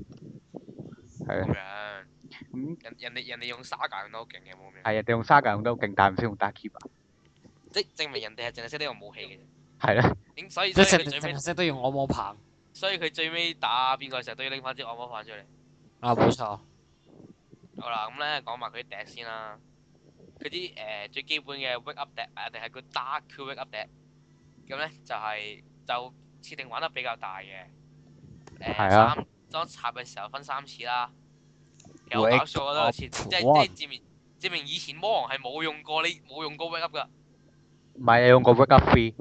S1: 係
S3: 咁
S1: 啊，
S3: 樣
S1: 咁
S3: 人人哋人哋用沙架用得好勁嘅冇咩？
S1: 係啊，你用沙格用都勁，但係唔識用 Dark Keep 啊。
S3: 即係證明人哋係淨係識呢個武器嘅啫。
S1: 係啊啦，
S3: 點所以
S4: 即
S3: 所以佢最
S4: 係淨
S3: 尾
S4: 淨係識得用按摩棒。
S3: 所以佢最尾打邊個嘅時候都要拎翻支按摩棒出嚟。
S4: 啊，冇錯。
S3: 好啦，咁咧講埋佢啲笛先啦。佢啲誒最基本嘅 wake up 笛，誒定係叫 dark Q wake up 笛。咁咧就係、就設定玩得比較大嘅。誒、
S1: 係啊
S3: 三當插嘅時候分三次啦。其實好
S1: Wake
S3: 搞笑我覺得個
S1: up
S3: 設定，即
S1: one
S3: 係即係證明證明以前魔王係冇用過呢冇用過 wake up 噶。
S1: 唔係你用個 Wake Up Free，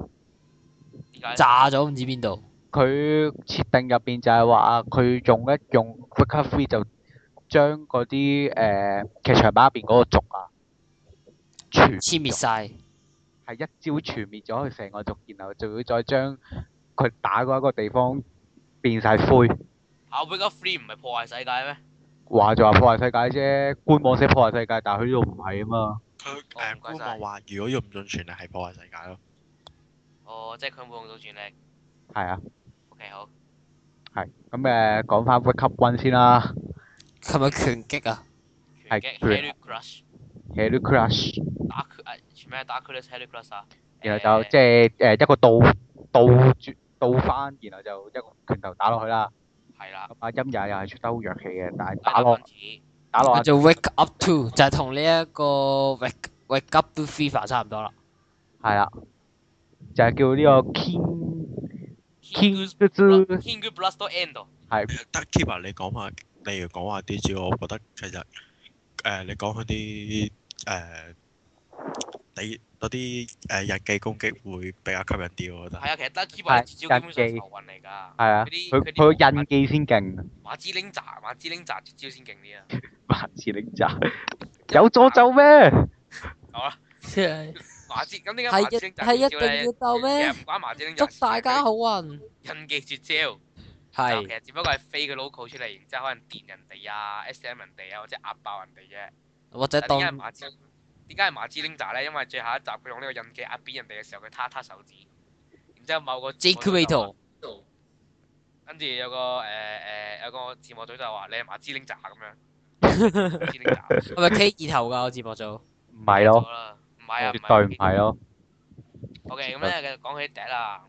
S3: 點解？
S4: 炸咗唔知邊度。
S1: 佢設定入邊就係話佢用一用 Wake Up Free 就將嗰啲誒劇場版入邊嗰個族啊，全
S4: 黐滅晒，
S1: 係一招全滅咗佢成個族，然後就要再將佢打嗰一個地方變晒灰。
S3: 啊 wake up free 唔係破壞世界咩？
S1: 話就話破壞世界啫，官網寫破壞世界，但係佢呢度唔係啊嘛。
S5: 佢
S3: 哦唔該
S5: 誒官
S3: 晒
S5: 網話，如果用唔盡全力係破壞世界咯。
S3: 哦，即係佢冇用到全力。
S1: 係啊。呃
S3: OK 好，
S1: 係咁誒，講翻 Wake Up One 先啦。
S4: 係咪拳擊啊？
S3: 拳
S1: 係
S3: 擊
S1: 拳
S3: Hairy Crush
S1: Hairy Crush，
S3: 打佢啊，全名係打 Hercules Hairy Crush 啊。
S1: 然
S3: 誒
S1: 後就即係誒一個倒倒轉倒翻，然後就一個拳頭打落去啦。
S3: 係啦，
S1: 咁啊陰也又係出得好弱氣嘅，但係打
S3: 拉打
S1: 落
S3: 分子
S1: 打落
S4: 我
S1: 啊
S4: 做 Wake Up Two 就係同呢一個 Wake Wake Up to Fever 差唔多啦。
S1: 係啦，就係叫呢個 King King
S3: Kingu
S1: Zhu
S3: Kingu Blasto Endo
S1: 係
S5: 得 Kiba 你講話，例如講話啲字，我覺得其實誒、你講嗰啲誒你嗰啲誒日記攻擊會比較吸引啲，我覺得。
S3: 係啊，其實 d u c k
S1: 係
S3: Keeper 招基本上
S1: 印記
S3: 係頭運嚟㗎。
S1: 係啊，
S3: 嗰啲
S1: 佢
S3: 嗰啲
S1: 佢印記先勁，
S3: 馬之靈扎，馬之靈扎絕招先勁啲啊！
S1: 萬次領袖啊有助咒咩？
S3: 馬之咁點解
S4: 係
S3: 馬之
S4: 一
S3: 靈扎
S4: 係一
S3: 絕招咧
S4: 定要鬥
S3: 其
S4: 咩
S3: 實唔關馬之靈扎
S4: 祝
S3: 事嘅
S4: 大家好運。
S3: 印記絕招，就其
S4: 係
S3: 實只不過係飛佢 local 出嚟，然之後可能電人哋啊、S.M 人哋啊，或者壓爆人哋啫。
S4: 或者
S3: 但點解係
S4: 當
S3: 馬之點解係馬之靈扎咧？因為最後一集佢用呢個印記壓扁人哋嘅時候，佢他他手指，然之後某個
S4: J Q
S3: 某
S4: A
S3: 個就話
S4: Two
S3: 跟住有個誒誒有個字幕組就話你係馬之靈扎咁樣，馬之靈扎
S4: 係咪 K 二頭㗎？我字幕組
S1: 唔係咯，
S3: 錯啦，唔係啊，
S1: 絕對唔係咯。
S3: O K，咁咧繼續講起笛啦，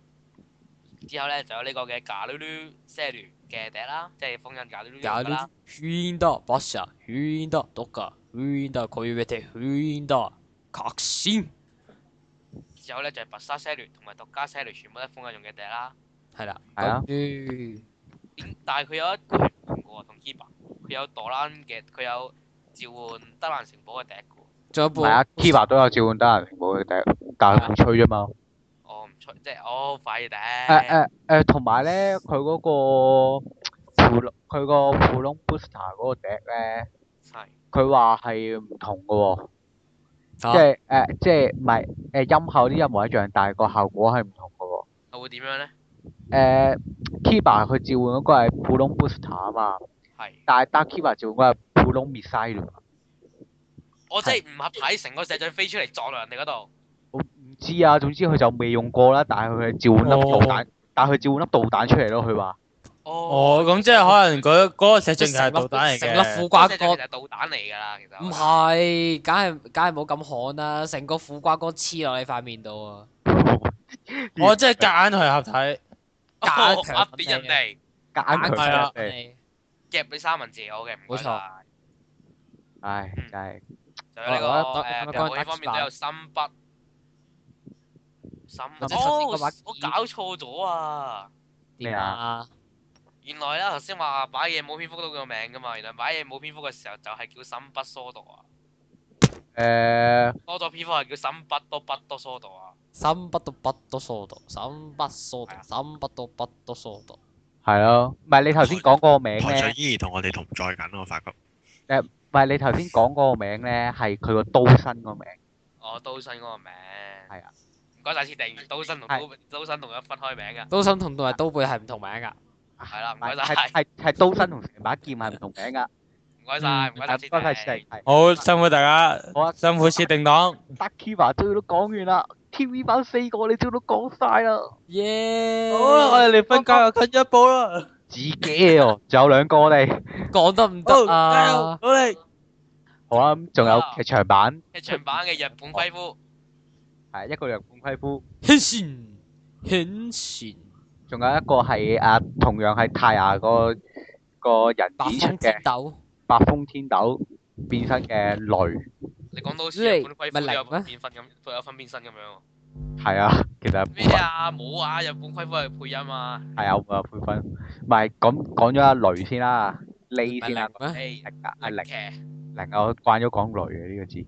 S3: 之後咧就有呢個嘅嘎嚕嚕 s e l 嘅笛啦，即係封印嘎嚕嚕用
S4: 搞
S3: 㗎
S4: 到
S3: 啦。
S4: 圈多 boss 啊，圈多毒㗎，圈多佢要踢圈多確先
S3: 之後咧就係白沙 s e l 同埋獨家 s e l 全部都係封印用嘅笛啦。
S4: 係啦。
S1: 係啊
S4: 跟
S3: 邊但係佢有一個係唔同嘅喎，同 Kiba，佢有朵蘭嘅，佢有召喚德蘭城堡嘅笛嘅喎。
S4: 住仲有
S1: 唔
S4: 部
S1: 係啊，Kiva 都有召喚得人屏幕嘅笛，但係佢冇吹啫嘛。
S3: 我唔出，即係我快笛。
S1: 誒誒誒，同埋咧，佢嗰個普隆佢個普隆 booster 嗰個笛咧，
S3: 係
S1: 佢話係唔同嘅喎，
S4: 嚇
S1: 即係誒即係唔係誒音效啲一模一樣，但係個效果係唔同嘅喎。
S3: 係會點樣咧？
S1: 誒 Kiva 佢召喚嗰個係普隆 booster 啊嘛，
S3: 係
S1: 但係 Dark Kiva 召喚嗰個係普隆 missile。
S3: 我真係唔合體，成個石像飛出嚟撞落人哋嗰度。
S1: 我唔知啊，總之佢就未用過啦，但係佢係召喚粒導彈，但係佢召喚粒導彈出嚟咯。佢話
S2: 哦，咁即係可能嗰嗰個石像
S4: 即
S2: 其
S4: 係
S2: 實係
S4: 成
S2: 導
S4: 粒
S2: 彈嚟
S4: 成粒
S2: 嘅。
S4: 苦
S3: 嗰
S4: 瓜
S3: 個石
S4: 乾
S3: 像其。實係導彈嚟㗎啦，其實我覺得
S4: 唔係，梗係梗係冇咁旱啦，成個苦瓜乾黐落你塊面
S3: [LAUGHS]
S4: 度啊！
S2: 我即係夾硬去合體。
S3: [LAUGHS]
S4: 夾
S3: 哦
S4: 強
S3: 壓扁人哋，
S1: 夾硬
S4: 硬
S1: 強
S2: 係啊
S1: 出
S4: Ừ.
S1: 嚟，
S3: 夾俾三文治我嘅，唔
S4: 冇
S3: 該晒。
S1: 唉，
S3: 嗯
S1: 真係
S3: 就有呢個
S4: 我我
S3: 誒
S4: 我
S3: 遊戲方面都有心筆，心
S4: 或者
S3: 哦，
S4: 頭先嗰把
S3: 我我搞錯咗啊！
S4: 點啊？
S3: 原來啦，頭先話買嘢冇蝙蝠都叫名㗎嘛，原來買嘢冇蝙蝠嘅時候就係叫心筆疏導啊，
S1: 誒。
S3: 多咗蝙蝠係叫心筆多筆多疏導啊，
S4: 心不到不都疏導，心不疏
S3: 係啊
S4: 導，心不到不都疏導。
S1: 係咯，唔係你頭先講嗰個名
S5: 台上
S1: 咧，
S5: 依然同我哋同在緊，我發覺。
S1: 唔係你頭先講嗰個名咧，係佢個刀身個名，
S3: 哦，刀身嗰個名係
S1: 啊，
S3: 唔該晒設定，刀身同刀
S1: 係
S3: 刀身同一分開名㗎，
S4: 刀心同同埋刀背係唔同名啊㗎，
S3: 係啦，唔該
S1: 係
S3: 晒，
S1: 係係刀身同成把劍係唔同名㗎。
S3: 唔該晒，唔該晒
S1: 係唔該
S3: 設
S1: 晒
S3: 定
S1: 設。定，係
S2: 好辛苦大家，
S1: 好啊
S2: 辛苦設定黨。
S1: 得 Kiva 都都講完啦，TV 版四個你都都講晒啦，
S4: 耶！
S2: 好啦，我哋離分界又近一步啦。
S1: 自己哦，仲有兩個我哋，
S4: 講得唔得啊？
S2: 我哋
S1: 好啦，咁仲有劇場版，
S3: 劇場版嘅日本揮夫，
S1: 係一個日本規夫，
S4: 顯現顯現
S1: 仲有一個係啊，同樣係泰牙個個人
S4: 白
S1: 演出
S4: 風
S1: 嘅
S4: 天斗
S1: 白風天斗變身嘅雷，
S3: 你講到好似日本揮夫
S4: 咪
S3: 都有
S4: 零咩
S3: 變分咁，都有分變身咁樣喎。
S1: 係啊，其實
S3: 咩啊？冇啊！日本規夫係配音啊。
S1: 係啊，我有配分，唔係咁講咗阿雷先啦，呢
S4: 咪
S1: 先啦
S4: 零，
S3: 誒，
S4: 咩？
S1: 零啊阿
S3: 力
S1: 玲
S3: 騎
S1: 玲啊，我慣咗講雷嘅呢個字，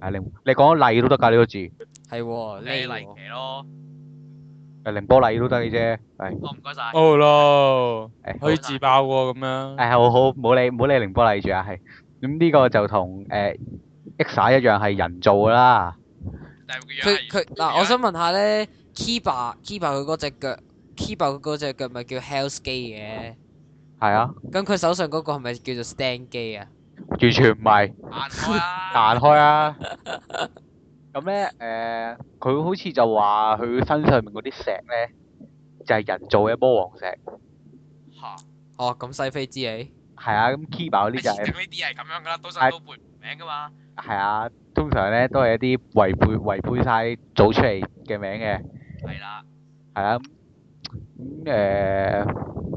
S1: 啊玲，你講麗都得㗎呢個字，
S4: 係喎，呢
S3: 你
S4: 喎
S3: 力騎咯。
S1: 誒凌波麗都得嘅啫，係，
S3: 哦，唔該晒。
S2: Oh no！
S1: 誒好
S2: 可以自爆喎咁樣。
S1: 誒好好，唔好理唔好理凌波麗住啊，係，咁呢個就同誒 X 一樣係人造㗎啦，
S3: 但係佢個樣
S4: 佢
S3: 係
S4: 佢嗱，我想問下咧，Kiba Kiba 佢嗰只腳，Kiba 佢嗰只腳咪叫 Hell's à. 機嘅，
S1: 係啊，
S4: 咁佢手上嗰個係咪叫做 Stand 機啊？
S1: 完全唔係。
S3: 彈開啊！
S1: 彈開啊！咁咧，誒、佢好似就話佢身上面嗰啲石咧，就係、人造嘅魔王石，
S3: 嚇！
S4: 哦，咁西非之你
S1: 係啊，咁 Kiba 嗰啲就係
S3: 設定呢啲係咁樣噶啦，刀
S1: 係
S3: 身都背唔名噶嘛。
S1: 係啊，通常咧都係一啲違背違背晒做出嚟嘅名嘅，
S3: 係啦，
S1: 係啊。咁誒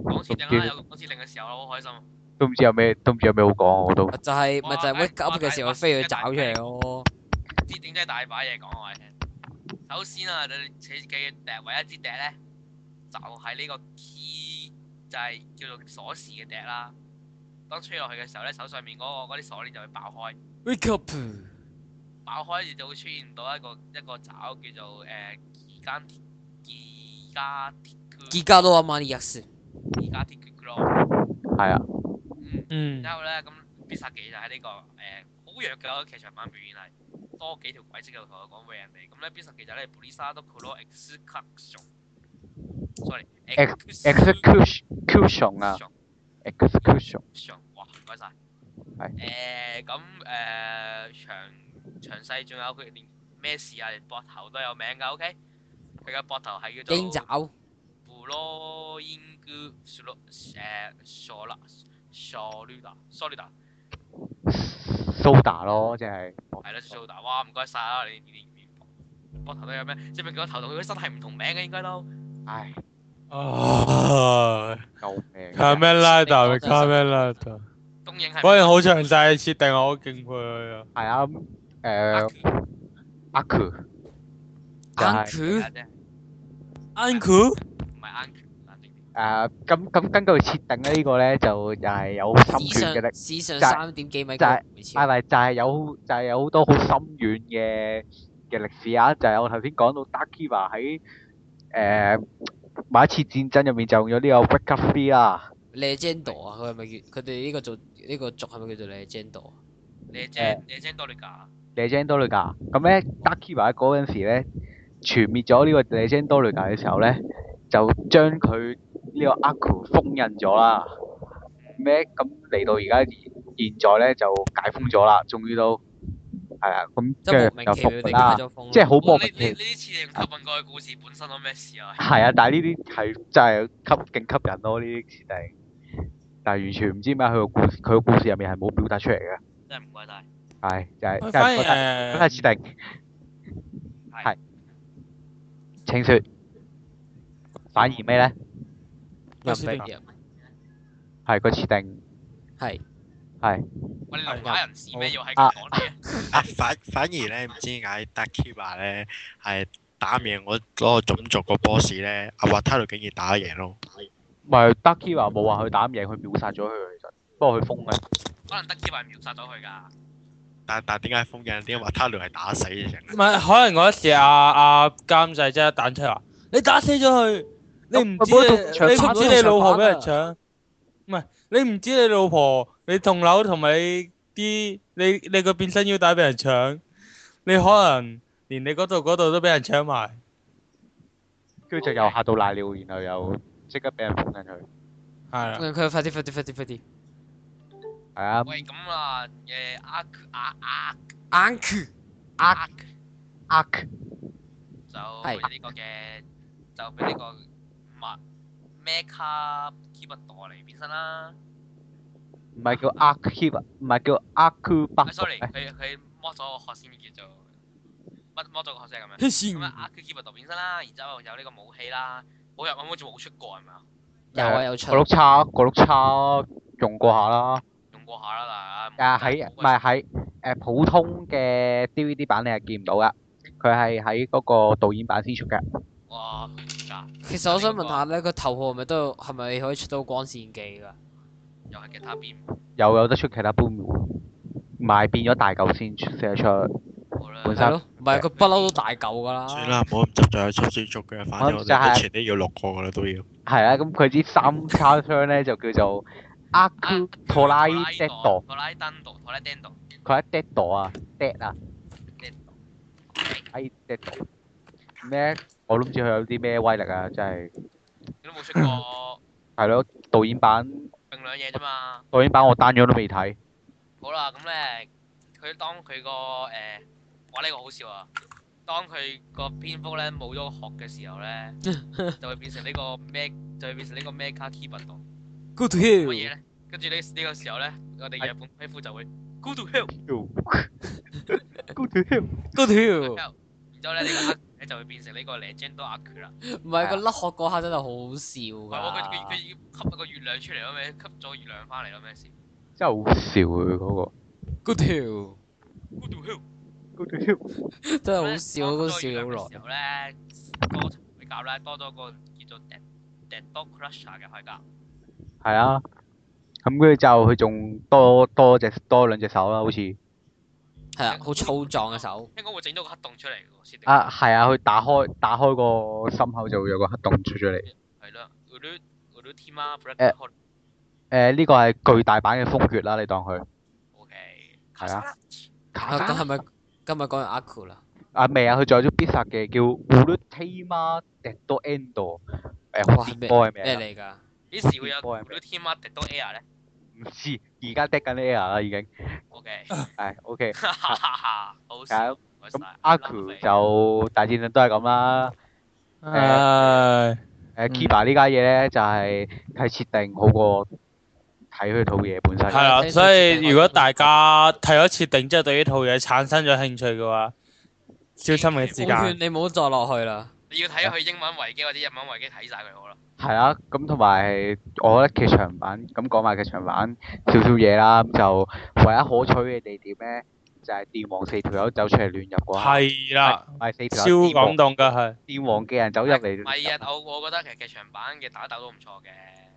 S3: 講設定啦，有講設定嘅時候我好開心。
S1: 都唔知有咩都唔知有咩好講，我都
S4: 咪就係咪就係
S3: 哇
S4: wake up 嘅時候
S3: 哇
S4: 飛去找出嚟咯。
S3: 設定真係大把嘢講啊我哋聽。首先啊，你設計嘅唯一支笛咧，就係、呢個 key，就係叫做鎖匙嘅笛啦。當吹落去嘅時候咧，手上面嗰、個嗰啲鎖鏈就會爆開。
S4: wake up，
S3: 爆開就會出現到一個一個爪叫做誒二間二加
S4: 而家都阿媽呢日事，
S3: 二加鐵血咯。
S1: 係啊，
S3: 嗯，
S2: 嗯
S3: 然，後咧咁必殺技就喺呢、個誒好、弱嘅我覺得劇場版表現係多幾條軌跡就同我講俾人哋。咁咧必殺技就係 b l i z a r d c o l o Execution。sorry
S1: execution 啊 execution
S3: 上，哇，唔該晒。
S1: 係
S3: 誒咁誒詳詳細仲有佢連咩事啊，連膊頭都有名㗎，OK？佢嘅膊頭係叫
S4: 鷹
S3: 做
S4: 爪，
S3: 布羅英古索洛誒索拉索魯達索魯達
S1: soda 咯，即係
S3: 係啦，索魯達，哇，唔該晒啊！你連連膊頭都有咩？即係咪佢個頭同佢個身係唔同名嘅應該都
S1: 唉嗯
S2: 啊，
S1: 救命！
S2: 卡咩拉特，卡咩拉特，
S3: 東影係
S2: 果然好詳細嘅設定，我好敬佩佢啊！
S1: 係啊，咁誒
S3: 眼
S1: 阿 Q 就
S4: 眼
S1: 係
S4: 拳
S3: 啫，
S2: Uncle，
S3: 唔係眼拳，眼睛
S1: 誒啊咁咁根據設定咧，呢個咧就又係有心
S4: 史
S1: 軟嘅力
S4: 上。史上
S1: 就係
S4: 三點幾米
S1: 就
S4: 高
S1: 係係
S4: 回潮，
S1: 咪就係有就係有好多好深遠嘅嘅歷史啊？就係、我頭先講到 Dark Kiva 喺誒某一次戰爭入面就用咗呢個 Wake Up Free 啦，
S4: legend 啊，佢係咪叫佢哋呢個做呢個族係咪叫做 legend 啊？
S3: 你正你正多利㗎。
S1: Legend d o l g a 咁咧 Dark Kiva 嗰陣時咧全滅咗呢個 Legend d o l g a 嘅時候咧，就將佢呢個 Aku 封印咗啦。咩咁嚟到而家現在咧就解封咗啦，終於都係啊，咁
S4: 即係
S1: 跟
S4: 莫
S1: 住就
S4: 名其妙
S1: 復活
S4: 地解
S1: 啦，
S4: 咗封咯，
S1: 即係好莫
S3: 呢
S1: 名
S3: 呢
S1: 其
S3: 呢啲次你唔吸引過嘅故事本身都咩事啊？
S1: 係啊，但係呢啲係真係吸勁吸人咯，呢啲設定。但係完全唔知點解佢個故佢個故事入面係冇表達出嚟嘅，
S3: 真係唔該晒。
S1: 係就係真係
S2: 喂反
S1: 覺得
S2: 而
S1: 真係設
S2: 誒，
S1: 定。係
S3: 係
S1: 請説，反而咩咧？
S4: 人
S2: 史上
S4: 逼人
S1: 係個設定
S4: 係
S3: 我哋流打人士咩要喺
S1: 啊
S3: 咁講啲嘢？
S5: 啊反反而咧，唔知點解 d a k i b a 咧係打唔贏我嗰個種族個 boss 咧，阿華泰魯竟然打得贏咯。
S1: 唔係 d a r k i v a 冇話佢打唔贏，佢秒殺咗佢其實，不過佢封嘅。
S3: 可能德基話秒殺咗佢㗎。
S5: 但但點解封印？點解華泰魯係打死嘅人
S2: 唔？係可能嗰時阿阿監製真係彈出嚟話：你打死咗佢，你唔知
S1: 咁咪冇得
S2: 你你
S1: 同
S2: 唔知你老婆俾人搶，唔係你唔知你老婆你同樓同埋你啲你你個變身腰帶俾人搶，你可能連你嗰度嗰度都俾人搶埋。
S1: 跟住就又嚇到瀨尿，然後又即刻俾人封緊佢。
S2: 係啦，
S4: 咁佢快啲快啲快啲快啲
S1: 係啊，
S3: 喂，咁啊，誒阿阿阿
S4: 眼拳
S3: 阿
S1: 呃係
S3: 就俾呢個嘅，就俾呢個麥咩卡 keep 嚟變身啦。
S1: 唔係叫 a r k i v a 唔係叫 a r k b
S3: 啊
S1: a
S3: sorry，佢佢剝咗個殼先叫做剝剝咗個殼先係咁樣。咁啊，阿 keep 變身啦，然之後有呢個武器啦，武入我好似冇出過係咪啊？
S4: 有啊有出
S1: 個，碌叉，個碌叉用過下啦。
S3: 用過下啦，但
S1: 啊
S3: 係
S1: 喺
S3: 冇
S1: 唔係喺誒普通嘅 DVD 版你係見唔到噶，佢係喺嗰個導演版先出嘅。
S3: 哇！嗱，
S4: 其實我想問下咧，個頭號係咪都係咪可以出到光線技㗎？
S3: 又係吉他邊，
S1: 又有得出其他 boom，唔係變咗大嚿先出先得出。
S3: 好啦，
S1: 本身
S4: 係咯，唔係佢不嬲都大嚿㗎
S3: 啊
S4: 啦。
S5: 算啦，唔好咁執着出豬足嘅，反正我哋目前都要六個噶啦，都要。
S1: 係啊，咁佢啲三叉槍咧就叫做 a k u t o r a i d e d o
S3: 啊托拉登度，托拉登度，
S1: 佢係 d e d o 啊 d e d 啊 i d e d o 咩？我都唔知佢有啲咩威力啊！真係
S3: 你都冇
S1: [LAUGHS]
S3: 出過
S1: 係咯，導演版
S3: 並兩嘢啫嘛。
S1: 導演版我單樣都未睇。
S3: 好啦，咁咧，佢當佢個誒，哇呢個好笑啊！當佢個蝙蝠咧冇咗個殼嘅時候
S4: [LAUGHS]
S3: 咧，就會變成呢個咩，就會變成呢個咩卡 keep 度。
S4: Good
S3: 乜嘢
S4: hill，
S3: 咧？跟住呢呢個時候咧，我哋日本皮膚就會 go to hell
S1: Go to hell！
S3: [LAUGHS]
S4: 嗰條
S3: hell，然之後咧你個黑咧就會變成呢個 legend 都阿缺啦。
S4: 唔係個甩殼嗰下真係好
S3: 唔係
S4: 好笑
S3: 喎，佢
S4: 㗎。
S3: 佢佢已經吸咗個月亮出嚟咯咩？吸咗月亮翻嚟咯咩事
S1: 真係好笑佢嗰個。
S4: 嗰條
S3: ？go to hell。
S1: Go to hell！
S4: 真係好笑，
S3: 咁
S4: 嗰
S3: 咧
S4: 個笑
S3: 當初遇到嘅時
S4: 咗好
S3: 候咧，多層海甲咧，多咗個叫做 Dead Dead Dog Crusher 嘅海甲。
S1: 係啊。咁跟住之後，佢仲多多隻多兩隻手啦，好似
S4: 耐。係啊，好粗壯嘅手。
S3: 聽講會整到個黑洞出嚟嘅喎，設定
S1: 啊係啊，佢打開打開個心口就會有個黑洞出咗嚟。
S3: 係啦，嗰啲嗰啲 team 啊
S1: 誒
S3: ，Black Hole。
S1: 誒呢個係巨大版嘅風月啦，你當佢
S3: O K。
S1: 係啊。
S4: 啊咁係咪今日講完阿 Q 啦？
S1: 啊未啊，佢仲有咗必殺嘅叫 Ultima Dedo Endo，誒
S4: 哇
S1: 好
S4: 咩
S1: 波嘅名
S4: 咩
S1: 啊。
S4: 嚟㗎？
S3: 幾時會有
S1: 波係
S3: 嗰
S1: 咩
S3: 啲 team 啊，Dead Dog Air 咧
S1: 唔知，而家 dead 緊 air 啦已經，
S3: ？O K。
S1: 係 OK。
S3: 哈哈哈哈！好
S1: 係
S3: 笑
S1: 啊。
S3: 唔該
S1: 咁
S3: 晒
S1: 阿 Q 就大戰都係咁啦。
S2: 唉，
S1: 誒
S2: 啊嗯
S1: Kiba 呢家嘢咧就係係設定好過睇佢套嘢本
S2: 係啊
S1: 身。
S2: 啦，所以如果大家睇咗設定之後對呢套嘢產生咗興趣嘅話，小心你嘅時
S4: 我
S2: 間
S4: 勸。你唔好再落去啦。
S3: 你要睇佢英文維基或者日文維基睇晒佢好啦。
S1: 係啊，咁同埋我覺得劇場版咁講埋劇場版少少嘢啦，咁就唯一可取嘅地點咧就係電王四條友走出嚟亂入嗰下，
S2: 係啊啦，
S1: 唔係四
S2: 超
S1: 條友電
S2: 感
S1: 王
S2: 動㗎係。
S1: 電王嘅人走入嚟
S3: 唔係啊，我我覺得其實劇場版嘅打鬥都唔錯嘅。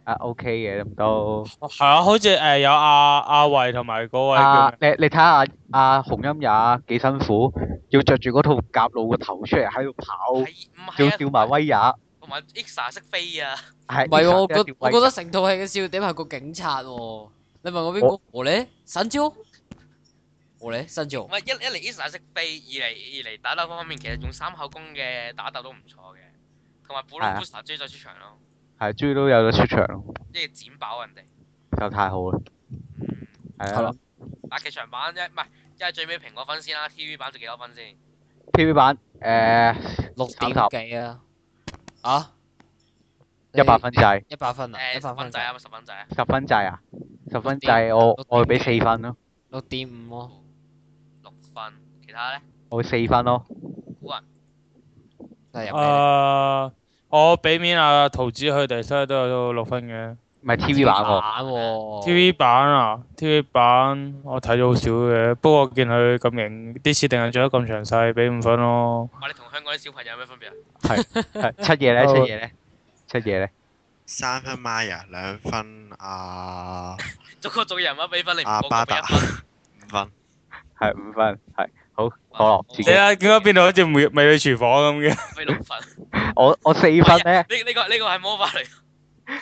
S1: 啊 OK 嘅咁都
S2: 係啊，好似誒有阿阿慧同埋嗰位叫
S1: 啊
S2: 咩
S1: 你你睇下阿洪音也幾辛苦，要着住嗰套夾路個頭出嚟喺度跑，
S3: 係唔
S1: 要
S3: 係
S1: 吊
S3: 啊？
S1: 埋威也，係
S3: 同埋 Exa 識飛啊！
S4: 唔係喎，我
S1: 一定要
S4: 覺我
S1: 威
S4: 覺得成套戲嘅笑點係個警察喎。你問我邊個？我咧，新招。我咧，新招
S3: 唔。係一一嚟 Isa 識飛，二嚟二嚟打鬥方面，其實用三口攻嘅打鬥都唔錯嘅，同埋布魯
S1: 係啊
S3: Buster 追咗出場咯，
S1: 係終於都有得出場咯，
S3: 即係剪爆人哋。
S1: 就太好啦，
S3: 嗯，
S1: 係
S4: 係
S1: 啊
S4: 咯。
S3: 但劇場版一唔係一係最尾評個分先啦，TV 版就幾多分先？
S1: T.V. 版誒
S4: 六點幾啊？啊？
S1: 一百分制，
S4: 一百分啊！
S3: 誒
S4: 一
S3: 十
S4: 百
S3: 分
S4: 分
S3: 制
S4: 制
S3: 啊，十分制啊，
S1: 十分制啊，十分制
S4: 六
S1: 我
S4: 六
S1: 我會俾四分咯，
S4: 六點五咯，
S3: 六分，其他咧
S1: 我會四分咯。
S3: 古人
S4: 真係入嚟
S2: 誒，我俾面阿桃子佢哋，所以都有六分嘅。
S1: 唔係 TV 版
S4: 啊
S1: 喎，
S4: 喎
S2: TV 版啊，TV 版我睇咗好少嘅，不過我見佢咁型，啲設定係做得咁詳細，俾五分咯。
S3: 哇！你同香港啲小朋友有咩分別啊？ [LAUGHS]
S1: 係七夜咧，七夜咧，七夜咧，
S5: 三分 Maya，兩分啊阿
S3: 逐個逐個人物俾分，你唔
S5: 阿
S3: 個
S5: 巴
S3: 個俾
S5: 達
S3: 一分。
S5: 五 [LAUGHS] 分，
S1: 係五分，係 [LAUGHS] 好可樂自
S2: 你
S1: 己。
S2: 啊，點解變到好似美美女廚房咁嘅？
S3: 俾六分。
S1: 我我四分咧，
S3: 呢呢個呢個係魔法嚟，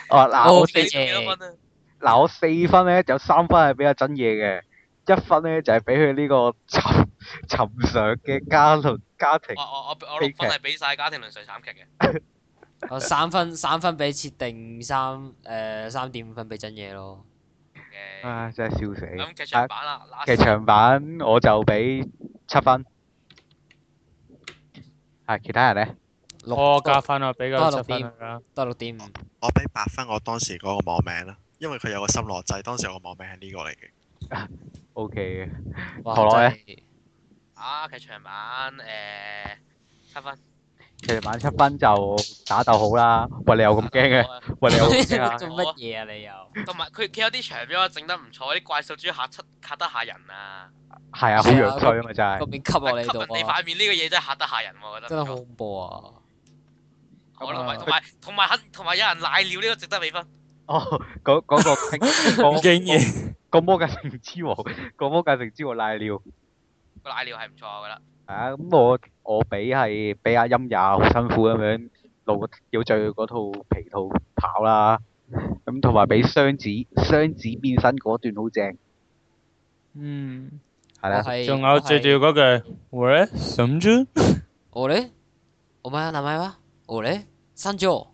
S1: 我嗱我
S4: 我
S1: 四
S3: 你幾多分啊？
S1: 嗱我四分咧，有三分係俾阿真嘢嘅，一分咧就係俾佢呢個 [LAUGHS] 尋尋常嘅家庭家庭
S3: 我我我我六分係俾晒家庭倫常慘劇嘅。
S4: 我三分三分俾設定三誒三點五分俾真嘢咯，
S3: 嘅。
S1: 啊，真係笑
S3: 咁
S1: 死！
S3: 劇場版啦，嗱
S1: 劇場版我就俾七分，係其他人咧
S4: 六
S2: 我加分啊，俾
S4: 都係
S2: 個
S4: 六
S2: 七分
S4: 點
S2: 啦。
S4: 得六點五，
S5: 我俾八分我當時嗰個網名啦，因為佢有個心羅掣，當時我個網名係呢個嚟嘅。
S1: ，OK 嘅，
S4: 哇
S1: 陀螺呢
S4: 真係
S3: 啊，劇場版誒七分。
S1: 劇場版七分就打鬥好啦。喂，你又咁驚嘅？
S3: 嘅。
S1: 喂，你又咁
S3: [LAUGHS]
S1: 驚啊？
S4: 做乜嘢啊你又？
S3: 同埋佢佢有啲場面我整得唔錯，啲怪獸豬嚇出嚇得嚇人啊！
S1: 係啊，好樣衰啊嘛，真
S4: 個
S1: 係。
S4: 面吸落你
S3: 吸人哋
S4: 度啊！
S3: 塊面呢個嘢真係嚇得嚇人喎，我覺得。
S4: 真係好恐怖啊！
S3: 好。我同埋同埋同埋肯同埋有人瀨尿呢個值得俾分。
S1: 哦，嗰嗰個
S2: 唔
S1: 嗰
S2: 經意
S1: 個個魔界城之王，個魔界城之王瀨尿。
S3: 個瀨尿係唔錯，我覺得。
S1: 係啊，咁我我俾係俾阿音也好辛苦咁樣露要着嗰套皮套跑啦。咁同埋俾雙子雙子變身嗰段好正，
S2: 嗯，
S1: 係啊
S4: 我
S1: 啦。
S4: 係
S2: 仲有最重要嗰句，Where 什麼？
S4: 我咧，我咪啊阿南咪哇，我咧新咗。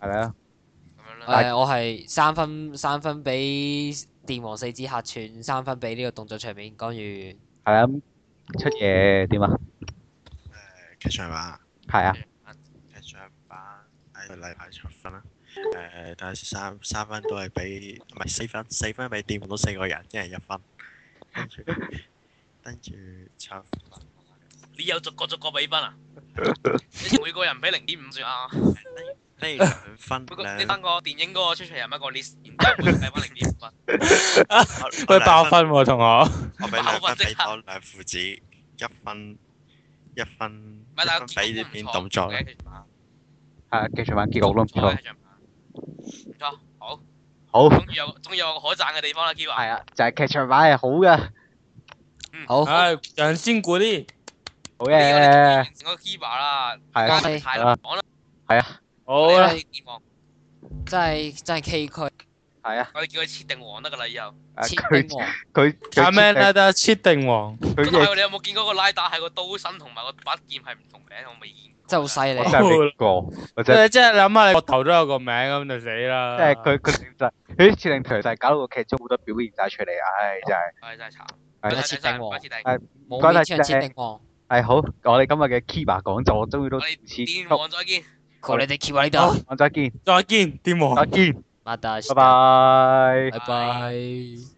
S1: 係啦，
S3: 咁樣
S4: 誒、
S3: 啦。
S4: 我係三分三分俾電王四指客串，三分俾呢個動作場面干預。
S1: 係啦，咁出嘢點啊？
S5: 誒劇場版啊，
S1: 係啊，
S5: 哎劇場版誒例牌七分啦，誒，但係三三分都係俾唔係四分，四分俾掂到四個人，一人一分。跟住跟住差唔多
S3: 你有逐個逐個比分啊？你每個人俾零點五算啊？
S5: 呢兩分
S3: 每個你
S5: 兩
S3: 分個電影嗰個出場人物個 list，然之後每個計翻零點五分。
S2: 喂，爆
S5: 分，
S2: 分喎，同學。
S5: 我俾兩
S3: 爆
S5: 分
S3: 分
S5: 俾
S3: 即刻
S5: 咗兩父子，一分一分
S3: 唔係，但
S5: 一分
S3: 係
S5: 俾
S3: 結
S5: 呢
S3: 局
S5: 邊
S3: 都唔
S5: 動
S3: 錯
S5: 作。
S3: 嘅，劇場版
S1: 係啊劇場版結局都唔
S3: 唔錯嘅
S1: 錯。
S3: 劇場版唔錯，好，
S1: 好，
S3: 終於有終於有個可讚嘅地方啦，Q 啊！
S1: 係啊，就係劇場版係好嘅，
S4: 好，
S2: 唉，楊先估啲。
S1: 好
S3: 呢個你終於
S1: 嘅，
S3: 完成個 Kiva 啦，
S1: 係
S3: 家
S1: 啊，
S3: 庭太難講啦，
S1: 係啊，
S2: 好
S3: 我
S2: 啦
S3: 哋，可以見望
S4: 真係真係崎嶇，
S1: 係啊，
S3: 我哋叫佢設定王得㗎啦，以後。
S1: 誒
S4: 千
S1: 啊佢
S4: 丁王，
S1: 佢佢
S2: 阿 Man
S1: 設
S2: 啦得 cheat 定王，
S1: 定佢
S3: 咁但
S1: 嘅
S3: 係你有冇見過個拉打係個刀身同埋個把劍係唔同名？我未見過。
S4: 真係好犀
S1: 我
S4: 利
S1: 真。係未過，我真
S2: 即
S1: 係
S2: 係即係諗下你個頭都有個名咁就死啦。
S1: 即係佢佢設定佢啲設定台就係搞到個劇中好多表現晒出嚟，唉真係。
S3: 唉，真係慘。
S1: 係
S3: 真係
S4: 設
S3: 真
S4: 定
S3: 係
S4: 王
S3: 設定。
S4: 冇
S1: 該
S4: 面
S1: 曬
S4: 超人
S1: 隻
S4: 千丁王，
S1: 係哎好，我哋今日嘅 Kiba 講座終於都
S3: 我哋
S1: 似
S3: 電王再見。
S4: 求你哋 keep 喺呢
S2: 好
S4: 度，
S1: 我再見，
S2: 再見，天王
S1: 再。見，
S4: 拜拜
S1: 拜拜。
S4: 拜拜。